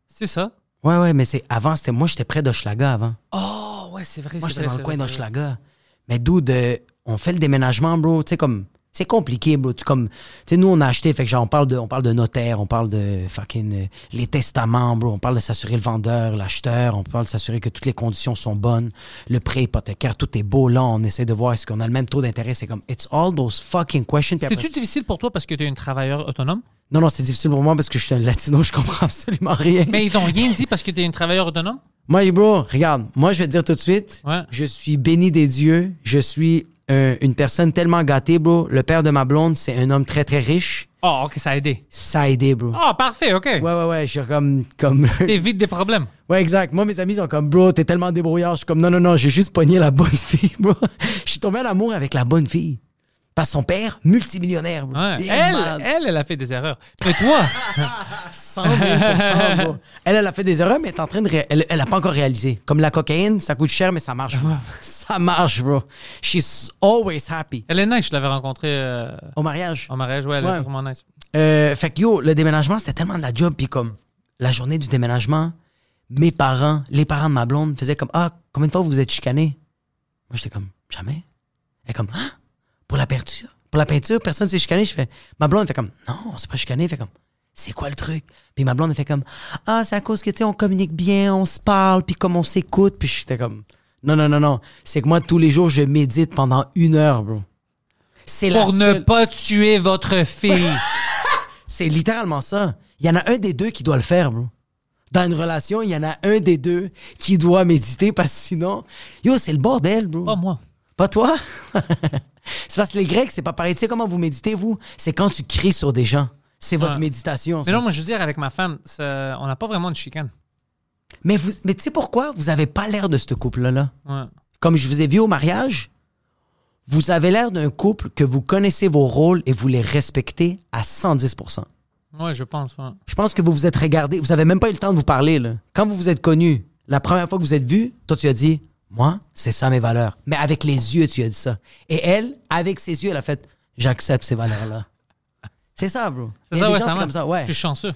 Speaker 2: C'est ça?
Speaker 3: Ouais, ouais, mais c'est avant, c'était moi, j'étais près d'Hochelaga avant.
Speaker 2: Oh, ouais, c'est vrai.
Speaker 3: Moi,
Speaker 2: c'est
Speaker 3: j'étais
Speaker 2: vrai,
Speaker 3: dans le
Speaker 2: c'est
Speaker 3: coin
Speaker 2: vrai, c'est vrai.
Speaker 3: d'Hochelaga. Mais d'où de. On fait le déménagement, bro. Tu sais, comme. C'est compliqué, bro. Tu comme. Tu sais, nous, on a acheté, fait que genre, on parle de, on parle de notaire, on parle de fucking. euh, les testaments, bro. On parle de s'assurer le vendeur, l'acheteur. On parle de s'assurer que toutes les conditions sont bonnes. Le prêt hypothécaire, tout est beau. Là, on essaie de voir est-ce qu'on a le même taux d'intérêt. C'est comme. It's all those fucking questions. Puis après
Speaker 2: C'était-tu difficile pour toi parce que tu es une travailleur autonome?
Speaker 3: Non, non, c'est difficile pour moi parce que je suis un latino, je comprends absolument rien.
Speaker 2: Mais ils t'ont rien dit parce que tu es une travailleur autonome?
Speaker 3: Moi, bro, regarde, moi, je vais te dire tout de suite,
Speaker 2: Ouais.
Speaker 3: je suis béni des dieux, je suis euh, une personne tellement gâtée, bro. Le père de ma blonde, c'est un homme très, très riche.
Speaker 2: Oh, OK, ça a aidé.
Speaker 3: Ça a aidé, bro.
Speaker 2: Ah, parfait, OK.
Speaker 3: Ouais, ouais, ouais, je suis comme... comme...
Speaker 2: T'évites des problèmes.
Speaker 3: ouais, exact. Moi, mes amis sont comme, bro, t'es tellement débrouillard. Je suis comme, non, non, non, j'ai juste pogné la bonne fille, bro. Je suis tombé en amour avec la bonne fille. Parce que son père, multimillionnaire, bro.
Speaker 2: Ouais.
Speaker 3: Il est malade.
Speaker 2: Elle, elle, elle a fait des erreurs. Mais toi,
Speaker 3: 100 000 bro. Elle, elle a fait des erreurs, mais elle est en train de. ré- Elle, elle a pas encore réalisé. Comme la cocaïne, ça coûte cher, mais ça marche. bro. ça marche, bro. She's always happy.
Speaker 2: elle est nice. Je l'avais rencontrée euh,
Speaker 3: Au mariage.
Speaker 2: en mariage. Ouais, elle
Speaker 3: Ouais.
Speaker 2: est vraiment nice.
Speaker 3: Euh, fait que yo, le déménagement, c'était tellement de la job. Puis comme la journée du déménagement, mes parents, les parents de ma blonde faisaient comme Ah, combien de fois vous vous êtes chicanés Moi, j'étais comme Jamais. Elle est comme Ah, pour la peinture. Pour la peinture, personne s'est chicané. Je fais Ma blonde elle fait comme Non, on s'est pas chicané. Elle fait comme C'est quoi le truc Puis ma blonde elle fait comme Ah, c'est à cause que tu sais, on communique bien, on se parle, puis comme on s'écoute. Puis j'étais comme Non, non, non, non. C'est que moi, tous les jours, je médite pendant une heure, bro. C'est la
Speaker 2: Pour ne
Speaker 3: seule-
Speaker 2: pas tuer votre fille.
Speaker 3: c'est littéralement ça. Il y en a un des deux qui doit le faire, bro. Dans une relation, il y en a un des deux qui doit méditer parce que sinon, yo, c'est le bordel, bro.
Speaker 2: pas moi.
Speaker 3: Pas toi? c'est parce que les Grecs, c'est pas pareil. Tu sais comment vous méditez, vous? C'est quand tu cries sur des gens. C'est votre
Speaker 2: Ouais.
Speaker 3: méditation.
Speaker 2: Ah.
Speaker 3: ça.
Speaker 2: Mais non, moi, je veux dire, avec ma femme, ça- on n'a pas vraiment de chicane.
Speaker 3: Mais, vous, mais tu sais pourquoi? Vous avez pas l'air de ce couple-là. là.
Speaker 2: Ouais.
Speaker 3: Comme je vous ai vu au mariage, Vous avez l'air d'un couple que vous connaissez vos rôles et vous les respectez à 110
Speaker 2: Ouais, je pense. ouais.
Speaker 3: Je pense que vous vous êtes regardé, vous avez même pas eu le temps de vous parler. Là. Quand vous vous êtes connu, la première fois que vous êtes vu, toi tu as dit, moi, c'est ça mes valeurs. Mais avec les yeux, tu as dit ça. Et elle, avec ses yeux, elle a fait, j'accepte ces valeurs-là. C'est ça, bro.
Speaker 2: C'est
Speaker 3: Il y a
Speaker 2: ça,
Speaker 3: des
Speaker 2: ouais, ça
Speaker 3: gens, c'est
Speaker 2: marche.
Speaker 3: comme ça, ouais.
Speaker 2: Je suis chanceux.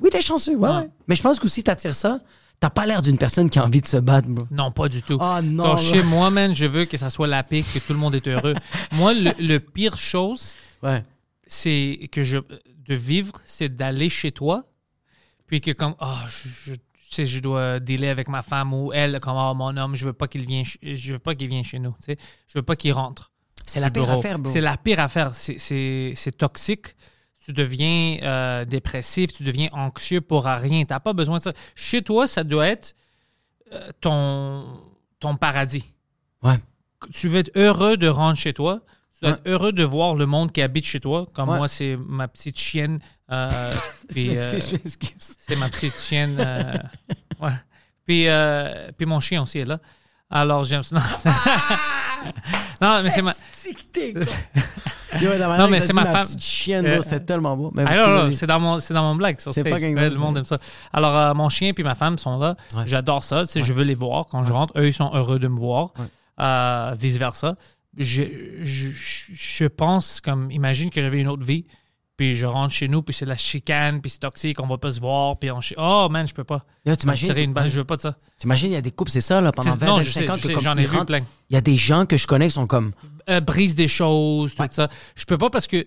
Speaker 3: Oui, t'es chanceux, ouais,
Speaker 2: Ouais.
Speaker 3: ouais. Mais je pense que si t'attires ça, t'as pas l'air d'une personne qui a envie de se battre, bro.
Speaker 2: Non, pas du tout.
Speaker 3: Ah, non,
Speaker 2: Quand
Speaker 3: là.
Speaker 2: chez moi, man, je veux que ça soit la paix, que tout le monde est heureux. moi, le, le pire chose,
Speaker 3: Ouais.
Speaker 2: c'est que je de vivre, c'est d'aller chez toi, puis que comme ah je, je tu sais, je dois dealer avec ma femme ou elle comme oh mon homme, je veux pas qu'il vienne, ch- je veux pas qu'il vienne chez nous, tu sais, je veux pas qu'il rentre.
Speaker 3: C'est la
Speaker 2: du
Speaker 3: pire
Speaker 2: bureau.
Speaker 3: affaire, bro.
Speaker 2: C'est la pire affaire. C'est- C'est c'est toxique. Tu deviens euh, dépressif, tu deviens anxieux pour rien. T'as pas besoin de ça. Chez toi, ça doit être euh, ton, ton paradis.
Speaker 3: Ouais.
Speaker 2: Tu veux être heureux de rentrer chez toi. Tu dois être heureux de voir le monde qui habite chez toi. Comme
Speaker 3: Ouais.
Speaker 2: moi, c'est ma petite chienne. euh, puis, euh,
Speaker 3: Excuse, excuse.
Speaker 2: c'est ma petite chienne. euh, ouais. Puis, euh, puis mon chien aussi est là. Alors, j'aime ça. Non, non mais c'est ma.
Speaker 3: Yo, la manière
Speaker 2: Non, mais
Speaker 3: que t'as
Speaker 2: c'est
Speaker 3: dit
Speaker 2: ma femme.
Speaker 3: petite chienne, bro,
Speaker 2: Euh,
Speaker 3: c'était tellement beau. Mais
Speaker 2: Ah
Speaker 3: parce que
Speaker 2: non, non,
Speaker 3: vas-y.
Speaker 2: c'est dans mon c'est dans mon blague sur
Speaker 3: C'est
Speaker 2: stage.
Speaker 3: pas gang
Speaker 2: Ouais,
Speaker 3: bang,
Speaker 2: le monde
Speaker 3: ouais.
Speaker 2: aime ça. Alors euh, mon chien puis ma femme sont là.
Speaker 3: Ouais.
Speaker 2: J'adore ça. Tu sais, Je veux les voir quand je rentre. Eux ils sont heureux de me voir. vice versa. Je, je, je- je pense comme imagine que j'avais une autre vie. Puis je rentre chez nous puis c'est la chicane puis c'est toxique. On va pas se voir puis on chi- oh man je peux pas.
Speaker 3: Yo, t'imagines-
Speaker 2: Tirer une balle, je veux pas de ça.
Speaker 3: T'imagines, il y a des couples, c'est ça, là, pendant
Speaker 2: C'est-
Speaker 3: 20,
Speaker 2: non, je
Speaker 3: 25
Speaker 2: sais,
Speaker 3: ans,
Speaker 2: je
Speaker 3: que
Speaker 2: sais,
Speaker 3: comme
Speaker 2: j'en ai
Speaker 3: ils
Speaker 2: vu
Speaker 3: rentrent,
Speaker 2: plein.
Speaker 3: Il y a des gens que je connais qui sont comme.
Speaker 2: Euh, brise des choses tout ça. Je peux pas parce que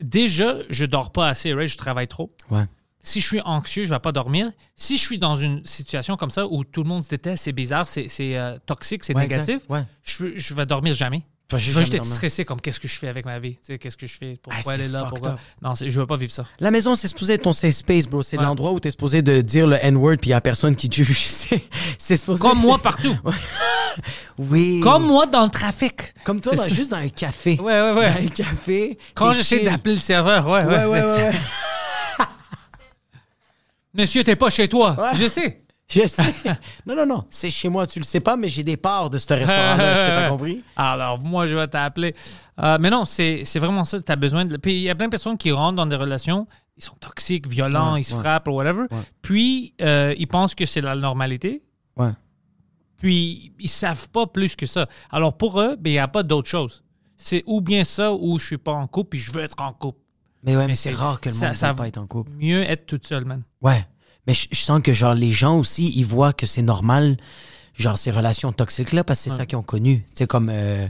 Speaker 2: déjà je dors pas assez. Right? Je travaille trop.
Speaker 3: Ouais.
Speaker 2: si je suis anxieux, je ne vais pas dormir. Si je suis dans une situation comme ça où tout le monde se déteste, c'est bizarre, c'est c'est, euh, toxique, c'est
Speaker 3: Ouais,
Speaker 2: négatif,
Speaker 3: exact, ouais.
Speaker 2: je, je vais dormir jamais.
Speaker 3: vas juste
Speaker 2: je vais juste
Speaker 3: jamais
Speaker 2: être
Speaker 3: dormir.
Speaker 2: stressé comme qu'est-ce que je fais avec ma vie, Tu sais, qu'est-ce que je fais, pourquoi
Speaker 3: Ah,
Speaker 2: elle
Speaker 3: c'est
Speaker 2: est là,
Speaker 3: fucked
Speaker 2: pourquoi...
Speaker 3: up.
Speaker 2: Non, c'est- je veux pas vivre ça.
Speaker 3: La maison, c'est supposé être ton safe space, bro. C'est
Speaker 2: Ouais.
Speaker 3: l'endroit où t'es supposé de dire le N-word puis il y a personne qui te juge. C'est- c'est supposé.
Speaker 2: Comme moi partout.
Speaker 3: Oui.
Speaker 2: Comme moi dans le trafic.
Speaker 3: Comme toi,
Speaker 2: C'est
Speaker 3: dans-
Speaker 2: ça.
Speaker 3: juste dans un café.
Speaker 2: Ouais, ouais, ouais.
Speaker 3: Dans un café.
Speaker 2: Quand
Speaker 3: t'es
Speaker 2: j'essaie
Speaker 3: chill.
Speaker 2: d'appeler le serveur, ouais,
Speaker 3: Ouais,
Speaker 2: ouais.
Speaker 3: ouais,
Speaker 2: c'est-
Speaker 3: ouais, ouais.
Speaker 2: Monsieur, t'es pas chez toi. Je sais.
Speaker 3: Je sais. Non, non, non. C'est chez moi, tu le sais pas, mais j'ai des parts de ce restaurant-là. Est-ce que t'as compris?
Speaker 2: Alors, moi, je vais t'appeler. Euh, mais non, c'est c'est vraiment ça. Tu as besoin de. Puis, il y a plein de personnes qui rentrent dans des relations. Ils sont toxiques, violents, ils se frappent ou whatever. Puis, euh, ils pensent que c'est la normalité.
Speaker 3: Ouais.
Speaker 2: Puis, ils savent pas plus que ça. Alors, pour eux, ben, il n'y a pas d'autre chose. C'est ou bien ça ou je suis pas en couple puis je veux être en couple.
Speaker 3: Mais ouais, mais
Speaker 2: Mais
Speaker 3: c'est
Speaker 2: c'est-
Speaker 3: rare que le
Speaker 2: ça-
Speaker 3: monde
Speaker 2: ça
Speaker 3: ne pas
Speaker 2: va-
Speaker 3: être en couple.
Speaker 2: Mieux être toute seule, man.
Speaker 3: Ouais. Mais je, je sens que, genre, les gens aussi, ils voient que c'est normal, genre, ces relations toxiques-là, parce que c'est ça qu'ils ont connu. Tu sais, comme euh,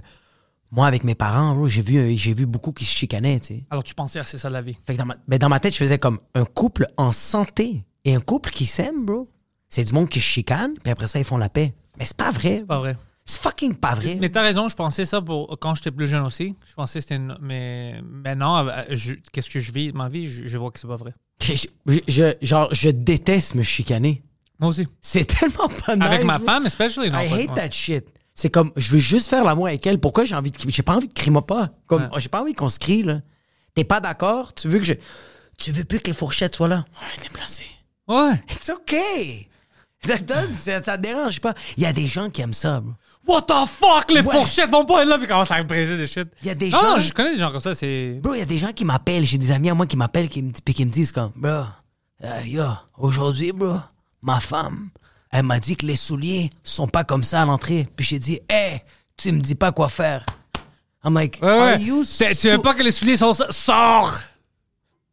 Speaker 3: moi, avec mes parents, bro, j'ai vu, euh, j'ai vu beaucoup qui se chicanaient, tu sais.
Speaker 2: Alors, tu pensais que c'est ça la vie.
Speaker 3: Fait que dans ma, ben, dans ma tête, je faisais comme un couple en santé et un couple qui s'aime, bro. C'est du monde qui se chicane, puis après ça, ils font la paix. Mais c'est pas vrai.
Speaker 2: Pas vrai.
Speaker 3: C'est fucking pas vrai.
Speaker 2: Mais t'as raison, je pensais ça pour quand j'étais plus jeune aussi. Je pensais que c'était une... Mais maintenant, euh, je- qu'est-ce que je vis ma vie, je, je vois que c'est pas vrai.
Speaker 3: Je- je- je- genre, je déteste me chicaner.
Speaker 2: Moi aussi.
Speaker 3: C'est tellement pas nice.
Speaker 2: Avec ma
Speaker 3: bro.
Speaker 2: femme, especially. Non,
Speaker 3: I
Speaker 2: pas-
Speaker 3: hate that shit. C'est comme, je veux juste faire l'amour avec elle. Pourquoi j'ai envie de... J'ai pas envie de crier moi pas. Comme,
Speaker 2: Ouais.
Speaker 3: oh, j'ai pas envie qu'on se crie, là. T'es pas d'accord? Tu veux que je... Tu veux plus que les fourchettes soient là? Ouais, les placer.
Speaker 2: Ouais.
Speaker 3: It's okay. Ça, ça, ça te dérange pas. Il y a des gens qui aiment ça, bro.
Speaker 2: What the fuck, les
Speaker 3: Ouais.
Speaker 2: fourchettes vont pas être là, puis commencent à me briser des shit.
Speaker 3: Il y a des
Speaker 2: non,
Speaker 3: gens-
Speaker 2: Non, je connais des gens comme ça, c'est.
Speaker 3: Bro, il y a des gens qui m'appellent. J'ai des amis à moi qui m'appellent qui me, di- puis qui me disent comme, bro, euh, yo, aujourd'hui, bro, ma femme, elle m'a dit que les souliers sont pas comme ça à l'entrée. Puis j'ai dit, hey, tu me dis pas quoi faire. I'm like,
Speaker 2: Ouais,
Speaker 3: are
Speaker 2: ouais.
Speaker 3: you
Speaker 2: T'es- Tu veux
Speaker 3: stu-
Speaker 2: pas que les souliers sont. Sors!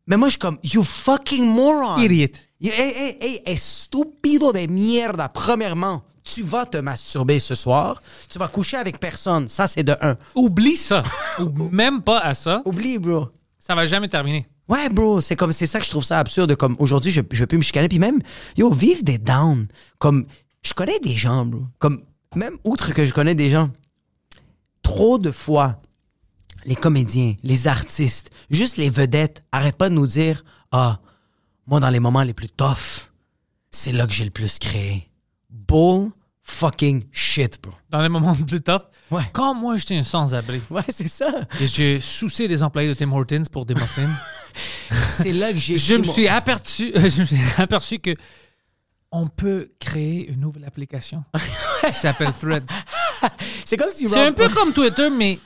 Speaker 3: Mais moi, je suis comme, you fucking moron.
Speaker 2: Idiot.
Speaker 3: You- hey, hey, hey, estupido de mierda. Premièrement, tu vas te masturber ce soir. Tu vas coucher avec personne. Ça, c'est de un.
Speaker 2: Oublie ça. Ou même pas à ça,
Speaker 3: Oublie, bro.
Speaker 2: ça va jamais terminer.
Speaker 3: Ouais, bro, c'est comme c'est ça que je trouve ça absurde. Comme aujourd'hui, je, je vais plus me chicaner. Puis même, yo, vive des downs. Comme je connais des gens, bro. Comme même outre que je connais des gens, trop de fois, les comédiens, les artistes, juste les vedettes, arrêtent pas de nous dire, ah, moi dans les moments les plus tough, c'est là que j'ai le plus créé. Bull fucking shit, bro.
Speaker 2: Dans les moments plus tough.
Speaker 3: Ouais.
Speaker 2: Quand moi, j'étais un sans-abri,
Speaker 3: Ouais, c'est ça.
Speaker 2: et j'ai soucié des employés de Tim Hortons pour des muffins.
Speaker 3: C'est là que j'ai.
Speaker 2: je me
Speaker 3: mon-
Speaker 2: suis aperçu, je me suis aperçu que on peut créer une nouvelle application qui s'appelle Threads.
Speaker 3: C'est comme si.
Speaker 2: C'est un peu comme Twitter, mais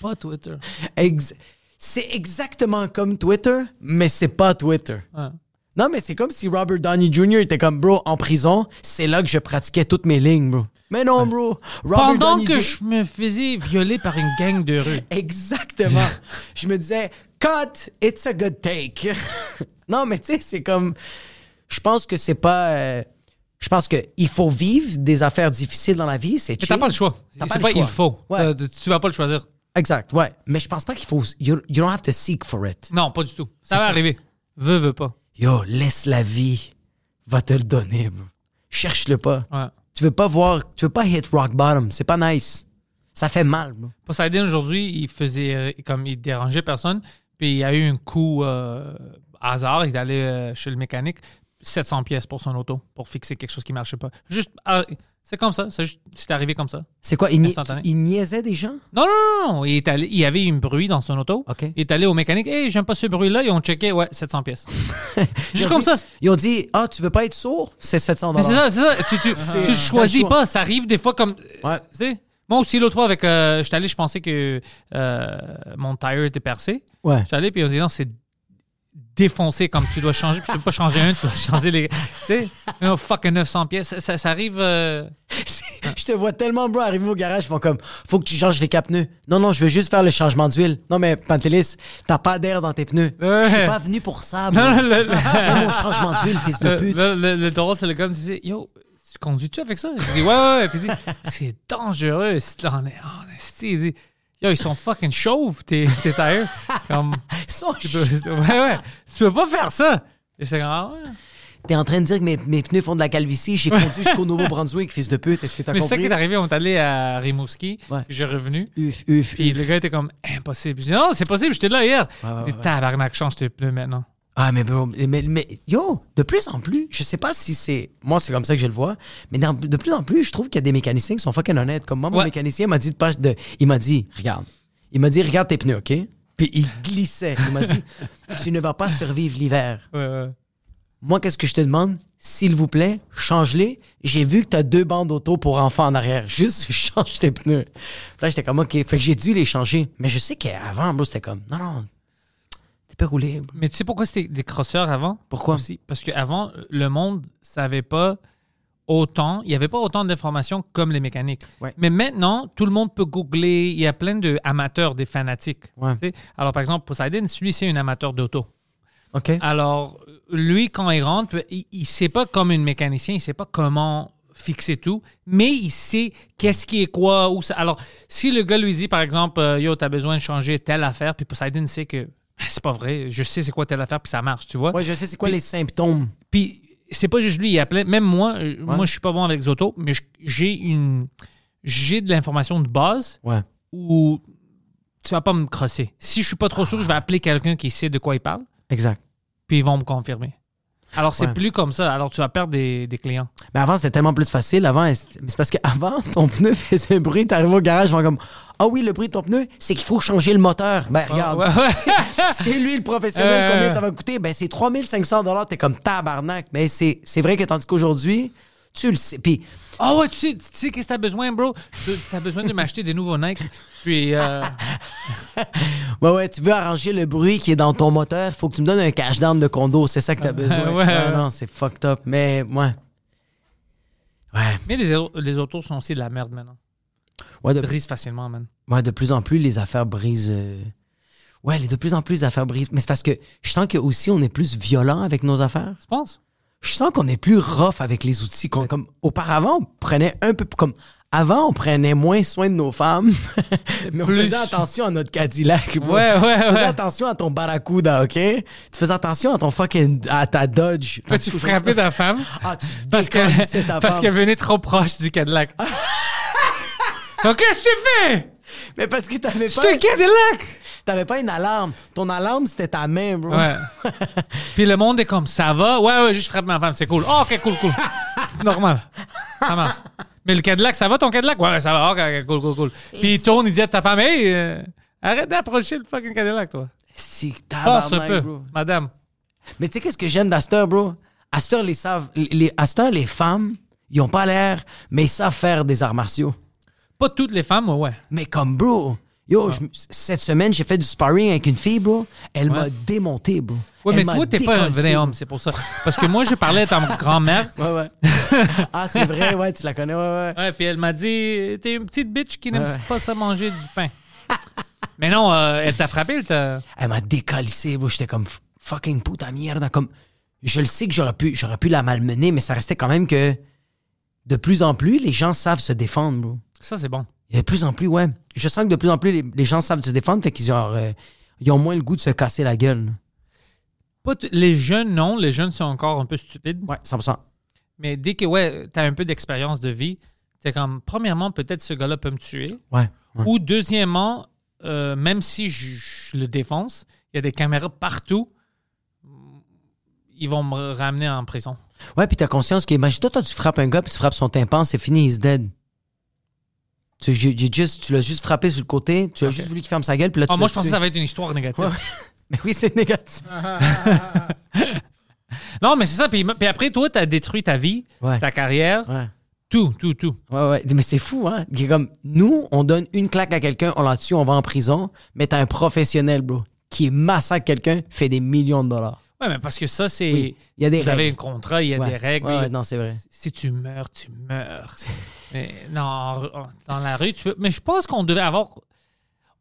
Speaker 2: pas Twitter.
Speaker 3: Ex- c'est exactement comme Twitter, mais c'est pas Twitter.
Speaker 2: Ouais.
Speaker 3: Non, mais c'est comme si Robert Downey Jr. était comme, bro, en prison, c'est là que je pratiquais toutes mes lignes, bro. Mais non, bro. Robert
Speaker 2: Pendant
Speaker 3: Downey
Speaker 2: que
Speaker 3: Jr.
Speaker 2: je me faisais violer par une gang de rue.
Speaker 3: Exactement. je me disais, cut, it's a good take. non, mais tu sais, c'est comme. Je pense que c'est pas. euh, je pense qu'il faut vivre des affaires difficiles dans la vie, c'est
Speaker 2: Mais
Speaker 3: chill.
Speaker 2: t'as pas le choix.
Speaker 3: T'as
Speaker 2: C'est
Speaker 3: le
Speaker 2: pas
Speaker 3: choix.
Speaker 2: il faut.
Speaker 3: Ouais.
Speaker 2: T'as- Tu vas pas le choisir.
Speaker 3: Exact, ouais. Mais je pense pas qu'il faut. You, you don't have to seek for it.
Speaker 2: Non, pas du tout. Ça
Speaker 3: C'est
Speaker 2: va
Speaker 3: ça.
Speaker 2: arriver. Veux, veux pas.
Speaker 3: Yo, laisse la vie, va te le donner, bro. Cherche-le pas.
Speaker 2: Ouais.
Speaker 3: Tu veux pas voir, tu veux pas hit rock bottom, c'est pas nice. Ça fait mal, bro.
Speaker 2: Poseidon, aujourd'hui, il faisait euh, comme il dérangeait personne. Puis il y a eu un coup euh, hasard. Il est allé euh, chez le mécanique. 700 pièces pour son auto pour fixer quelque chose qui marchait pas. Juste, ah, c'est comme ça. C'est juste- c'est arrivé comme ça.
Speaker 3: C'est quoi, il, nia-
Speaker 2: Instantané.
Speaker 3: il niaisait des gens?
Speaker 2: Non, non, non, non. Il, est allé, il y avait un bruit dans son auto.
Speaker 3: OK.
Speaker 2: Il est allé au mécanique. Hey, j'aime pas ce bruit-là. Ils ont checké. Ouais, 700 pièces. Juste comme ça.
Speaker 3: Ils ont dit, ah, tu veux pas être sourd? C'est 700
Speaker 2: Mais c'est ça, c'est ça. Tu, tu, tu
Speaker 3: t'as le
Speaker 2: choisis
Speaker 3: choix.
Speaker 2: pas. Ça arrive des fois comme.
Speaker 3: Ouais.
Speaker 2: Tu sais, moi aussi, l'autre fois, avec. Euh, j'étais allé, je pensais que euh, mon tire était percé.
Speaker 3: Ouais.
Speaker 2: J'étais allé, puis on dit non, c'est défoncé comme tu dois changer. puis tu peux pas changer un, tu dois changer les. Tu sais, oh, fuck, 900 pièces. Ça, ça, ça arrive. euh,
Speaker 3: Je te vois tellement, bro, arriver au garage, ils font comme, faut que tu changes les cap pneus. Non, non, je veux juste faire le changement d'huile. Non, mais Pantelis, t'as pas d'air dans tes pneus.
Speaker 2: Ouais.
Speaker 3: Je suis pas venu pour ça, bro.
Speaker 2: Non, Euh, non, le, le-
Speaker 3: Fais mon changement d'huile, fils de
Speaker 2: le,
Speaker 3: pute.
Speaker 2: le, le- le drôle, c'est le gars qui me disait Yo, tu conduis-tu avec ça Je dis Ouais, ouais, ouais. Puis il dit C'est dangereux si t'en es. Oh, il dit Yo, ils sont fucking chauves, tes, tes tires. Comme.
Speaker 3: Ils sont
Speaker 2: Tu peux- ouais, ouais. Tu peux pas faire ça. Et c'est comme, ah ouais.
Speaker 3: T'es en train de dire que mes, mes pneus font de la calvitie. J'ai conduit jusqu'au Nouveau-Brunswick, fils de pute. Est-ce que t'as
Speaker 2: Mais c'est ça qui
Speaker 3: compris?
Speaker 2: est arrivé. On est allé à Rimouski.
Speaker 3: Ouais.
Speaker 2: Puis j'ai revenu.
Speaker 3: Uf, uf,
Speaker 2: Puis
Speaker 3: uf.
Speaker 2: le gars était comme, impossible. Je dis, non, c'est possible, j'étais là hier.
Speaker 3: ouais,
Speaker 2: Il dit,
Speaker 3: ouais.
Speaker 2: tabarnak, change tes pneus maintenant.
Speaker 3: Ah, mais, bro, mais, mais- yo, de plus en plus, je sais pas si c'est. Moi, c'est comme ça que je le vois. Mais dans- de plus en plus, je trouve qu'il y a des mécaniciens qui sont fucking honnêtes. Comme moi, mon
Speaker 2: Ouais.
Speaker 3: mécanicien m'a dit de pas. De, il m'a dit, regarde. Il m'a dit, regarde tes pneus, OK? Puis il glissait. Il m'a dit, tu ne vas pas survivre l'hiver.
Speaker 2: Ouais, ouais.
Speaker 3: Moi, qu'est-ce que je te demande? S'il vous plaît, change-les. J'ai vu que tu as deux bandes auto pour enfants en arrière. Juste change tes pneus. Puis là, j'étais comme, OK. Fait que j'ai dû les changer. Mais je sais qu'avant, bro, c'était comme, non, non, t'es pas roulé. bro.
Speaker 2: Mais tu sais pourquoi c'était des crosseurs avant?
Speaker 3: Pourquoi?
Speaker 2: Aussi? Parce qu'avant, le monde savait pas autant, il n'y avait pas autant d'informations comme les mécaniques.
Speaker 3: Ouais.
Speaker 2: Mais maintenant, tout le monde peut googler. Il y a plein d'amateurs, des fanatiques.
Speaker 3: Ouais.
Speaker 2: tu sais. Alors, par exemple, Poseidon, celui c'est un amateur d'auto.
Speaker 3: OK?
Speaker 2: Ah, Alors, lui, quand il rentre, il, il sait pas comme un mécanicien, il sait pas comment fixer tout, mais il sait qu'est-ce qui est quoi. Où ça. Alors, si le gars lui dit, par exemple, euh, yo, t'as besoin de changer telle affaire, puis Poseidon sait que Ah, c'est pas vrai, je sais c'est quoi telle affaire, puis ça marche, tu vois.
Speaker 3: Ouais, je sais c'est quoi
Speaker 2: Puis-
Speaker 3: les symptômes.
Speaker 2: Puis c'est pas juste lui, il y a plein. Même moi, euh, moi, je suis pas bon avec les autos, mais je- j'ai une. J'ai de l'information de base
Speaker 3: Ouais.
Speaker 2: où tu vas pas me crosser. Si je suis pas trop sûr, je vais appeler quelqu'un qui sait de quoi il parle.
Speaker 3: Exact.
Speaker 2: puis ils vont me confirmer. Alors, c'est
Speaker 3: Ouais. Ah,
Speaker 2: plus comme ça. Alors, tu vas perdre des, des clients.
Speaker 3: Mais avant, c'était tellement plus facile. Avant, c'est c'est parce qu'avant, ton pneu faisait un bruit, t'arrives au garage, ils font comme Ah oui, le bruit de ton pneu, c'est qu'il faut changer le moteur. Ben regarde,
Speaker 2: Ah, Ouais, ouais.
Speaker 3: c'est lui le professionnel,
Speaker 2: Euh.
Speaker 3: combien ça va coûter? Ben c'est 3500 dollars, t'es comme tabarnak. Mais c'est c'est vrai que tandis qu'aujourd'hui, tu le sais. Puis
Speaker 2: Ah ouais, tu sais, tu sais qu'est-ce que t'as besoin, bro? Tu- T'as besoin de m'acheter des nouveaux Nike. Puis, euh,
Speaker 3: Ouais, ouais, tu veux arranger le bruit qui est dans ton moteur, faut que tu me donnes un cash down de condo, c'est ça que t'as besoin.
Speaker 2: Euh, ouais,
Speaker 3: non,
Speaker 2: ouais.
Speaker 3: non, c'est fucked up. Mais ouais. Ouais.
Speaker 2: mais les, au- les autos sont aussi de la merde maintenant.
Speaker 3: Ouais, de-
Speaker 2: Ils brisent facilement, man.
Speaker 3: Ouais, de plus en plus, les affaires brisent. euh, Ouais, les- de plus en plus, les affaires brisent. Mais c'est parce que je sens que aussi on est plus violent avec nos affaires.
Speaker 2: Tu penses?
Speaker 3: Je sens qu'on est plus rough avec les outils. qu'on- comme, auparavant, on prenait un peu. Comme, avant, on prenait moins soin de nos femmes. mais on
Speaker 2: Plus.
Speaker 3: faisait attention à notre Cadillac. bro.
Speaker 2: Ouais, ouais,
Speaker 3: Tu faisais
Speaker 2: ouais.
Speaker 3: attention à ton Barracuda, OK? Tu faisais attention à ton fucking. à ta Dodge.
Speaker 2: Peux-tu frapper ta femme?
Speaker 3: Ah, tu
Speaker 2: Parce
Speaker 3: décalisses ta
Speaker 2: que parce
Speaker 3: femme.
Speaker 2: qu'elle venait trop proche du Cadillac. Donc, qu'est-ce que tu
Speaker 3: Ben,
Speaker 2: fais?
Speaker 3: Mais parce que t'avais pas,
Speaker 2: C'est un Cadillac!
Speaker 3: t'avais pas une alarme. Ton alarme, c'était ta main, bro.
Speaker 2: Ouais. Puis le monde est comme ça va. Ouais, ouais, juste frappe ma femme, c'est cool. Oh, ok, cool, cool. Normal. Ça marche. Mais le Cadillac, ça va ton Cadillac? Ouais, ouais, ça va. Ok, ok, cool, cool, cool. Puis il tourne, il dit à ta femme, hey, euh, arrête d'approcher le fucking Cadillac, toi.
Speaker 3: C'est
Speaker 2: Passe un peu,
Speaker 3: tabarnak, Ah, ben, bro.
Speaker 2: madame.
Speaker 3: Mais tu sais qu'est-ce que j'aime d'Astor, bro? Astor, les savent, les, Astor, les femmes, ils ont pas l'air, mais ils savent faire des arts martiaux.
Speaker 2: Pas toutes les femmes, ouais, ouais.
Speaker 3: Mais comme, bro, Yo, je me- cette semaine, j'ai fait du sparring avec une fille, bro. Elle m'a démonté, bro.
Speaker 2: Oui,
Speaker 3: Elle
Speaker 2: mais
Speaker 3: m'a
Speaker 2: toi, t'es pas un
Speaker 3: décalcé,
Speaker 2: vrai
Speaker 3: bro.
Speaker 2: homme, c'est pour ça. Parce que moi, j'ai parlé à ta grand-mère.
Speaker 3: Ouais, ouais. ah, c'est vrai, ouais, tu la connais, ouais, ouais.
Speaker 2: Ouais, puis elle m'a dit T'es une petite bitch qui n'aime
Speaker 3: Ouais.
Speaker 2: pas ça manger du pain. mais non, euh, elle t'a frappé, elle t'a.
Speaker 3: Elle m'a décalissé, bro. J'étais comme fucking puta merde. Comme, je le sais que j'aurais pu, j'aurais pu la malmener, mais ça restait quand même que de plus en plus, les gens savent se défendre, bro.
Speaker 2: Ça, c'est bon.
Speaker 3: De plus en plus, ouais. Je sens que de plus en plus, les, les gens savent se défendre, fait qu'ils ont, euh, ils ont moins le goût de se casser la gueule.
Speaker 2: Pas t- les jeunes, non. Les jeunes sont encore un peu stupides.
Speaker 3: Ouais, 100%.
Speaker 2: Mais dès que, ouais, t'as un peu d'expérience de vie, t'es comme, premièrement, peut-être ce gars-là peut me tuer.
Speaker 3: Ouais. ouais.
Speaker 2: Ou deuxièmement, euh, même si je, je le défonce, il y a des caméras partout, ils vont me ramener en prison.
Speaker 3: Ouais, puis t'as conscience que, imagine-toi, toi, tu frappes un gars, puis tu frappes son tympan, c'est fini, he's dead. Tu, you- you just- tu l'as juste frappé sur le côté, tu as juste voulu qu'il ferme sa gueule, puis là, tu
Speaker 2: Ah, moi,
Speaker 3: l'as
Speaker 2: je pensais
Speaker 3: tué.
Speaker 2: que Ah. ça va être une histoire négative.
Speaker 3: Ouais. Mais oui, c'est négatif.
Speaker 2: Non, mais c'est ça. Puis, puis après, toi, t'as détruit ta vie,
Speaker 3: Ouais.
Speaker 2: ta carrière,
Speaker 3: Ouais.
Speaker 2: tout, tout, tout.
Speaker 3: Ouais, ouais. Mais c'est fou, hein? C'est Comme, nous, on donne une claque à quelqu'un, on la tue, on va en prison, mais t'as un professionnel, bro, qui massacre quelqu'un, fait des millions de dollars.
Speaker 2: Ouais, mais parce que ça, c'est.
Speaker 3: Oui, il y a des
Speaker 2: Vous avez un
Speaker 3: règles.
Speaker 2: contrat, il y a
Speaker 3: Ouais.
Speaker 2: des règles.
Speaker 3: Ouais, ouais, non, c'est vrai.
Speaker 2: Si tu meurs, tu meurs. Mais non, en- en- dans la rue, tu peux. Mais je pense qu'on devait avoir.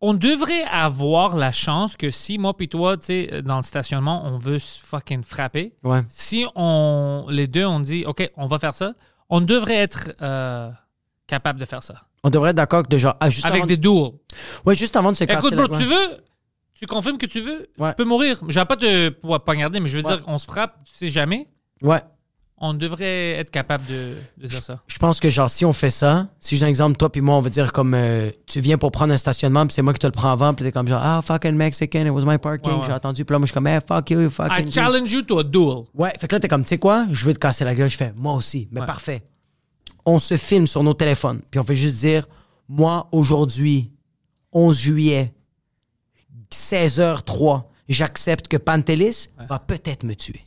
Speaker 2: On devrait avoir la chance que si moi puis toi, tu sais, euh, dans le stationnement, on veut se fucking frapper.
Speaker 3: Ouais.
Speaker 2: Si on, les deux, on dit, OK, on va faire ça, on devrait être euh, capable de faire ça.
Speaker 3: On devrait être d'accord que, de genre, ah, juste,
Speaker 2: Avec
Speaker 3: avant,
Speaker 2: des duels.
Speaker 3: ouais, juste avant de se casser
Speaker 2: Écoute,
Speaker 3: la
Speaker 2: bro, tu veux, tu confirmes que tu veux,
Speaker 3: Ouais.
Speaker 2: tu peux mourir. Je vais pas te po- poignarder, mais je veux
Speaker 3: Ouais.
Speaker 2: dire, on se frappe, tu sais jamais.
Speaker 3: Ouais.
Speaker 2: On devrait être capable de, de dire ça.
Speaker 3: Je pense que, genre, si on fait ça, si j'ai un exemple, toi puis moi, on va dire comme, euh, tu viens pour prendre un stationnement, puis c'est moi qui te le prends avant, puis t'es comme, genre, ah, fucking Mexican, it was my parking,
Speaker 2: Ouais, ouais.
Speaker 3: j'ai attendu, puis là, moi, je suis comme, eh, fuck you, fucking.
Speaker 2: I
Speaker 3: you.
Speaker 2: challenge you to a duel.
Speaker 3: Ouais, fait que là, t'es comme, tu sais quoi, je veux te casser la gueule, je fais, moi aussi, mais
Speaker 2: Ouais.
Speaker 3: parfait. On se filme sur nos téléphones, puis on fait juste dire, moi, aujourd'hui, 11 juillet, 16h03, j'accepte que Pantelis va peut-être me tuer.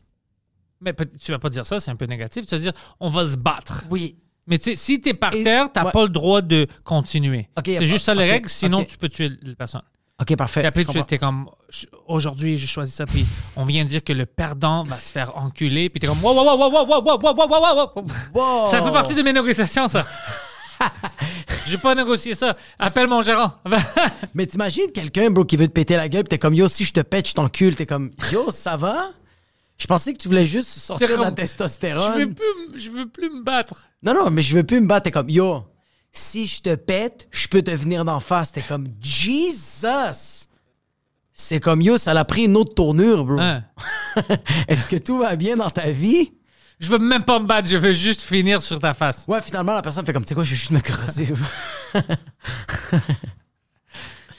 Speaker 2: Mais peut- tu vas pas dire ça, c'est un peu négatif. Tu vas dire, on va se battre.
Speaker 3: Oui.
Speaker 2: Mais tu sais, si t'es par
Speaker 3: Et-
Speaker 2: terre, t'as
Speaker 3: ouais.
Speaker 2: pas le droit de continuer.
Speaker 3: Ok,
Speaker 2: c'est juste ça les
Speaker 3: ok,
Speaker 2: règles, sinon
Speaker 3: ok.
Speaker 2: tu peux tuer la personne.
Speaker 3: Ok, parfait.
Speaker 2: Et après,
Speaker 3: je
Speaker 2: tu
Speaker 3: comprends.
Speaker 2: es comme, je- aujourd'hui, j'ai choisi ça, puis on vient de dire que le perdant va se faire enculer, puis t'es comme, wow, wow, wow, wow, wow, wow, wow, wow, wow, wow, wow. Ça fait partie de mes négociations, ça. J'ai pas négocié ça. Appelle mon gérant.
Speaker 3: Mais t'imagines quelqu'un, bro, qui veut te péter la gueule, pis t'es comme, yo, si je te pète, je t'encule. T'es comme, yo, ça va? Je pensais que tu voulais juste sortir
Speaker 2: T'es
Speaker 3: de la
Speaker 2: comme,
Speaker 3: testostérone.
Speaker 2: je veux plus, m- je veux plus me battre.
Speaker 3: Non, non, mais je veux plus me battre. T'es comme, yo, si je te pète, je peux te venir d'en face. T'es comme, Jesus! C'est comme, yo, ça l'a pris une autre tournure, bro.
Speaker 2: Hein.
Speaker 3: Est-ce que tout va bien dans ta vie?
Speaker 2: Je veux même pas me battre. Je veux juste finir sur ta face.
Speaker 3: Ouais, finalement, la personne fait comme, tu sais quoi, je vais juste me creuser.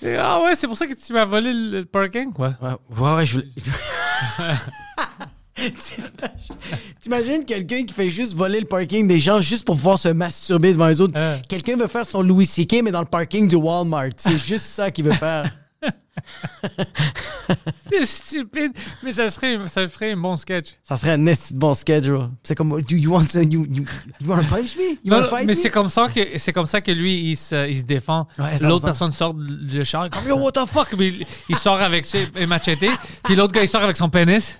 Speaker 2: Et, Ah ouais, c'est pour ça que tu m'as volé le le parking, quoi.
Speaker 3: Ouais, ouais, ouais, je voulais. T'imagines- T'imagines quelqu'un qui fait juste voler le parking des gens juste pour pouvoir se masturber devant les autres.
Speaker 2: Hein.
Speaker 3: Quelqu'un veut faire son Louis C.K. mais dans le parking du Walmart. C'est juste ça qu'il veut faire.
Speaker 2: C'est stupide, mais ça serait, ça ferait un bon sketch.
Speaker 3: Ça serait un esti de bon sketch, bro. C'est comme, do you want to, you, you, you wanna punch me? You
Speaker 2: Non,
Speaker 3: wanna
Speaker 2: non,
Speaker 3: fight
Speaker 2: mais
Speaker 3: me?
Speaker 2: c'est comme ça que c'est comme ça que lui il se, il se défend.
Speaker 3: Ouais, ça
Speaker 2: l'autre personne
Speaker 3: ressemble.
Speaker 2: sort du char comme yo what the fuck, Mais il, il sort avec ses un machete, puis l'autre gars il sort avec son pénis.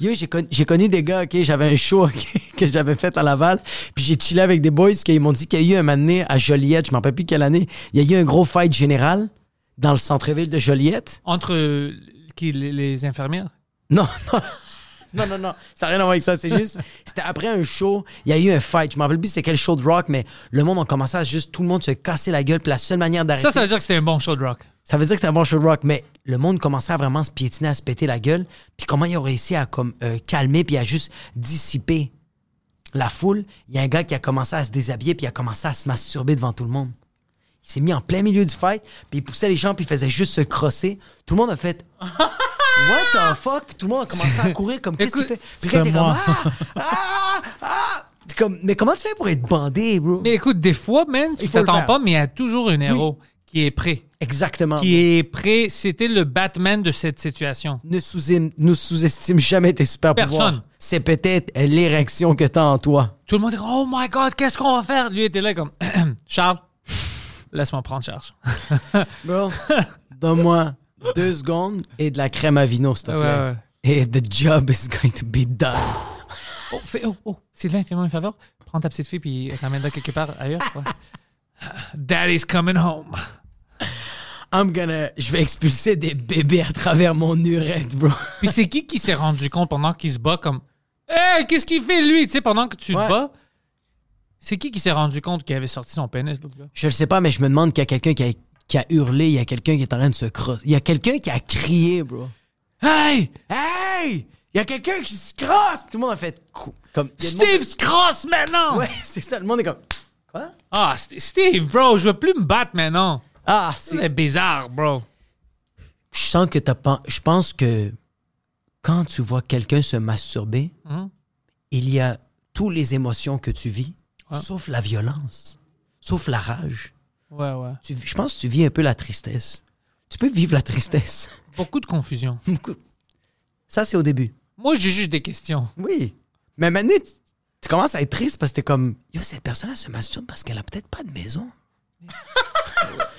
Speaker 3: Yo, j'ai connu, j'ai connu des gars, ok, j'avais un show ok, que j'avais fait à Laval, puis j'ai chillé avec des boys, qu'ils m'ont dit qu'il y a eu un moment donné à Joliette, je m'en rappelle plus quelle année, il y a eu un gros fight général dans le centre-ville de Joliette.
Speaker 2: Entre euh, qui les, les infirmières.
Speaker 3: Non, non. Non, non, non, ça n'a rien à voir avec ça. C'est juste, c'était après un show, il y a eu un fight. Je m'en rappelle plus c'est quel show de rock, mais le monde a commencé à juste tout le monde se casser la gueule. Puis la seule manière d'arrêter.
Speaker 2: Ça ça veut dire que c'était un bon show de rock.
Speaker 3: Ça veut dire que c'est un bon show de rock, mais le monde commençait à vraiment se piétiner, à se péter la gueule. Puis comment ils ont réussi à comme, euh, calmer puis à juste dissiper la foule? Il y a un gars qui a commencé à se déshabiller puis il a commencé à se masturber devant tout le monde. Il s'est mis en plein milieu du fight, puis il poussait les gens puis il faisait juste se crosser. Tout le monde a fait « What the fuck? » Puis tout le monde a commencé à courir comme « Qu'est-ce qu'il
Speaker 2: Écoute,
Speaker 3: fait? » Puis le gars était comme
Speaker 4: moi.
Speaker 3: « Ah! Ah! Ah! » T'es comme, Mais comment tu fais pour être bandé, bro?
Speaker 2: Mais écoute, des fois même tu
Speaker 3: Il faut le
Speaker 2: t'attends
Speaker 3: faire.
Speaker 2: pas,
Speaker 3: Ah
Speaker 2: mais il y a toujours un héros qui est prêt.
Speaker 3: Exactement.
Speaker 2: Qui est prêt, c'était le Batman de cette situation.
Speaker 3: ne sous-estime, ne sous-estime jamais tes super
Speaker 2: Personne.
Speaker 3: pouvoirs. C'est peut-être l'érection que t'as en toi.
Speaker 2: Tout le monde dit Oh my god, qu'est-ce qu'on va faire Lui était là comme Charles, Laisse-moi prendre charge.
Speaker 3: Bro, donne-moi deux secondes et de la crème à vino, s'il te
Speaker 2: Ouais,
Speaker 3: plaît.
Speaker 2: ouais.
Speaker 3: Et the job is going to be done.
Speaker 2: Oh, fais- oh, oh, Sylvain, fais-moi une faveur. Prends ta petite fille puis ramène-la quelque part ailleurs. ouais. Daddy's coming home.
Speaker 3: I'm gonna... Je vais expulser des bébés à travers mon urètre, bro.
Speaker 2: Puis c'est qui qui s'est rendu compte pendant qu'il se bat comme Hey, qu'est-ce qu'il fait lui? Tu sais, pendant que tu
Speaker 3: Ouais.
Speaker 2: te bats, c'est qui qui s'est rendu compte qu'il avait sorti son pénis, l'autre gars?
Speaker 3: Je le sais pas, mais je me demande qu'il y a quelqu'un qui a, qui a hurlé, il y a quelqu'un qui est en train de se crosser. Il y a quelqu'un qui a crié, bro. Hey! Hey! Il y a quelqu'un qui se crosse! Puis Tout le monde a fait... cou- Comme, il y a le monde-
Speaker 2: Steve se crosse maintenant!
Speaker 3: Ouais, c'est ça. Le monde est comme... Quoi?
Speaker 2: Ah, St- Steve, bro, je veux plus me battre maintenant.
Speaker 3: Ah,
Speaker 2: Ça,
Speaker 3: c'est...
Speaker 2: C'est bizarre, bro.
Speaker 3: je sens que t'as pas. Je pense que quand tu vois quelqu'un se masturber,
Speaker 2: Mhm.
Speaker 3: il y a toutes les émotions que tu vis,
Speaker 2: Ouais.
Speaker 3: sauf la violence, sauf la rage.
Speaker 2: Ouais, ouais.
Speaker 3: Tu vis- je pense que tu vis un peu la tristesse. Tu peux vivre la tristesse.
Speaker 2: Beaucoup de confusion.
Speaker 3: Beaucoup. Ça, c'est au début.
Speaker 2: Moi, j'ai juste des questions.
Speaker 3: Oui. Mais maintenant, tu, tu commences à être triste parce que t'es comme Yo, cette personne-là se masturbe parce qu'elle a peut-être pas de maison.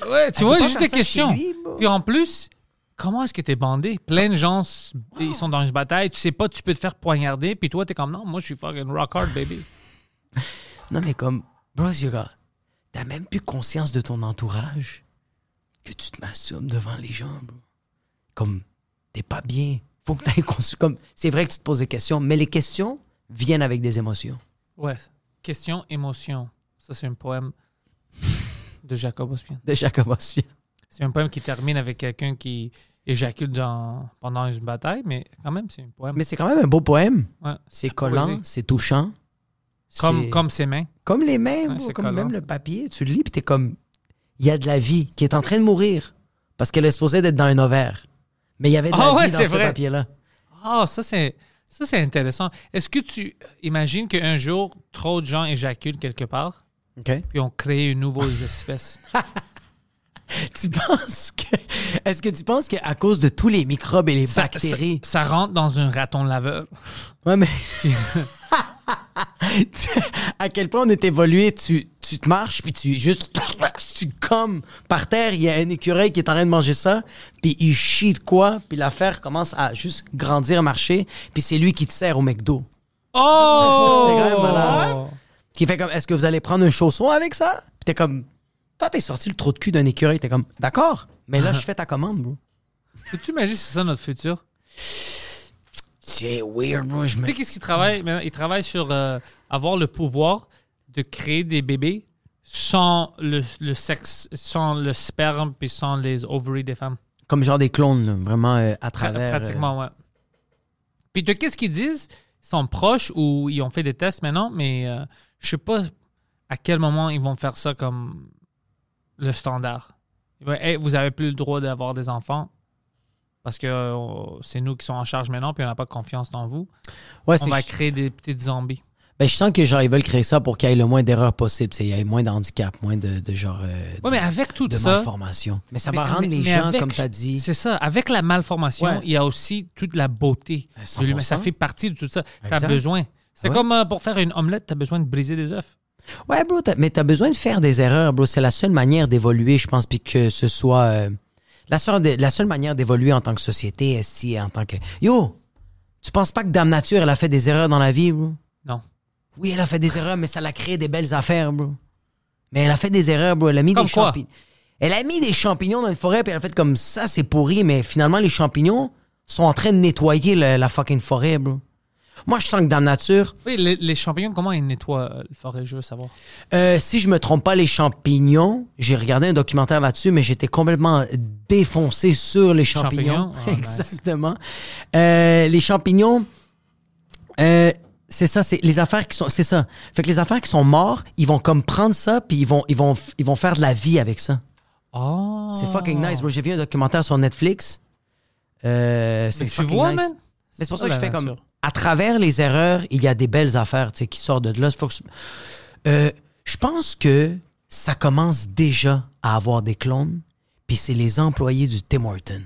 Speaker 2: Ouais, tu
Speaker 3: Elle
Speaker 2: vois,
Speaker 3: peut pas
Speaker 2: juste
Speaker 3: faire
Speaker 2: des
Speaker 3: ça chez
Speaker 2: questions.
Speaker 3: lui, moi.
Speaker 2: Puis en plus, comment est-ce que t'es bandé? Plein de gens, s- ils sont dans une bataille, tu sais pas, tu peux te faire poignarder, puis toi, t'es comme, non, moi, je suis fucking rock hard, baby.
Speaker 3: Non, mais comme, bro, c'est comme, t'as même plus conscience de ton entourage que tu te masturbes devant les gens, bro. Comme, t'es pas bien. Faut que t'ailles conçu. Comme, c'est vrai que tu te poses des questions, mais les questions viennent avec des émotions.
Speaker 2: Ouais. Question émotion. Ça, c'est un poème de Jacob Ospian.
Speaker 3: Déjà, comment ça vient?
Speaker 2: C'est un poème qui termine avec quelqu'un qui éjacule dans, pendant une bataille, mais quand même, c'est un poème.
Speaker 3: Mais c'est quand même un beau poème.
Speaker 2: Ouais.
Speaker 3: C'est
Speaker 2: Poésie.
Speaker 3: collant, c'est touchant.
Speaker 2: Comme,
Speaker 3: C'est-
Speaker 2: comme ses mains.
Speaker 3: comme les mêmes,
Speaker 2: Ouais,
Speaker 3: bro,
Speaker 2: c'est
Speaker 3: comme
Speaker 2: collant,
Speaker 3: même
Speaker 2: ça.
Speaker 3: le papier. Tu le lis, puis t'es comme, il y a de la vie qui est en train de mourir parce qu'elle est supposée d'être dans un ovaire. Mais il y avait de
Speaker 2: Ah
Speaker 3: la
Speaker 2: ouais,
Speaker 3: vie dans
Speaker 2: c'est
Speaker 3: ce
Speaker 2: vrai.
Speaker 3: papier-là.
Speaker 2: Ah, ça, c'est. Ça, c'est intéressant. Est-ce que tu imagines qu'un jour, trop de gens éjaculent quelque part,
Speaker 3: OK.
Speaker 2: puis ont créé une nouvelle espèce?
Speaker 3: Tu penses que. Est-ce que tu penses qu'à cause de tous les microbes et les
Speaker 2: ça,
Speaker 3: bactéries.
Speaker 2: ça- ça rentre dans un raton laveur.
Speaker 3: Ouais, mais. Tu- à quel point on est évolué, tu, tu te marches, puis tu juste. Tu comme par terre, il y a un écureuil qui est en train de manger ça, puis il chie de quoi, puis l'affaire commence à juste grandir, marcher, puis c'est lui qui te sert au McDo.
Speaker 2: Oh!
Speaker 3: Ça, c'est quand même malade. Qui fait comme Est-ce que vous allez prendre un chausson avec ça Puis t'es comme. Toi, t'es sorti le trou de cul d'un écureuil, t'es comme D'accord, mais là, je fais ta commande, bro.
Speaker 2: Peux-tu imaginer si c'est ça notre futur?
Speaker 3: C'est weird, bro. Je
Speaker 2: Tu
Speaker 3: me
Speaker 2: sais qu'est-ce qu'ils travaillent? Mais Ils travaillent sur euh, avoir le pouvoir de créer des bébés sans le, le sexe, sans le sperme puis sans les ovaries des femmes.
Speaker 3: Comme genre des clones, là, vraiment euh, à
Speaker 2: Pra-
Speaker 3: travers. euh,
Speaker 2: Pratiquement, ouais. Puis de qu'est-ce qu'ils disent? Ils sont proches ou ils ont fait des tests maintenant, mais euh, je sais pas à quel moment ils vont faire ça comme le standard. Ils vont, Hey, vous avez plus le droit d'avoir des enfants parce que euh, c'est nous qui sommes en charge maintenant puis on n'a pas confiance dans vous.
Speaker 3: Ouais,
Speaker 2: On
Speaker 3: c'est-
Speaker 2: va créer des petites zombies.
Speaker 3: ben, je sens que genre, ils veulent créer ça pour qu'il y ait le moins d'erreurs possible. tu sais, Il y ait moins d'handicap, moins de, de genre. euh,
Speaker 2: Ouais, mais avec tout
Speaker 3: de
Speaker 2: ça,
Speaker 3: malformation. Mais ça
Speaker 2: Mais- ah,
Speaker 3: va rendre
Speaker 2: mais-
Speaker 3: les
Speaker 2: mais
Speaker 3: gens,
Speaker 2: avec-
Speaker 3: comme tu as dit.
Speaker 2: c'est ça. Avec la malformation,
Speaker 3: Ouais.
Speaker 2: il y a aussi toute la beauté.
Speaker 3: Ben,
Speaker 2: de l'humain.
Speaker 3: 100%.
Speaker 2: Ça fait partie de tout ça. Tu as
Speaker 3: Exact.
Speaker 2: besoin. C'est
Speaker 3: Ouais.
Speaker 2: comme euh, pour faire une omelette, tu as besoin de briser des œufs.
Speaker 3: Ouais, bro, t'as- mais t'as besoin de faire des erreurs, bro. C'est la seule manière d'évoluer, je pense, puis que ce soit. euh, la, seule, de- la seule manière d'évoluer en tant que société, est si en tant que. Yo, tu penses pas que Dame Nature, elle a fait des erreurs dans la vie, bro?
Speaker 2: Non.
Speaker 3: Oui, elle a fait des erreurs, mais ça l'a créé des belles affaires, bro. Mais elle a fait des erreurs, bro. Elle a mis
Speaker 2: Comme
Speaker 3: des
Speaker 2: quoi?
Speaker 3: champignons. Elle a mis des champignons dans une forêt, puis elle a fait comme ça, c'est pourri, mais finalement, les champignons sont en train de nettoyer la, la fucking forêt, bro. Moi, je sens que dans la nature,
Speaker 2: Oui, les, les champignons, comment ils nettoient euh, le forêt, je veux savoir.
Speaker 3: euh, si je me trompe pas, les champignons, j'ai regardé un documentaire là-dessus, mais j'étais complètement défoncé sur les champignons.
Speaker 2: Champignons? Ah, nice.
Speaker 3: Exactement. Euh, les champignons, euh, c'est ça, c'est les affaires qui sont, c'est ça. Fait que les affaires qui sont mortes, ils vont comme prendre ça, puis ils vont, ils vont, ils vont faire de la vie avec ça.
Speaker 4: Ah.
Speaker 2: Oh.
Speaker 3: C'est fucking nice, bro. J'ai vu un documentaire sur Netflix. Euh, c'est
Speaker 2: Mais tu
Speaker 3: fucking
Speaker 2: vois,
Speaker 3: nice.
Speaker 2: man?
Speaker 3: Mais c'est pour ça que
Speaker 2: la
Speaker 3: je fais comme.
Speaker 2: nature.
Speaker 3: À travers les erreurs, il y a des belles affaires tu sais, qui sortent de là. Faut que je- Euh, je pense que ça commence déjà à avoir des clones, puis c'est les employés du Tim Horton.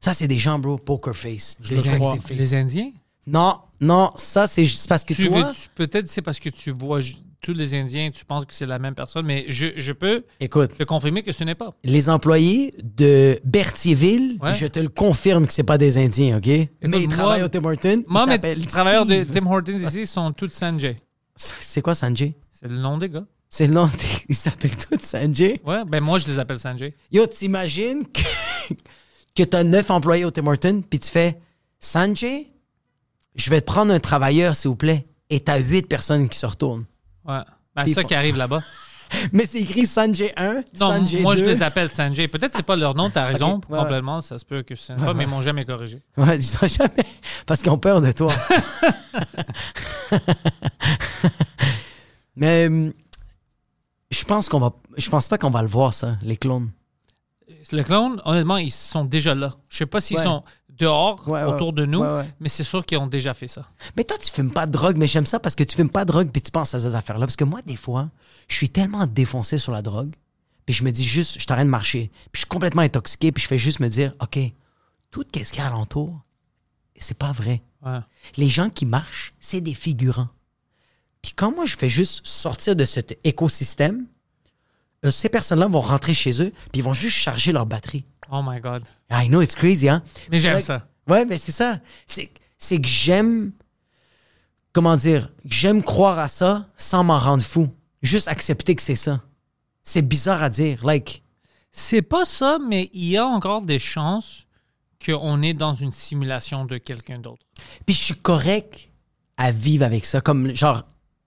Speaker 3: Ça, c'est des gens, bro, poker face.
Speaker 4: Je
Speaker 3: Des
Speaker 4: le
Speaker 3: gens
Speaker 4: crois.
Speaker 3: avec des faces.
Speaker 2: Les Indiens?
Speaker 3: Non, non, ça, c'est juste parce que
Speaker 2: Tu
Speaker 3: toi.
Speaker 2: veux- tu- Peut-être c'est parce que tu vois ju- tous les Indiens, tu penses que c'est la même personne, mais je, je peux
Speaker 3: Écoute,
Speaker 2: te confirmer que ce n'est pas.
Speaker 3: les employés de Berthierville,
Speaker 2: Ouais.
Speaker 3: je te le confirme que c'est pas des Indiens, OK? mais ils
Speaker 2: moi-
Speaker 3: travaillent au Tim Hortons. ils
Speaker 2: Moi, mes
Speaker 3: s'appellent
Speaker 2: travailleurs de
Speaker 3: Steve.
Speaker 2: Tim Hortons ici sont tous Sanjay.
Speaker 3: C'est quoi Sanjay?
Speaker 2: C'est le nom des gars.
Speaker 3: C'est le nom. des- Ils s'appellent tous Sanjay.
Speaker 2: Ouais, ben moi, je les appelle Sanjay.
Speaker 3: Yo, t'imagines que, que t'as neuf employés au Tim Hortons, puis tu fais Sanjay, je vais te prendre un travailleur, s'il vous plaît. Et t'as huit personnes qui se retournent.
Speaker 2: Ouais. Ben,
Speaker 3: Ils
Speaker 2: c'est ça
Speaker 3: font-
Speaker 2: qui arrive là-bas.
Speaker 3: Mais c'est écrit Sanjay 1,
Speaker 2: Non,
Speaker 3: Sanjay
Speaker 2: moi,
Speaker 3: 2.
Speaker 2: je les appelle Sanjay. Peut-être c'est pas leur nom, t'as raison,
Speaker 3: ouais, ouais.
Speaker 2: complètement. Ça se peut que ce n'est pas, mais ils m'ont jamais corrigé.
Speaker 3: Ouais, ils sont jamais. Parce qu'ils ont peur de toi. Mais hum, je pense qu'on va. Je pense pas qu'on va le voir, ça, les clones.
Speaker 2: Le clone, honnêtement, ils sont déjà là. Je sais pas s'ils
Speaker 3: Ouais.
Speaker 2: sont dehors,
Speaker 3: Ouais, ouais,
Speaker 2: autour de nous,
Speaker 3: ouais, ouais.
Speaker 2: mais c'est sûr qu'ils ont déjà fait ça.
Speaker 3: Mais toi, tu fumes pas de drogue, mais j'aime ça parce que tu fumes pas de drogue puis tu penses à ces affaires-là. Parce que moi, des fois, je suis tellement défoncé sur la drogue, puis je me dis juste, je t'arrête de marcher. Puis je suis complètement intoxiqué, puis je fais juste me dire, OK, tout ce qu'il y a alentour, c'est pas vrai.
Speaker 2: Ouais.
Speaker 3: les gens qui marchent, c'est des figurants. Puis quand moi, je fais juste sortir de cet écosystème, euh, ces personnes-là vont rentrer chez eux, puis ils vont juste charger leur batterie.
Speaker 2: Oh my God.
Speaker 3: I know, it's crazy, hein?
Speaker 2: Mais j'aime
Speaker 3: vrai
Speaker 2: ça.
Speaker 3: que- Ouais, mais c'est ça. C'est c'est que j'aime, comment dire, j'aime croire à ça sans m'en rendre fou. Juste accepter que c'est ça. C'est bizarre à dire. Like,
Speaker 2: C'est pas ça, mais il y a encore des chances qu'on est dans une simulation de quelqu'un d'autre.
Speaker 3: Puis je suis correct à vivre avec ça. Comme, genre,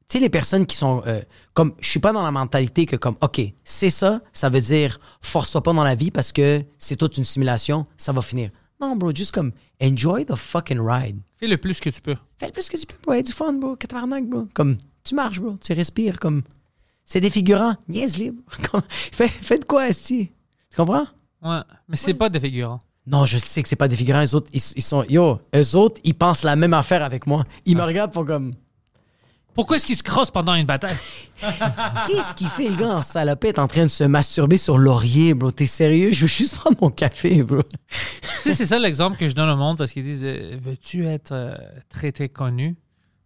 Speaker 3: tu sais, les personnes qui sont. euh, comme, je suis pas dans la mentalité que, comme, OK, c'est ça, ça veut dire, force-toi pas dans la vie parce que c'est toute une simulation, ça va finir. Non, bro, juste comme, enjoy the fucking ride.
Speaker 2: Fais le plus que tu peux.
Speaker 3: Fais le plus que tu peux, bro, aie du fun, bro, catabarnak, bro. Comme, tu marches, bro, tu respires, comme, c'est des figurants, niaise libre. fais, fais de quoi, Esti? Tu comprends?
Speaker 2: Ouais. Mais c'est pas des figurants.
Speaker 3: Non, je sais que c'est pas des figurants. Eux autres, ils, ils sont. Yo, eux autres, ils pensent la même affaire avec moi. Ils me regardent pour comme.
Speaker 2: Pourquoi est-ce qu'ils se crossent pendant une bataille?
Speaker 3: Qu'est-ce qu'il fait, le gars en salopette, en train de se masturber sur l'oreiller, bro? T'es sérieux? Je veux juste prendre mon café, bro.
Speaker 2: Tu sais, c'est ça l'exemple que je donne au monde parce qu'ils disent euh, Veux-tu être euh, très, très connu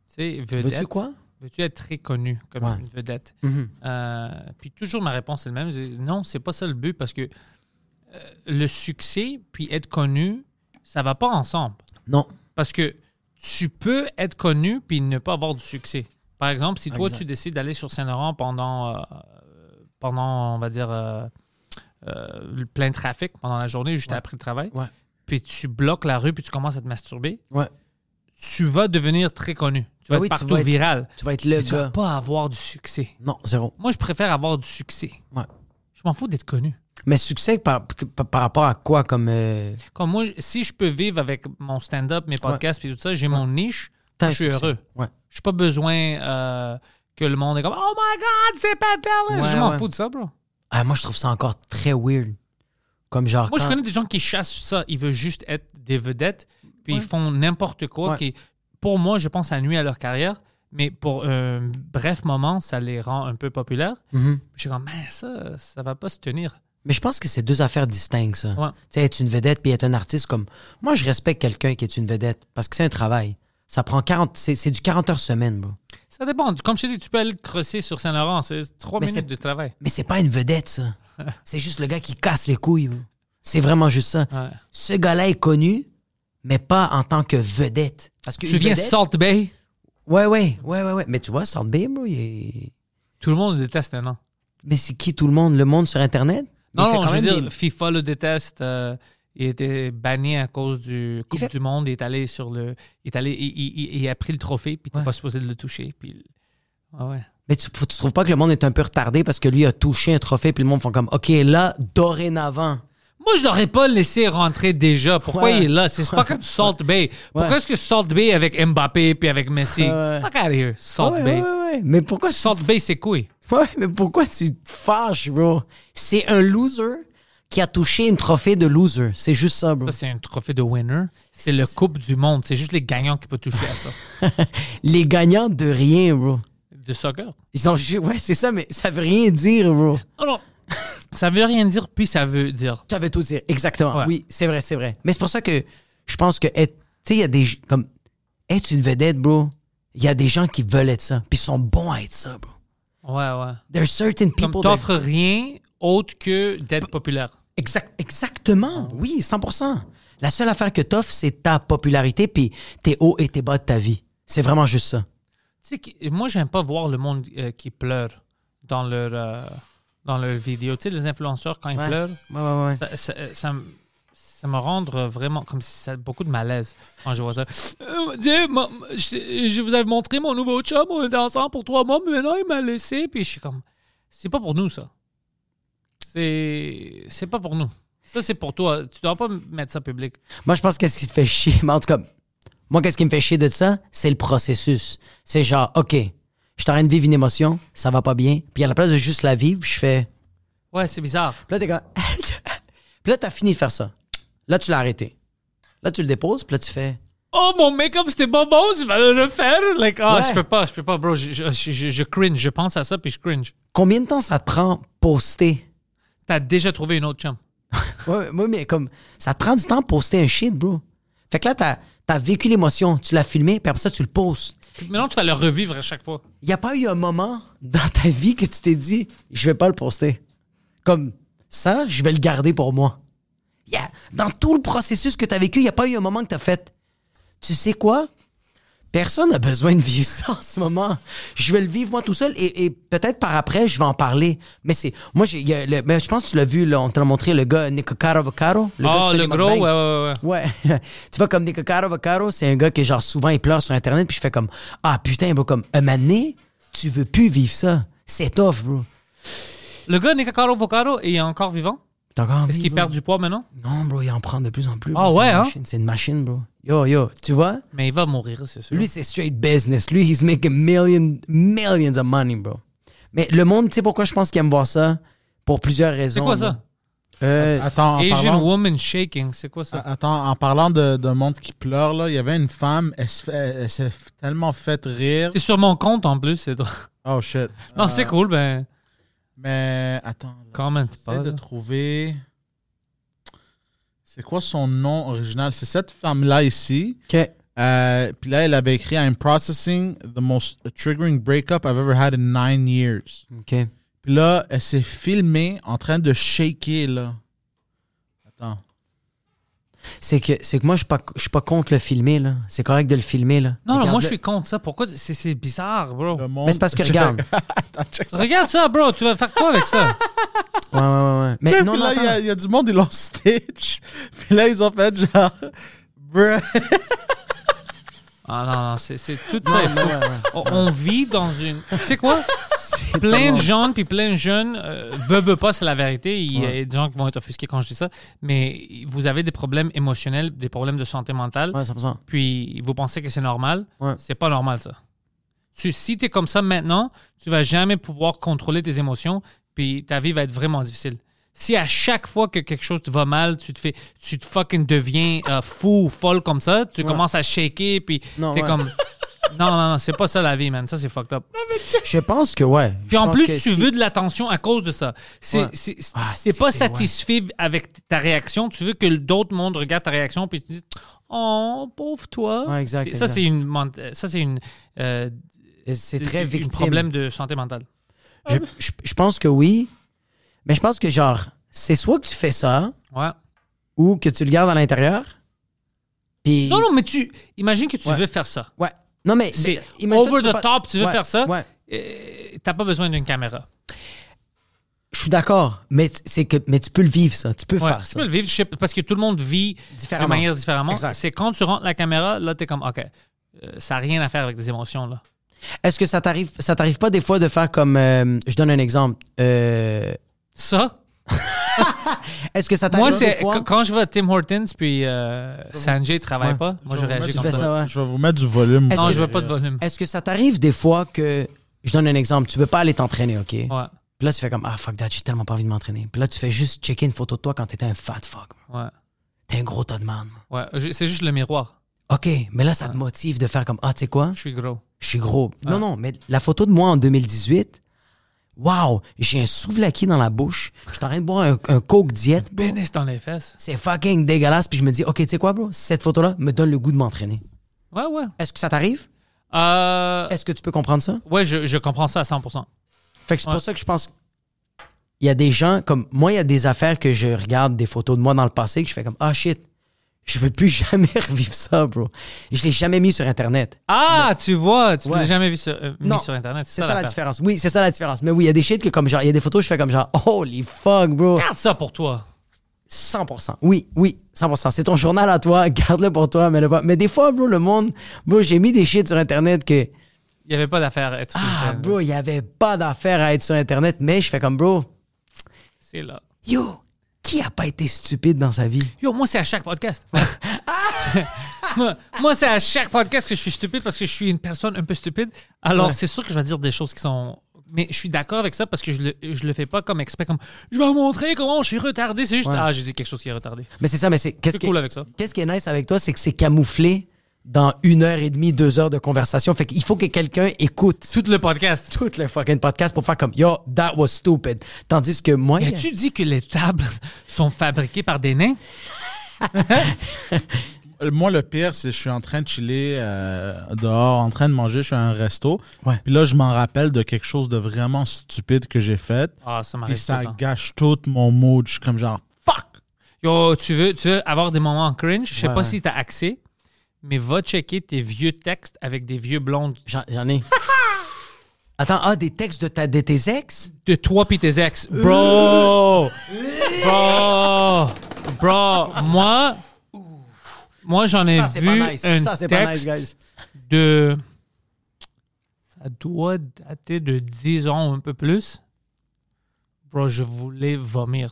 Speaker 2: Tu sais, vedette.
Speaker 3: Veux-tu quoi?
Speaker 2: Veux-tu être très connu comme
Speaker 3: Ouais.
Speaker 2: une vedette
Speaker 3: Mhm.
Speaker 2: Euh, Puis toujours ma réponse est la même Je dis, Non, c'est pas ça le but parce que euh, le succès puis être connu, ça va pas ensemble.
Speaker 3: Non.
Speaker 2: Parce que tu peux être connu puis ne pas avoir du succès. Par exemple, si toi,
Speaker 3: Exact.
Speaker 2: tu décides d'aller sur Saint-Laurent pendant, euh, pendant, on va dire, euh, euh, le plein trafic pendant la journée, juste
Speaker 3: Ouais.
Speaker 2: après le travail,
Speaker 3: Ouais.
Speaker 2: puis tu bloques la rue puis tu commences à te masturber,
Speaker 3: Ouais.
Speaker 2: tu vas devenir très connu. Tu vas
Speaker 3: Ah oui,
Speaker 2: être
Speaker 3: tu
Speaker 2: partout
Speaker 3: vas être
Speaker 2: viral.
Speaker 3: Tu vas être le
Speaker 2: Mais tu vas
Speaker 3: gars.
Speaker 2: pas avoir du succès.
Speaker 3: Non, zéro.
Speaker 2: Moi, je préfère avoir du succès.
Speaker 3: Ouais.
Speaker 2: Je m'en fous d'être connu.
Speaker 3: Mais succès par, par, par rapport à quoi? Comme. euh,
Speaker 2: Comme moi, si je peux vivre avec mon stand-up, mes podcasts et tout ça, j'ai mon niche,
Speaker 3: t'as un
Speaker 2: je suis
Speaker 3: succès.
Speaker 2: heureux.
Speaker 3: Ouais.
Speaker 2: Je n'ai pas besoin euh, que le monde est comme Oh my God, c'est Pat Ellis!
Speaker 3: Ouais,
Speaker 2: je m'en
Speaker 3: ouais.
Speaker 2: fous de ça, bro.
Speaker 3: Ah, moi, je trouve ça encore très weird. Comme genre.
Speaker 2: Moi, je
Speaker 3: quand-
Speaker 2: connais des gens qui chassent ça. Ils veulent juste être des vedettes, puis ils font n'importe quoi.
Speaker 3: Ouais.
Speaker 2: Qui, pour moi, je pense à nuit à leur carrière, mais pour un bref moment, ça les rend un peu populaires.
Speaker 3: Mhm.
Speaker 2: Je suis comme, mais ça, ça va pas se tenir.
Speaker 3: Mais je pense que c'est deux affaires distinctes, ça.
Speaker 2: Ouais.
Speaker 3: Tu sais, être une vedette puis être un artiste, comme. Moi, je respecte quelqu'un qui est une vedette parce que c'est un travail. Ça prend 40. C'est c'est du 40 heures semaine, bro.
Speaker 2: Ça dépend. Comme je te dis, tu peux aller te crosser sur Saint-Laurent. C'est trois
Speaker 3: Mais
Speaker 2: minutes
Speaker 3: c'est-
Speaker 2: de travail.
Speaker 3: Mais c'est pas une vedette, ça. C'est juste le gars qui casse les couilles, bro. C'est vraiment juste ça.
Speaker 2: Ouais.
Speaker 3: Ce gars-là est connu, mais pas en tant que vedette. Parce que
Speaker 2: Tu
Speaker 3: une
Speaker 2: viens
Speaker 3: vedette-
Speaker 2: Salt Bay.
Speaker 3: Ouais, ouais, ouais, ouais, ouais. Mais tu vois, Salt Bay, bro, il est-
Speaker 2: Tout le monde le déteste maintenant.
Speaker 3: Mais c'est qui tout le monde? Le monde sur Internet? Il
Speaker 2: Non,
Speaker 3: fait
Speaker 2: non,
Speaker 3: quand
Speaker 2: je veux
Speaker 3: même
Speaker 2: dire,
Speaker 3: des-
Speaker 2: FIFA le déteste. euh, il était banni à cause du Coupe
Speaker 3: fait-
Speaker 2: du Monde. Il est allé sur le. Il, est allé, il, il- il- il a pris le trophée, puis t'es pas supposé de le toucher. Puis... Ah ouais.
Speaker 3: Mais tu, faut- tu trouves pas que le monde est un peu retardé parce que lui a touché un trophée, puis le monde font comme, OK, là, dorénavant.
Speaker 2: Moi, je l'aurais pas laissé rentrer déjà. Pourquoi
Speaker 3: Ouais.
Speaker 2: il est là? C'est pas comme Salt Bay. Pourquoi
Speaker 3: Ouais.
Speaker 2: est-ce que Salt Bay avec Mbappé puis avec Messi?
Speaker 3: Ouais.
Speaker 2: Fuck out of here. Salt
Speaker 3: Ouais,
Speaker 2: Bay.
Speaker 3: ouais, ouais, ouais. Mais pourquoi,
Speaker 2: Salt Bay, c'est couille.
Speaker 3: ouais, mais pourquoi tu te fâches, bro? C'est un loser qui a touché une trophée de loser. C'est juste ça, bro.
Speaker 2: Ça, c'est un trophée de winner. C'est le Coupe du Monde. C'est juste les gagnants qui peuvent toucher à ça.
Speaker 3: Les gagnants de rien, bro.
Speaker 2: De soccer.
Speaker 3: Ils ont ju- Ouais, c'est ça, mais ça veut rien dire, bro.
Speaker 2: Oh non. Ça veut rien dire, puis ça veut dire.
Speaker 3: Ça veut tout dire. Exactement.
Speaker 2: Ouais.
Speaker 3: Oui, c'est vrai, c'est vrai. Mais c'est pour ça que je pense que être. Tu sais, il y a des. Comme. Être une vedette, bro. Il y a des gens qui veulent être ça. Puis ils sont bons à être ça, bro.
Speaker 2: Ouais, ouais.
Speaker 3: There's certain
Speaker 2: Comme
Speaker 3: people. that-
Speaker 2: t'offres rien autre que d'être populaire.
Speaker 3: Exact, exactement. Oui, 100%. La seule affaire que t'offres, c'est ta popularité puis tes hauts et tes bas de ta vie. C'est vraiment juste ça.
Speaker 2: Tu sais, qui- moi, j'aime pas voir le monde euh, qui pleure dans leur, euh, dans leur vidéo. Tu sais, les influenceurs, quand ils
Speaker 3: Ouais.
Speaker 2: pleurent,
Speaker 3: Ouais, ouais, ouais.
Speaker 2: ça, ça, ça m- ça me rend vraiment comme si ça beaucoup de malaise quand je vois ça. Euh, mon Dieu, mon- je, je vous avais montré mon nouveau chum, on était ensemble pour trois mois, mais là, il m'a laissé. Puis je suis comme, c'est pas pour nous, ça. C'est c'est pas pour nous. Ça, c'est pour toi. Tu dois pas m- mettre ça public.
Speaker 3: Moi, je pense qu'est-ce qui te fait chier. Mais en tout cas, moi, qu'est-ce qui me fait chier de ça, c'est le processus. C'est genre, OK, je suis en train de vivre une émotion, ça va pas bien. Puis à la place de juste la vivre, je fais.
Speaker 2: Ouais, c'est bizarre.
Speaker 3: Puis là, t'es comme. puis là, t'as fini de faire ça. Là, tu l'as arrêté. Là, tu le déposes, puis là, tu fais.
Speaker 2: Oh, mon make-up, c'était pas bon, je vais le refaire. Like, ah,
Speaker 3: Ouais.
Speaker 2: je peux pas, je peux pas, bro. Je, je, je- je cringe. Je pense à ça, puis je cringe.
Speaker 3: Combien de temps ça te prend poster?
Speaker 2: T'as déjà trouvé une autre chum.
Speaker 3: Ouais, ouais, mais comme. Ça te prend du temps de poster un shit, bro. Fait que là, t'as as vécu l'émotion, tu l'as filmé, puis après ça, tu le poses.
Speaker 2: Puis Maintenant, tu vas le revivre à chaque fois.
Speaker 3: Il n'y a pas eu un moment dans ta vie que tu t'es dit, je vais pas le poster. Comme ça, je vais le garder pour moi. Y a- Dans tout le processus que tu as vécu, il n'y a pas eu un moment que tu as fait. Tu sais quoi? Personne n'a besoin de vivre ça en ce moment. Je vais le vivre moi tout seul et, et peut-être par après, je vais en parler. Mais c'est. Moi, j'ai- il y a le- mais je pense que tu l'as vu, là, on te l'a montré, le gars Nico Caro Vaccaro, gars
Speaker 2: Ah,
Speaker 3: qui
Speaker 2: le
Speaker 3: fait les
Speaker 2: gros, ouais,
Speaker 3: mukbangs.
Speaker 2: ouais, ouais.
Speaker 3: Ouais. tu vois, comme Nico Caro Vaccaro, c'est un gars qui, genre, souvent, il pleure sur Internet, puis je fais comme, ah, putain, bro, comme, un mané, tu veux plus vivre ça. C'est tough, bro.
Speaker 2: Le gars, Nicacaro Vocaro, il est encore vivant?
Speaker 3: T'as encore
Speaker 2: Est-ce
Speaker 3: envie,
Speaker 2: qu'il
Speaker 3: bro?
Speaker 2: perd du poids maintenant?
Speaker 3: Non, bro, il en prend de plus en plus.
Speaker 2: Ah
Speaker 3: bro. C'est
Speaker 2: ouais,
Speaker 3: une
Speaker 2: hein?
Speaker 3: machine, C'est une machine, bro. Yo, yo, tu vois?
Speaker 2: Mais il va mourir, c'est sûr.
Speaker 3: Lui, c'est straight business. Lui, he's making million, millions of money, bro. Mais le monde, tu sais pourquoi je pense qu'il aime voir ça? Pour plusieurs raisons.
Speaker 2: c'est quoi
Speaker 3: bro.
Speaker 2: ça?
Speaker 3: Euh,
Speaker 4: Attends, en
Speaker 2: Asian
Speaker 4: parlant, Ah,
Speaker 2: Woman Shaking, c'est quoi ça?
Speaker 4: a- attends, en parlant de, de monde qui pleure, là, il y avait une femme, elle se fait- elle s'est tellement fait rire.
Speaker 2: C'est sur mon compte en plus, c'est drôle.
Speaker 4: Oh shit.
Speaker 2: Non,
Speaker 4: Euh,
Speaker 2: c'est cool, ben,
Speaker 4: Mais attends, là,
Speaker 2: commente
Speaker 4: j'essaie
Speaker 2: pas.
Speaker 4: de
Speaker 2: là.
Speaker 4: trouver. C'est quoi son nom original? C'est cette femme-là ici.
Speaker 3: OK.
Speaker 4: Euh, Puis là, elle avait écrit I'm processing the most triggering breakup I've ever had in nine years.
Speaker 3: OK.
Speaker 4: Puis là, elle s'est filmée en train de shaker, là. Attends.
Speaker 3: C'est que, c'est que moi, je suis pas, je suis pas contre le filmer, là. C'est correct de le filmer, là.
Speaker 2: Non, non, moi,
Speaker 3: Regarde-le.
Speaker 2: je suis contre ça. Pourquoi? C'est c'est bizarre, bro.
Speaker 4: Le monde-
Speaker 3: Mais c'est parce que, regarde.
Speaker 2: Regarde ça, bro. Tu vas faire quoi avec ça?
Speaker 3: Ouais, ouais, ouais. ouais. Mais
Speaker 4: Puis
Speaker 3: non, non,
Speaker 4: là, il y a-
Speaker 3: attends.
Speaker 4: il y, a du monde, ils l'ont stitch. Puis là, ils ont fait genre. Bruh.
Speaker 2: Ah non, non, c'est c'est tout ça. il faut- on, on vit dans une. Tu sais quoi? Plein de jeunes, puis plein de jeunes, euh, veulent, veulent pas, c'est la vérité. Il y a des gens qui vont être offusqués quand je dis ça. Mais vous avez des problèmes émotionnels, des problèmes de santé mentale,
Speaker 3: Ouais, 100%.
Speaker 2: puis vous pensez que c'est normal.
Speaker 3: Ouais.
Speaker 2: C'est pas normal, ça. Tu, si tu es comme ça maintenant, tu vas jamais pouvoir contrôler tes émotions, puis ta vie va être vraiment difficile. Si à chaque fois que quelque chose te va mal, tu te fais, tu te fucking deviens euh, fou, folle comme ça, tu commences à shaker, puis t'es
Speaker 3: Non, ouais.
Speaker 2: comme. Non, non, non, c'est pas ça la vie, man. Ça, c'est fucked up.
Speaker 3: Je pense que, ouais.
Speaker 2: Puis
Speaker 3: Je
Speaker 2: en
Speaker 3: pense
Speaker 2: plus,
Speaker 3: que
Speaker 2: tu
Speaker 3: si-
Speaker 2: veux de l'attention à cause de ça. C'est,
Speaker 3: Ouais.
Speaker 2: c'est, c'est-
Speaker 3: Ah,
Speaker 2: t'es
Speaker 3: si,
Speaker 2: pas
Speaker 3: c'est-
Speaker 2: satisfait avec ta réaction. Tu veux que d'autres mondes regardent ta réaction puis tu dis Oh, pauvre toi.
Speaker 3: Ouais, exact,
Speaker 2: C'est- ça,
Speaker 3: exact.
Speaker 2: c'est une, ment- ça, c'est une, euh,
Speaker 3: C'est très
Speaker 2: une- une
Speaker 3: victime.
Speaker 2: problème de santé mentale.
Speaker 3: Je, je- je pense que oui. Mais je pense que, genre, c'est soit que tu fais ça
Speaker 2: Ouais.
Speaker 3: ou que tu le gardes à l'intérieur. Puis.
Speaker 2: Non, non, mais tu imagine que tu
Speaker 3: Ouais.
Speaker 2: veux faire ça.
Speaker 3: Ouais. Non, mais.
Speaker 2: C'est
Speaker 3: mais- imagine-toi,
Speaker 2: over
Speaker 3: tu peux
Speaker 2: the top, tu veux
Speaker 3: Ouais,
Speaker 2: faire ça?
Speaker 3: Ouais.
Speaker 2: Euh, T'as pas besoin d'une caméra.
Speaker 3: Je suis d'accord. Mais, tu- c'est que, mais tu peux le vivre, ça. Tu peux
Speaker 2: Ouais,
Speaker 3: faire
Speaker 2: tu
Speaker 3: ça.
Speaker 2: peux le vivre je sais, parce que tout le monde vit de
Speaker 3: Différemment.
Speaker 2: manière différemment.
Speaker 3: Exact.
Speaker 2: C'est quand tu rentres la caméra, là, t'es comme OK. euh, ça n'a rien à faire avec des émotions, là.
Speaker 3: Est-ce que ça t'arrive ça t'arrive pas des fois de faire comme. euh, je donne un exemple. Euh,
Speaker 2: Ça,
Speaker 3: Est-ce que ça t'arrive
Speaker 2: Moi,
Speaker 3: des
Speaker 2: c'est
Speaker 3: fois-
Speaker 2: qu- quand je vais à Tim Hortons, puis euh, Sanjay travaille
Speaker 3: Ouais.
Speaker 2: pas, moi je
Speaker 4: vais
Speaker 2: réagis
Speaker 4: vous
Speaker 2: comme
Speaker 4: mettre
Speaker 2: ça.
Speaker 4: du-
Speaker 3: ça, ouais.
Speaker 4: Je vais vous mettre du volume.
Speaker 3: Est-ce
Speaker 2: Non,
Speaker 3: que
Speaker 2: je veux pas de volume.
Speaker 3: Est-ce que ça t'arrive des fois que. Je donne un exemple. Tu veux pas aller t'entraîner, OK?
Speaker 2: Ouais,
Speaker 3: Puis là, tu fais comme Ah, fuck that, j'ai tellement pas envie de m'entraîner. Puis là, tu fais juste checker une photo de toi quand t'étais un fat fuck.
Speaker 2: ouais,
Speaker 3: T'es un gros tas de man.
Speaker 2: ouais. Je- C'est juste le miroir.
Speaker 3: OK, mais là, ça te motive de faire comme Ah, tu sais quoi?
Speaker 2: Je suis gros.
Speaker 3: Je suis gros. Non, non, mais la photo de moi en 2018, wow, j'ai un souvlaki dans la bouche. Je suis en train de boire un, un coke diète. bro.
Speaker 2: Pénis dans les fesses.
Speaker 3: C'est fucking dégueulasse. Puis je me dis OK, tu sais quoi, bro? Cette photo-là me donne le goût de m'entraîner.
Speaker 2: Ouais, ouais.
Speaker 3: Est-ce que ça t'arrive?
Speaker 2: Euh,
Speaker 3: Est-ce que tu peux comprendre ça?
Speaker 2: ouais, je, je comprends ça à 100%.
Speaker 3: Fait que c'est
Speaker 2: Ouais.
Speaker 3: pour ça que je pense. Il y a des gens comme. Moi, il y a des affaires que je regarde des photos de moi dans le passé que je fais comme Ah shit, je veux plus jamais revivre ça, bro. Je l'ai jamais mis sur Internet.
Speaker 2: Ah, tu vois, tu l'as
Speaker 3: Ouais.
Speaker 2: jamais vu sur, euh, mis
Speaker 3: Non,
Speaker 2: sur Internet.
Speaker 3: C'est ça, la
Speaker 2: l'affaire.
Speaker 3: différence. Oui, c'est ça la différence. Mais oui, il y a des shit que comme genre, il y a des photos, je fais comme genre, holy fuck, bro.
Speaker 2: Garde ça pour toi.
Speaker 3: 100%. Oui, oui, 100%. C'est ton journal à toi, garde-le pour toi, mais le pas. Mais des fois, bro, le monde, bro, j'ai mis des shit sur Internet que,
Speaker 2: Il n'y avait pas d'affaire à être sur
Speaker 3: ah,
Speaker 2: Internet.
Speaker 3: bro, il y avait pas d'affaire à être sur Internet, mais je fais comme, bro,
Speaker 2: C'est là.
Speaker 3: yo, qui a pas été stupide dans sa vie?
Speaker 2: Yo, moi, c'est à chaque podcast. moi, moi, c'est à chaque podcast que je suis stupide parce que je suis une personne un peu stupide. Alors, c'est sûr que je vais dire des choses qui sont. Mais je suis d'accord avec ça parce que je le, je le fais pas comme exprès, comme je vais vous montrer comment je suis retardé. C'est juste,
Speaker 3: Ouais.
Speaker 2: ah, j'ai dit quelque chose qui est retardé.
Speaker 3: Mais c'est ça, mais c'est, qu'est-ce
Speaker 2: C'est
Speaker 3: qui,
Speaker 2: cool avec ça.
Speaker 3: qu'est-ce qui est nice avec toi, c'est que c'est camouflé dans une heure et demie, deux heures de conversation. Fait qu'il faut que quelqu'un écoute.
Speaker 2: Tout le podcast.
Speaker 3: tout le fucking podcast pour faire comme Yo, that was stupid. Tandis que moi,
Speaker 2: As-tu dit que les tables sont fabriquées par des nains?
Speaker 4: Moi, le pire, c'est que je suis en train de chiller euh, dehors, en train de manger, je suis à un resto.
Speaker 3: Ouais.
Speaker 4: Puis là, je m'en rappelle de quelque chose de vraiment stupide que j'ai fait.
Speaker 2: Ah, ça
Speaker 4: Puis
Speaker 2: m'arrive tout
Speaker 4: ça
Speaker 2: le temps.
Speaker 4: gâche tout mon mood. Je suis comme genre, fuck!
Speaker 2: Yo, tu veux, tu veux avoir des moments cringe? Je sais pas si t'as accès, mais va checker tes vieux textes avec des vieux blondes
Speaker 3: j'en j'en ai. Attends, ah, des textes de, ta, de tes ex?
Speaker 2: de toi pis tes ex. Bro! Bro! Bro! Moi, moi j'en ai
Speaker 3: Ça, c'est
Speaker 2: vu
Speaker 3: pas nice.
Speaker 2: un
Speaker 3: Ça, c'est pas nice,
Speaker 2: texte
Speaker 3: guys.
Speaker 2: de... Ça doit dater de 10 ans ou un peu plus. Bro, je voulais vomir.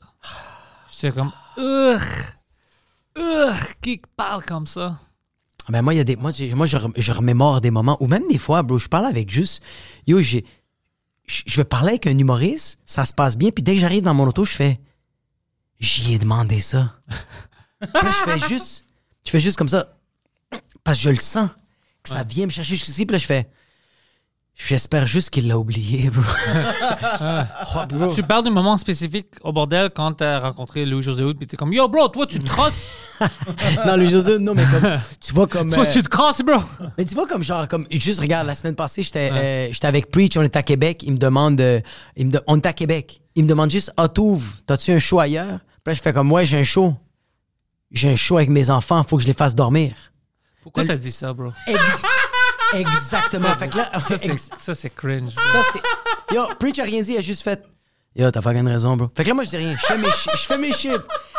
Speaker 2: C'est comme... Urgh! Urgh! Qui parle comme ça?
Speaker 3: Ah, Ben moi, il y a des, moi, j'ai- moi je, rem- je remémore des moments, ou même des fois, bro, je parle avec juste. Yo, j'ai. Je je vais parler avec un humoriste, ça se passe bien, puis dès que j'arrive dans mon auto, je fais. J'y ai demandé ça. Puis là, je fais juste. Je fais juste comme ça. Parce que je le sens. Que ça vient me chercher jusqu'ici, puis là, je fais. J'espère juste qu'il l'a oublié, bro. Oh, bro.
Speaker 2: Tu parles d'un moment spécifique au bordel quand t'as rencontré Louis-José Hood pis t'es comme « Yo, bro, toi, tu te crosses!
Speaker 3: Non, le José, non, mais comme. Tu vois comme.
Speaker 2: Toi,
Speaker 3: euh,
Speaker 2: tu te crosses, bro!
Speaker 3: Mais tu vois, comme genre, comme, juste regarde, la semaine passée, j'étais euh, j'étais avec Preach, on était à Québec, il me demande, euh, il me de- on est à Québec, il me demande juste, ah, t'ouvres, t'as-tu un show ailleurs? Puis là, je fais comme, ouais, j'ai un show. J'ai un show avec mes enfants, faut que je les fasse dormir.
Speaker 2: Pourquoi t'as dit ça, bro?
Speaker 3: Ex- Exactement. fait que là,
Speaker 2: Ça, c'est-
Speaker 3: ex-
Speaker 2: ça, c'est cringe.
Speaker 3: ça, c'est. Yo, Preach a rien dit, il a juste fait. Yo, t'as fucking raison, bro. Fait que là, moi, je dis rien. Je fais mes, shi- je fais mes shit.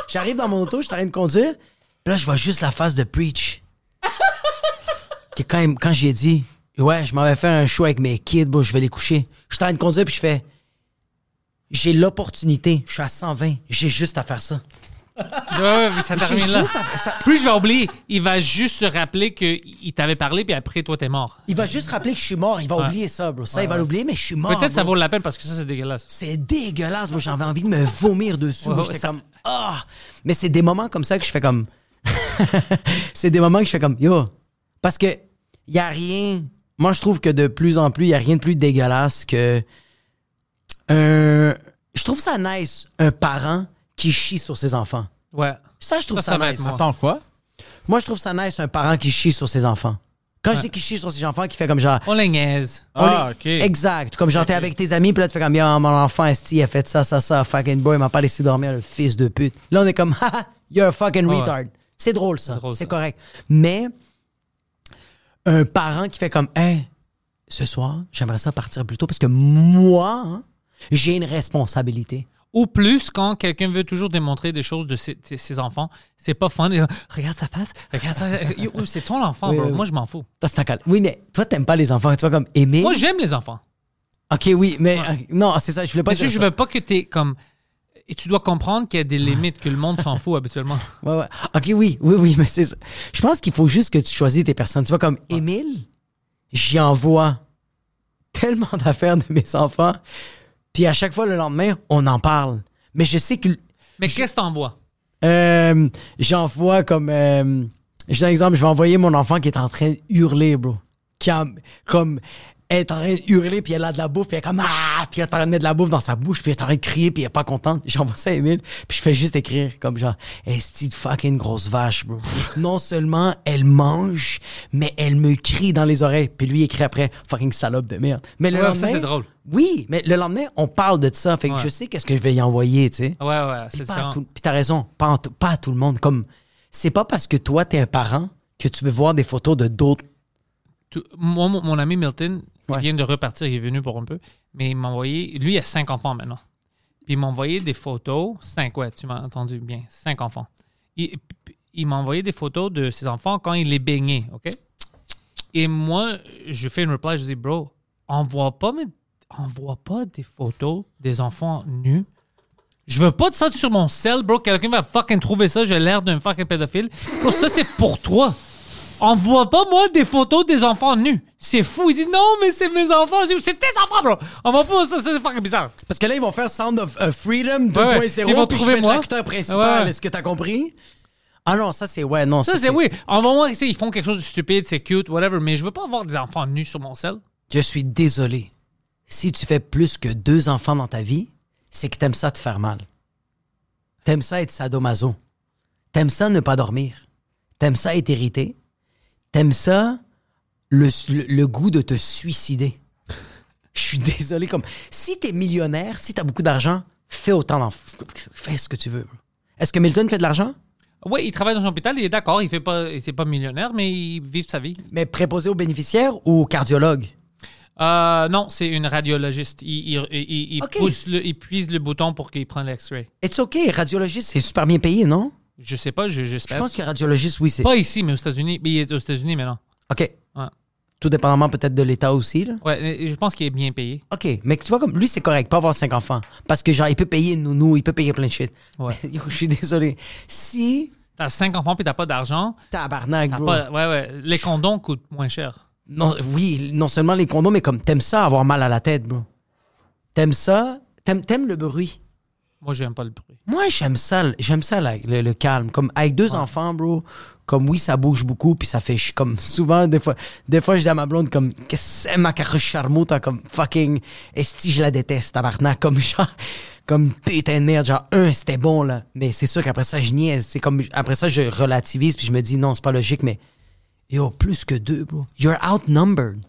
Speaker 3: J'arrive dans mon auto, je suis en train de conduire. Puis là, je vois juste la face de Preach. Que quand, il m- quand j'ai dit, ouais, je m'en vais faire un show avec mes kids, bro, je vais les coucher. Je suis en train de conduire, puis je fais. J'ai l'opportunité. Je suis à 120. J'ai juste à faire ça.
Speaker 2: Ouais, ouais, mais ça
Speaker 3: J'ai
Speaker 2: termine
Speaker 3: juste
Speaker 2: là.
Speaker 3: à faire ça.
Speaker 2: Plus je vais oublier, il va juste se rappeler qu'il t'avait parlé, puis après, toi, t'es mort.
Speaker 3: Il va juste rappeler que je suis mort. Il va
Speaker 2: Ouais.
Speaker 3: oublier ça, bro. Ça, il va l'oublier, mais je suis mort.
Speaker 2: Peut-être ça
Speaker 3: bro.
Speaker 2: vaut la peine parce que ça, c'est dégueulasse.
Speaker 3: C'est dégueulasse, moi j'avais envie de me vomir dessus.
Speaker 2: Ouais,
Speaker 3: moi,
Speaker 2: ouais,
Speaker 3: J'étais
Speaker 2: ça-
Speaker 3: comme ah, mais c'est des moments comme ça que je fais comme c'est des moments que je fais comme yo parce que y a rien. Moi je trouve que de plus en plus y a rien de plus dégueulasse que un. Je trouve ça nice un parent qui chie sur ses enfants.
Speaker 2: Ouais.
Speaker 3: Ça je trouve
Speaker 2: Ça,
Speaker 3: ça,
Speaker 2: ça va
Speaker 3: nice.
Speaker 2: être moi.
Speaker 4: Attends, quoi?
Speaker 3: Moi je trouve ça nice un parent qui chie sur ses enfants. Quand je dis qu'il chie sur ses enfants, qui fait comme genre
Speaker 2: On les niaise.
Speaker 3: on
Speaker 4: Ah,
Speaker 3: est-
Speaker 4: ok.
Speaker 3: Exact. Comme genre, t'es avec tes amis, puis là, tu fais comme, Yo, mon enfant, esti, il a fait ça, ça, ça, fucking boy, il m'a pas laissé dormir, le fils de pute. Là, on est comme, haha, you're a fucking
Speaker 2: Ah Ouais.
Speaker 3: retard. C'est drôle, ça.
Speaker 2: drôle,
Speaker 3: C'est
Speaker 2: ça.
Speaker 3: correct. Mais, un parent qui fait comme, hey, ce soir, j'aimerais ça partir plus tôt, parce que moi, hein, j'ai une responsabilité.
Speaker 2: Ou plus, quand quelqu'un veut toujours démontrer des choses de ses, ses- ses enfants, c'est pas fun. Et, euh, regarde sa face, regarde sa... Yo, yo, c'est ton enfant,
Speaker 3: Oui,
Speaker 2: bro.
Speaker 3: oui, oui.
Speaker 2: Moi, je m'en fous.
Speaker 3: Toi, c'est ta cal- Oui, mais toi, t'aimes pas les enfants. Tu vois, comme, aimer.
Speaker 2: Moi, j'aime les enfants.
Speaker 3: ok, oui, mais euh, non, c'est ça, je voulais pas
Speaker 2: Parce que
Speaker 3: dire
Speaker 2: je
Speaker 3: ça.
Speaker 2: veux pas que t'es comme... Et tu dois comprendre qu'il y a des limites, que le monde s'en fout habituellement.
Speaker 3: Ouais, ouais. OK, oui, oui, oui, mais c'est ça. Je pense qu'il faut juste que tu choisis tes personnes. Tu vois, comme Émile, j'y envoie tellement d'affaires de mes enfants. Puis à chaque fois, le lendemain, on en parle. Mais je sais que...
Speaker 2: Mais qu'est-ce que t'envoies?
Speaker 3: euh, J'envoie comme... euh, je donne un exemple, je vais envoyer mon enfant qui est en train de hurler, bro. Qui a- comme... elle est en train de hurler, puis elle a de la bouffe, puis elle est comme Ah! Puis elle est en train de mettre de la bouffe dans sa bouche, puis elle est en train de crier, puis elle est pas contente. J'envoie ça à Emile, puis je fais juste écrire comme genre Esti de fucking grosse vache, bro. non seulement elle mange, mais elle me crie dans les oreilles, puis lui il écrit après fucking salope de merde. Mais le
Speaker 2: Ouais, ça,
Speaker 3: lendemain.
Speaker 2: c'est drôle.
Speaker 3: Oui, mais le lendemain, on parle de ça, fait que
Speaker 2: Ouais.
Speaker 3: je sais qu'est-ce que je vais y envoyer, tu sais.
Speaker 2: Ouais, ouais, c'est
Speaker 3: Puis pas à
Speaker 2: différent.
Speaker 3: tout- puis t'as raison, pas, en tout- pas à tout le monde. Comme c'est pas parce que toi t'es un parent que tu veux voir des photos de d'autres.
Speaker 2: Tout- moi, mon, mon ami Milton, il
Speaker 3: Ouais.
Speaker 2: vient de repartir, il est venu pour un peu, mais il m'a envoyé, lui, il a cinq enfants maintenant. Puis il m'a envoyé des photos, cinq, ouais, tu m'as entendu bien, cinq enfants. Il, puis il m'a envoyé des photos de ses enfants quand il les baignait, OK? Et moi, je fais une reply, je dis, bro, envoie pas, mes- envoie pas des photos des enfants nus. Je veux pas de ça sur mon cell, bro. Quelqu'un va fucking trouver ça. J'ai l'air d'un fucking pédophile. Bro, ça, c'est pour toi. On voit pas, moi, des photos des enfants nus. C'est fou. Ils disent non, mais c'est mes enfants. Je dis, C'est tes enfants, bro. On va pas ça. ça, C'est fucking bizarre.
Speaker 3: Parce que là ils vont faire Sound of euh, Freedom 2.0
Speaker 2: ouais. Ils vont
Speaker 3: puis je
Speaker 2: trouver
Speaker 3: vais être
Speaker 2: moi.
Speaker 3: l'acteur principal.
Speaker 2: Ouais, ouais.
Speaker 3: Est-ce que t'as compris Ah non, ça c'est ouais non.
Speaker 2: Ça, c'est oui. On va voir, tu sais, ils font quelque chose de stupide, c'est cute, whatever. Mais je veux pas avoir des enfants nus sur mon cell.
Speaker 3: Je suis désolé. Si tu fais plus que deux enfants dans ta vie, c'est que t'aimes ça te faire mal. T'aimes ça être sadomaso. T'aimes ça ne pas dormir. T'aimes ça être irrité. T'aimes ça le, le- le goût de te suicider. Je suis désolé. Comme si t'es millionnaire, si t'as beaucoup d'argent, fais autant d'enfants. Fais ce que tu veux. bro. Est-ce que Milton fait de l'argent?
Speaker 2: Oui, il travaille dans un hôpital, il est d'accord, il fait pas, il- c'est pas millionnaire, mais il vit sa vie.
Speaker 3: Mais préposé aux bénéficiaires ou aux cardiologues?
Speaker 2: Euh, non, c'est une radiologiste. Il, il, il- il
Speaker 3: Ok.
Speaker 2: pousse le, il puise le bouton pour qu'il prenne l'X-ray.
Speaker 3: It's OK, radiologiste, c'est super bien payé, non?
Speaker 2: Je sais pas, je,
Speaker 3: Je
Speaker 2: j'espère.
Speaker 3: pense que radiologiste, oui, c'est.
Speaker 2: Pas ici, mais aux États-Unis. Mais il est aux États-Unis maintenant.
Speaker 3: OK.
Speaker 2: Ouais.
Speaker 3: Tout dépendamment peut-être de l'État aussi. Là.
Speaker 2: Ouais, mais je pense qu'il est bien payé.
Speaker 3: OK, mais tu vois, comme lui, c'est correct, pas avoir cinq enfants. Parce que, genre, il peut payer une nounou, il peut payer plein de shit.
Speaker 2: Ouais.
Speaker 3: Yo, je suis désolé. Si
Speaker 2: T'as cinq enfants puis t'as pas d'argent.
Speaker 3: tabarnak,
Speaker 2: t'as
Speaker 3: bro.
Speaker 2: pas- ouais, ouais. Les condoms coûtent moins cher.
Speaker 3: Non, oui, non seulement les condoms, mais comme t'aimes ça avoir mal à la tête, bro. T'aimes ça, t'aimes, t'aimes le bruit.
Speaker 2: Moi, j'aime pas le bruit.
Speaker 3: Moi, j'aime ça, le- j'aime ça la- le, le calme. Comme avec deux enfants, bro, comme oui, ça bouge beaucoup, puis ça fait ch- comme souvent, des fois, des fois, je dis à ma blonde, comme, qu'est-ce que c'est, ma carotte charmante, hein, comme fucking, esti, je la déteste, tabarnak, comme genre, comme putain de merde, genre, un, c'était bon, là. Mais c'est sûr qu'après ça, je niaise. C'est comme, après ça, je relativise, puis je me dis, non, c'est pas logique, mais yo, plus que deux, bro. You're outnumbered.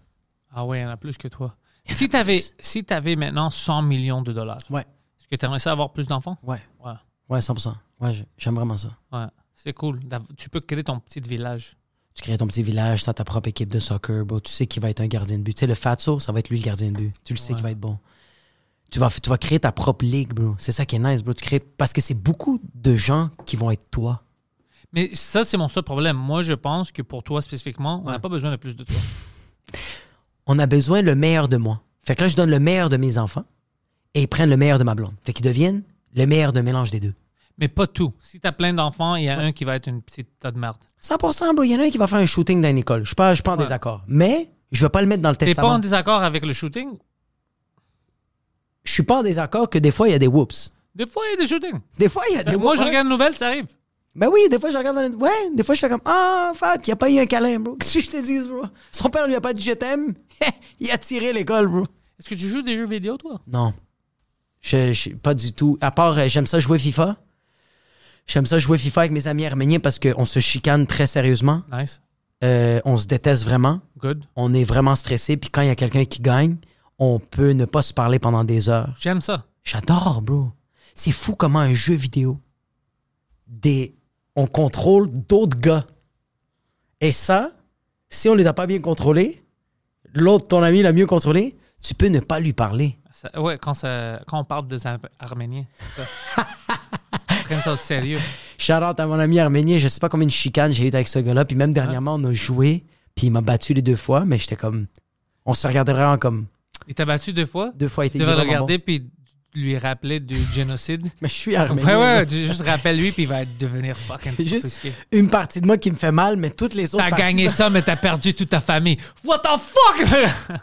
Speaker 2: Ah ouais, il y en a plus que toi. Si t'avais, si t'avais maintenant 100 millions de dollars,
Speaker 3: Ouais,
Speaker 2: est-ce que t'aimerais ça avoir plus d'enfants?
Speaker 3: ouais,
Speaker 2: Ouais.
Speaker 3: ouais, 100%. Ouais, je- j'aime vraiment ça.
Speaker 2: Ouais. C'est cool. d'av- Tu peux créer ton petit village.
Speaker 3: Tu crées ton petit village, t'as ta propre équipe de soccer, bro. Tu sais qui va être un gardien de but. Tu sais, le Fatso, ça va être lui le gardien de but. Tu le sais qui va être bon. Tu vas, tu vas créer ta propre ligue, bro. C'est ça qui est nice, bro. Tu crées, parce que c'est beaucoup de gens qui vont être toi.
Speaker 2: Mais ça, c'est mon seul problème. Moi, je pense que pour toi spécifiquement, on n'a
Speaker 3: Ouais.
Speaker 2: pas besoin de plus de toi.
Speaker 3: On a besoin le meilleur de moi. Fait que là, je donne le meilleur de mes enfants et ils prennent le meilleur de ma blonde. Fait qu'ils deviennent le meilleur de mélange des deux.
Speaker 2: Mais pas tout. Si t'as plein d'enfants, il y a un qui va être une petite tas de merde.
Speaker 3: 100%, bro. Il y en a un qui va faire un shooting dans une école. Je suis pas, je suis pas en
Speaker 2: Ouais.
Speaker 3: désaccord. Mais je vais pas le mettre dans le
Speaker 2: T'es pas
Speaker 3: testament.
Speaker 2: en désaccord avec le shooting?
Speaker 3: Je suis pas en désaccord que des fois, il y a des whoops.
Speaker 2: Des fois, il y a des shootings.
Speaker 3: Des fois, il y a des
Speaker 2: Moi,
Speaker 3: whoops.
Speaker 2: je regarde une nouvelle, ça arrive.
Speaker 3: Ben oui, des fois, je regarde dans les... Ouais, des fois, je fais comme Ah, fuck, il a pas eu un câlin, bro. Qu'est-ce que je te dis, bro? Son père lui a pas dit je t'aime. il a tiré l'école, bro.
Speaker 2: Est-ce que tu joues des jeux vidéo, toi?
Speaker 3: Non. Je, je- pas du tout. À part, euh, j'aime ça jouer FIFA. J'aime ça jouer FIFA avec mes amis arméniens parce qu'on se chicane très sérieusement.
Speaker 2: Nice.
Speaker 3: Euh, on se déteste vraiment.
Speaker 2: Good.
Speaker 3: On est vraiment stressé. Puis quand il y a quelqu'un qui gagne, on peut ne pas se parler pendant des heures.
Speaker 2: J'aime ça.
Speaker 3: J'adore, bro. C'est fou comment un jeu vidéo, des, on contrôle d'autres gars. Et ça, si on les a pas bien contrôlés, l'autre, ton ami, l'a mieux contrôlé, tu peux ne pas lui parler.
Speaker 2: Ça- ouais, quand, ça- quand on parle des Ar- Arméniens. ça. Prenne ça au sérieux.
Speaker 3: Shout out à mon ami arménien, je sais pas combien de chicanes j'ai eu avec ce gars-là. Puis même dernièrement, on a joué, puis il m'a battu les deux fois, mais j'étais comme. On se regardait vraiment comme.
Speaker 2: Il t'a battu deux fois.
Speaker 3: Deux fois, il
Speaker 2: Tu
Speaker 3: était
Speaker 2: devais
Speaker 3: vraiment
Speaker 2: regarder
Speaker 3: bon.
Speaker 2: puis lui rappeler du génocide.
Speaker 3: Mais je suis
Speaker 2: Ouais,
Speaker 3: arménien.
Speaker 2: ouais,
Speaker 3: là.
Speaker 2: tu- juste rappelle-lui puis il va devenir fucking
Speaker 3: Juste-
Speaker 2: offusqué.
Speaker 3: Une partie de moi qui me fait mal, mais toutes les autres.
Speaker 2: T'as
Speaker 3: parties,
Speaker 2: gagné
Speaker 3: ça-
Speaker 2: ça, mais t'as perdu toute ta famille. What the fuck?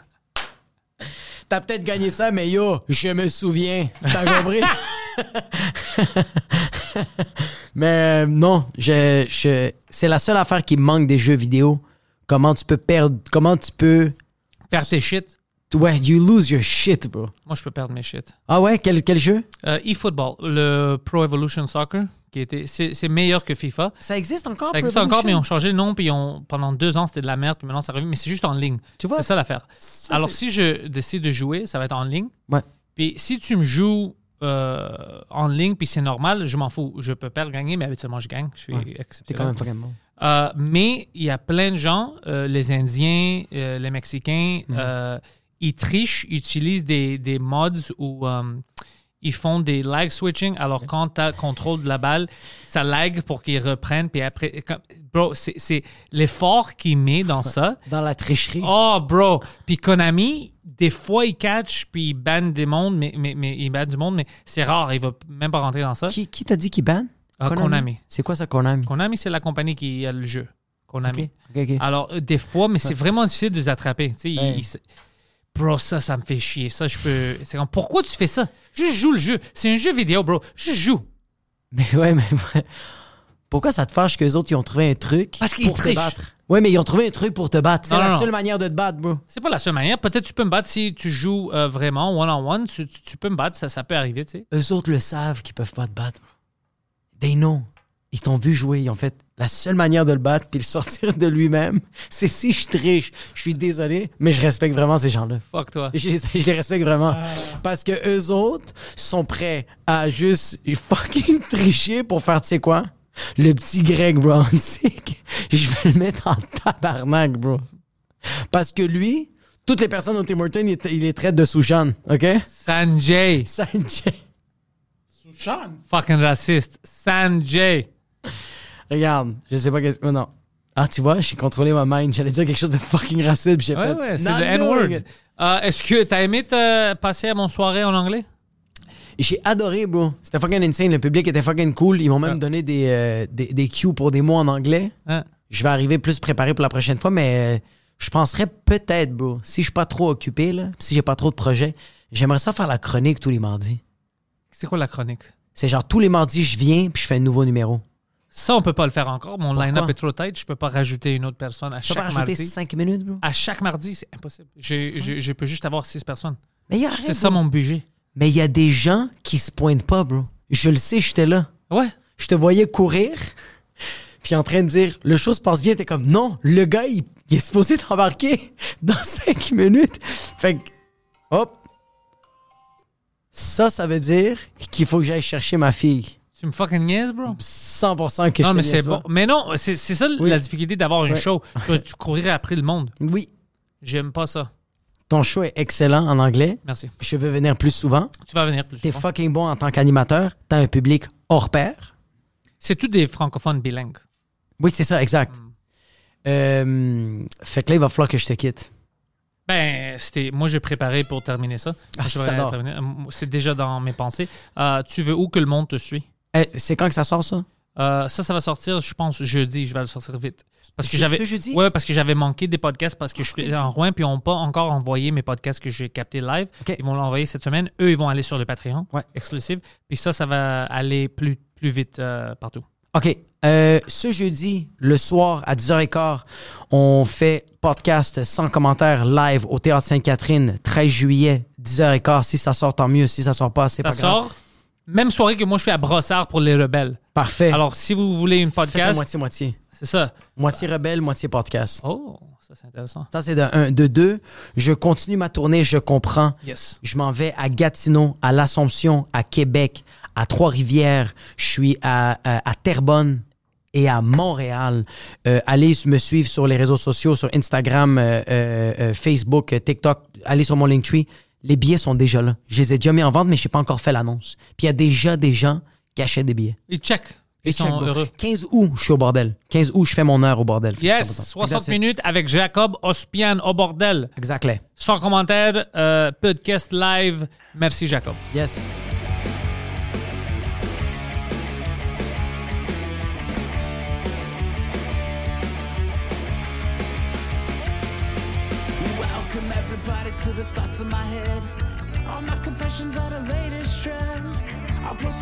Speaker 3: T'as peut-être gagné ça, mais yo, je me souviens. T'as compris? mais euh, non, je, je- c'est la seule affaire qui me manque des jeux vidéo. Comment tu peux perdre, comment tu peux
Speaker 2: Perds tes shit.
Speaker 3: Ouais, you lose your shit, bro.
Speaker 2: Moi, je peux perdre mes shit.
Speaker 3: Ah ouais, quel, quel jeu?
Speaker 2: Euh, eFootball, le Pro Evolution Soccer, qui était, c'est c'est meilleur que FIFA.
Speaker 3: Ça existe encore,
Speaker 2: Ça existe
Speaker 3: Pro
Speaker 2: encore, mais ils
Speaker 3: Evolution?
Speaker 2: ont changé le nom, puis ils ont- pendant deux ans, c'était de la merde, puis maintenant, ça revient, mais c'est juste en ligne.
Speaker 3: Tu vois,
Speaker 2: C'est ça l'affaire.
Speaker 3: Ça,
Speaker 2: Alors,
Speaker 3: c'est-
Speaker 2: si je décide de jouer, ça va être en ligne.
Speaker 3: Ouais.
Speaker 2: Puis si tu me joues euh, en ligne, puis c'est normal, je m'en fous. Je peux perdre, gagner, mais habituellement, je gagne. Je suis
Speaker 3: Ouais. T'es
Speaker 2: exceptionnel.
Speaker 3: quand même vraiment bon.
Speaker 2: Euh, mais il y a plein de gens, euh, les Indiens, euh, les Mexicains, euh, ils trichent, ils utilisent des, des mods où euh, ils font des lag switching. Alors, quand tu as contrôle de la balle, ça lag pour qu'ils reprennent. Puis après, comme- bro, c'est- c'est l'effort qu'ils mettent dans ça.
Speaker 3: Dans la tricherie.
Speaker 2: Oh, bro. Puis Konami, des fois, il catch, puis il banne des mondes, mais, mais, mais il banne du monde, mais c'est rare. Il va même pas rentrer dans ça.
Speaker 3: Qui, qui t'a dit qu'il ban?
Speaker 2: Ah, Konami.
Speaker 3: C'est quoi ça, Konami?
Speaker 2: Konami, c'est la compagnie qui a le jeu. Konami.
Speaker 3: Ok, ok, ok.
Speaker 2: Alors, euh, des fois, mais c'est vraiment difficile de les attraper. Tu sais, ils-
Speaker 3: Ouais.
Speaker 2: ils se- bro, ça, ça me fait chier. Ça, je peux. C'est comme, pourquoi tu fais ça? Je joue le jeu. C'est un jeu vidéo, bro. Je joue.
Speaker 3: Mais ouais, mais pourquoi ça te fâche que les autres ils ont trouvé un truc
Speaker 2: Parce qu'ils
Speaker 3: pour te
Speaker 2: trichent.
Speaker 3: battre Ouais, mais ils ont trouvé un truc pour te battre. C'est
Speaker 2: Non,
Speaker 3: la
Speaker 2: non, non.
Speaker 3: seule manière de te battre, bro.
Speaker 2: C'est pas la seule manière. Peut-être tu peux me battre si tu joues euh, vraiment one-on-one. Tu, tu- tu peux me battre. Ça, ça peut arriver, tu sais.
Speaker 3: Eux autres le savent qu'ils peuvent pas te battre, bro. They know. Ils t'ont vu jouer. Ils ont fait la seule manière de le battre puis le sortir de lui-même, c'est si je triche. Je suis désolé, mais je respecte vraiment ces gens-là.
Speaker 2: Fuck toi.
Speaker 3: Je les, je les respecte vraiment.
Speaker 2: Ah.
Speaker 3: Parce que eux autres sont prêts à juste fucking tricher pour faire, tu sais quoi? Le petit Greg Brownsick, je vais le mettre en tabarnak, bro. Parce que lui, toutes les personnes au Tim Hortons, il, il les traite de Sushan, OK?
Speaker 2: Sanjay.
Speaker 3: Sanjay.
Speaker 4: Sushan?
Speaker 2: Fucking raciste. Sanjay.
Speaker 3: Regarde, je sais pas qu'est-ce... mais Non. Ah, tu vois, j'ai contrôlé ma mind. J'allais dire quelque chose de fucking raciste, puis j'ai
Speaker 2: Ouais,
Speaker 3: fait...
Speaker 2: ouais, c'est
Speaker 3: not
Speaker 2: le
Speaker 3: doing
Speaker 2: N-word.
Speaker 3: it.
Speaker 2: Euh, Est-ce que t'as aimé te passer à mon soirée en anglais?
Speaker 3: J'ai adoré, bro. C'était fucking insane. Le public était fucking cool. Ils m'ont même
Speaker 2: Ouais.
Speaker 3: donné des, euh, des, des cues pour des mots en anglais.
Speaker 2: Hein?
Speaker 3: Je vais arriver plus préparé pour la prochaine fois, mais euh, je penserais peut-être, bro, si je suis pas trop occupé, là, si j'ai pas trop de projets, j'aimerais ça faire la chronique tous les mardis.
Speaker 2: C'est quoi la chronique?
Speaker 3: C'est genre tous les mardis, je viens puis je fais un nouveau numéro.
Speaker 2: Ça, on peut pas le faire encore. Mon line-up
Speaker 3: Pourquoi?
Speaker 2: est trop tight. Je peux pas rajouter une autre personne à
Speaker 3: Je peux pas
Speaker 2: chaque
Speaker 3: rajouter
Speaker 2: mardi. Ah,
Speaker 3: cinq minutes, bro.
Speaker 2: À chaque mardi, c'est impossible. Je, je, je peux juste avoir six personnes.
Speaker 3: Mais y a rien,
Speaker 2: C'est ça
Speaker 3: bro.
Speaker 2: mon budget.
Speaker 3: Mais il y a des gens qui se pointent pas, bro. Je le sais, j'étais là.
Speaker 2: Ouais.
Speaker 3: Je te voyais courir, puis en train de dire le show se passe bien. T'es comme non, le gars, il, il est supposé t'embarquer dans cinq minutes. Fait que, hop. Ça, ça veut dire qu'il faut que j'aille chercher ma fille.
Speaker 2: Tu me fucking niaises, bro?
Speaker 3: 100% que je
Speaker 2: non,
Speaker 3: te
Speaker 2: mais
Speaker 3: laisse
Speaker 2: c'est
Speaker 3: voir.
Speaker 2: bon. Mais non, c'est c'est ça
Speaker 3: Oui.
Speaker 2: la difficulté d'avoir un
Speaker 3: Ouais.
Speaker 2: show. Toi, tu courirais après le monde.
Speaker 3: Oui,
Speaker 2: J'aime pas ça.
Speaker 3: ton show est excellent en anglais.
Speaker 2: Merci.
Speaker 3: Je veux venir plus souvent.
Speaker 2: Tu vas venir plus
Speaker 3: T'es
Speaker 2: souvent.
Speaker 3: fucking bon en tant qu'animateur. T'as un public hors pair.
Speaker 2: C'est tous des francophones bilingues.
Speaker 3: Oui, c'est ça, exact.
Speaker 2: Hmm.
Speaker 3: Euh, fait que là, il va falloir que je te quitte.
Speaker 2: Ben, c'était. Moi, j'ai préparé pour terminer ça.
Speaker 3: Ah,
Speaker 2: Je vais
Speaker 3: j'adore.
Speaker 2: terminer. Euh, C'est déjà dans mes pensées. Euh, tu veux où que le monde te suit?
Speaker 3: Eh, c'est quand que ça sort, ça?
Speaker 2: Euh, ça, ça va sortir, je pense, jeudi. Je vais le sortir vite. Parce que
Speaker 3: Ce-
Speaker 2: j'avais.
Speaker 3: ce jeudi?
Speaker 2: Ouais, parce que j'avais manqué des podcasts parce
Speaker 3: Ah,
Speaker 2: que je suis en Rouen, puis ils n'ont pas encore envoyé mes podcasts que j'ai captés live.
Speaker 3: Ok.
Speaker 2: Ils vont l'envoyer cette semaine. Eux, ils vont aller sur le Patreon
Speaker 3: Ouais.
Speaker 2: exclusif. Puis ça, ça va aller plus, plus vite euh, partout.
Speaker 3: OK. Euh, ce jeudi, le soir, à 10h15, on fait podcast sans commentaire live au Théâtre Sainte-Catherine, 13 juillet, 10h15. Si ça sort, tant mieux. Si ça sort pas, c'est
Speaker 2: Ça
Speaker 3: pas grave.
Speaker 2: sort. Même soirée que moi, je suis à Brossard pour les rebelles.
Speaker 3: Parfait.
Speaker 2: Alors, si vous voulez une
Speaker 3: Faites-le
Speaker 2: podcast,
Speaker 3: moitié-moitié.
Speaker 2: c'est ça.
Speaker 3: Moitié rebelle, moitié podcast.
Speaker 2: Oh, ça, c'est intéressant.
Speaker 3: Ça, c'est de un. De deux, je continue ma tournée, je comprends.
Speaker 2: Yes.
Speaker 3: Je m'en vais à Gatineau, à l'Assomption, à Québec, à Trois-Rivières. Je suis à, à- à Terrebonne et à Montréal. Euh, allez me suivre sur les réseaux sociaux, sur Instagram, euh, euh, euh, Facebook, euh, TikTok. Allez sur mon Linktree. Les billets sont déjà là. Je les ai déjà mis en vente, mais je n'ai pas encore fait l'annonce. Puis il y a déjà des gens qui achètent des billets.
Speaker 2: Ils check. Ils
Speaker 3: Et check,
Speaker 2: sont
Speaker 3: bro.
Speaker 2: heureux.
Speaker 3: 15 août, je suis au bordel. 15 août, je fais mon heure au bordel. Fait que c'est important.
Speaker 2: Yes, 60
Speaker 3: Exactly.
Speaker 2: minutes avec Jacob Ospian au bordel.
Speaker 3: Exactly.
Speaker 2: Sans commentaire, euh, podcast live. Merci, Jacob.
Speaker 3: Yes.
Speaker 1: Welcome everybody to the thoughts in my head. All my confessions are the latest trend. I'll post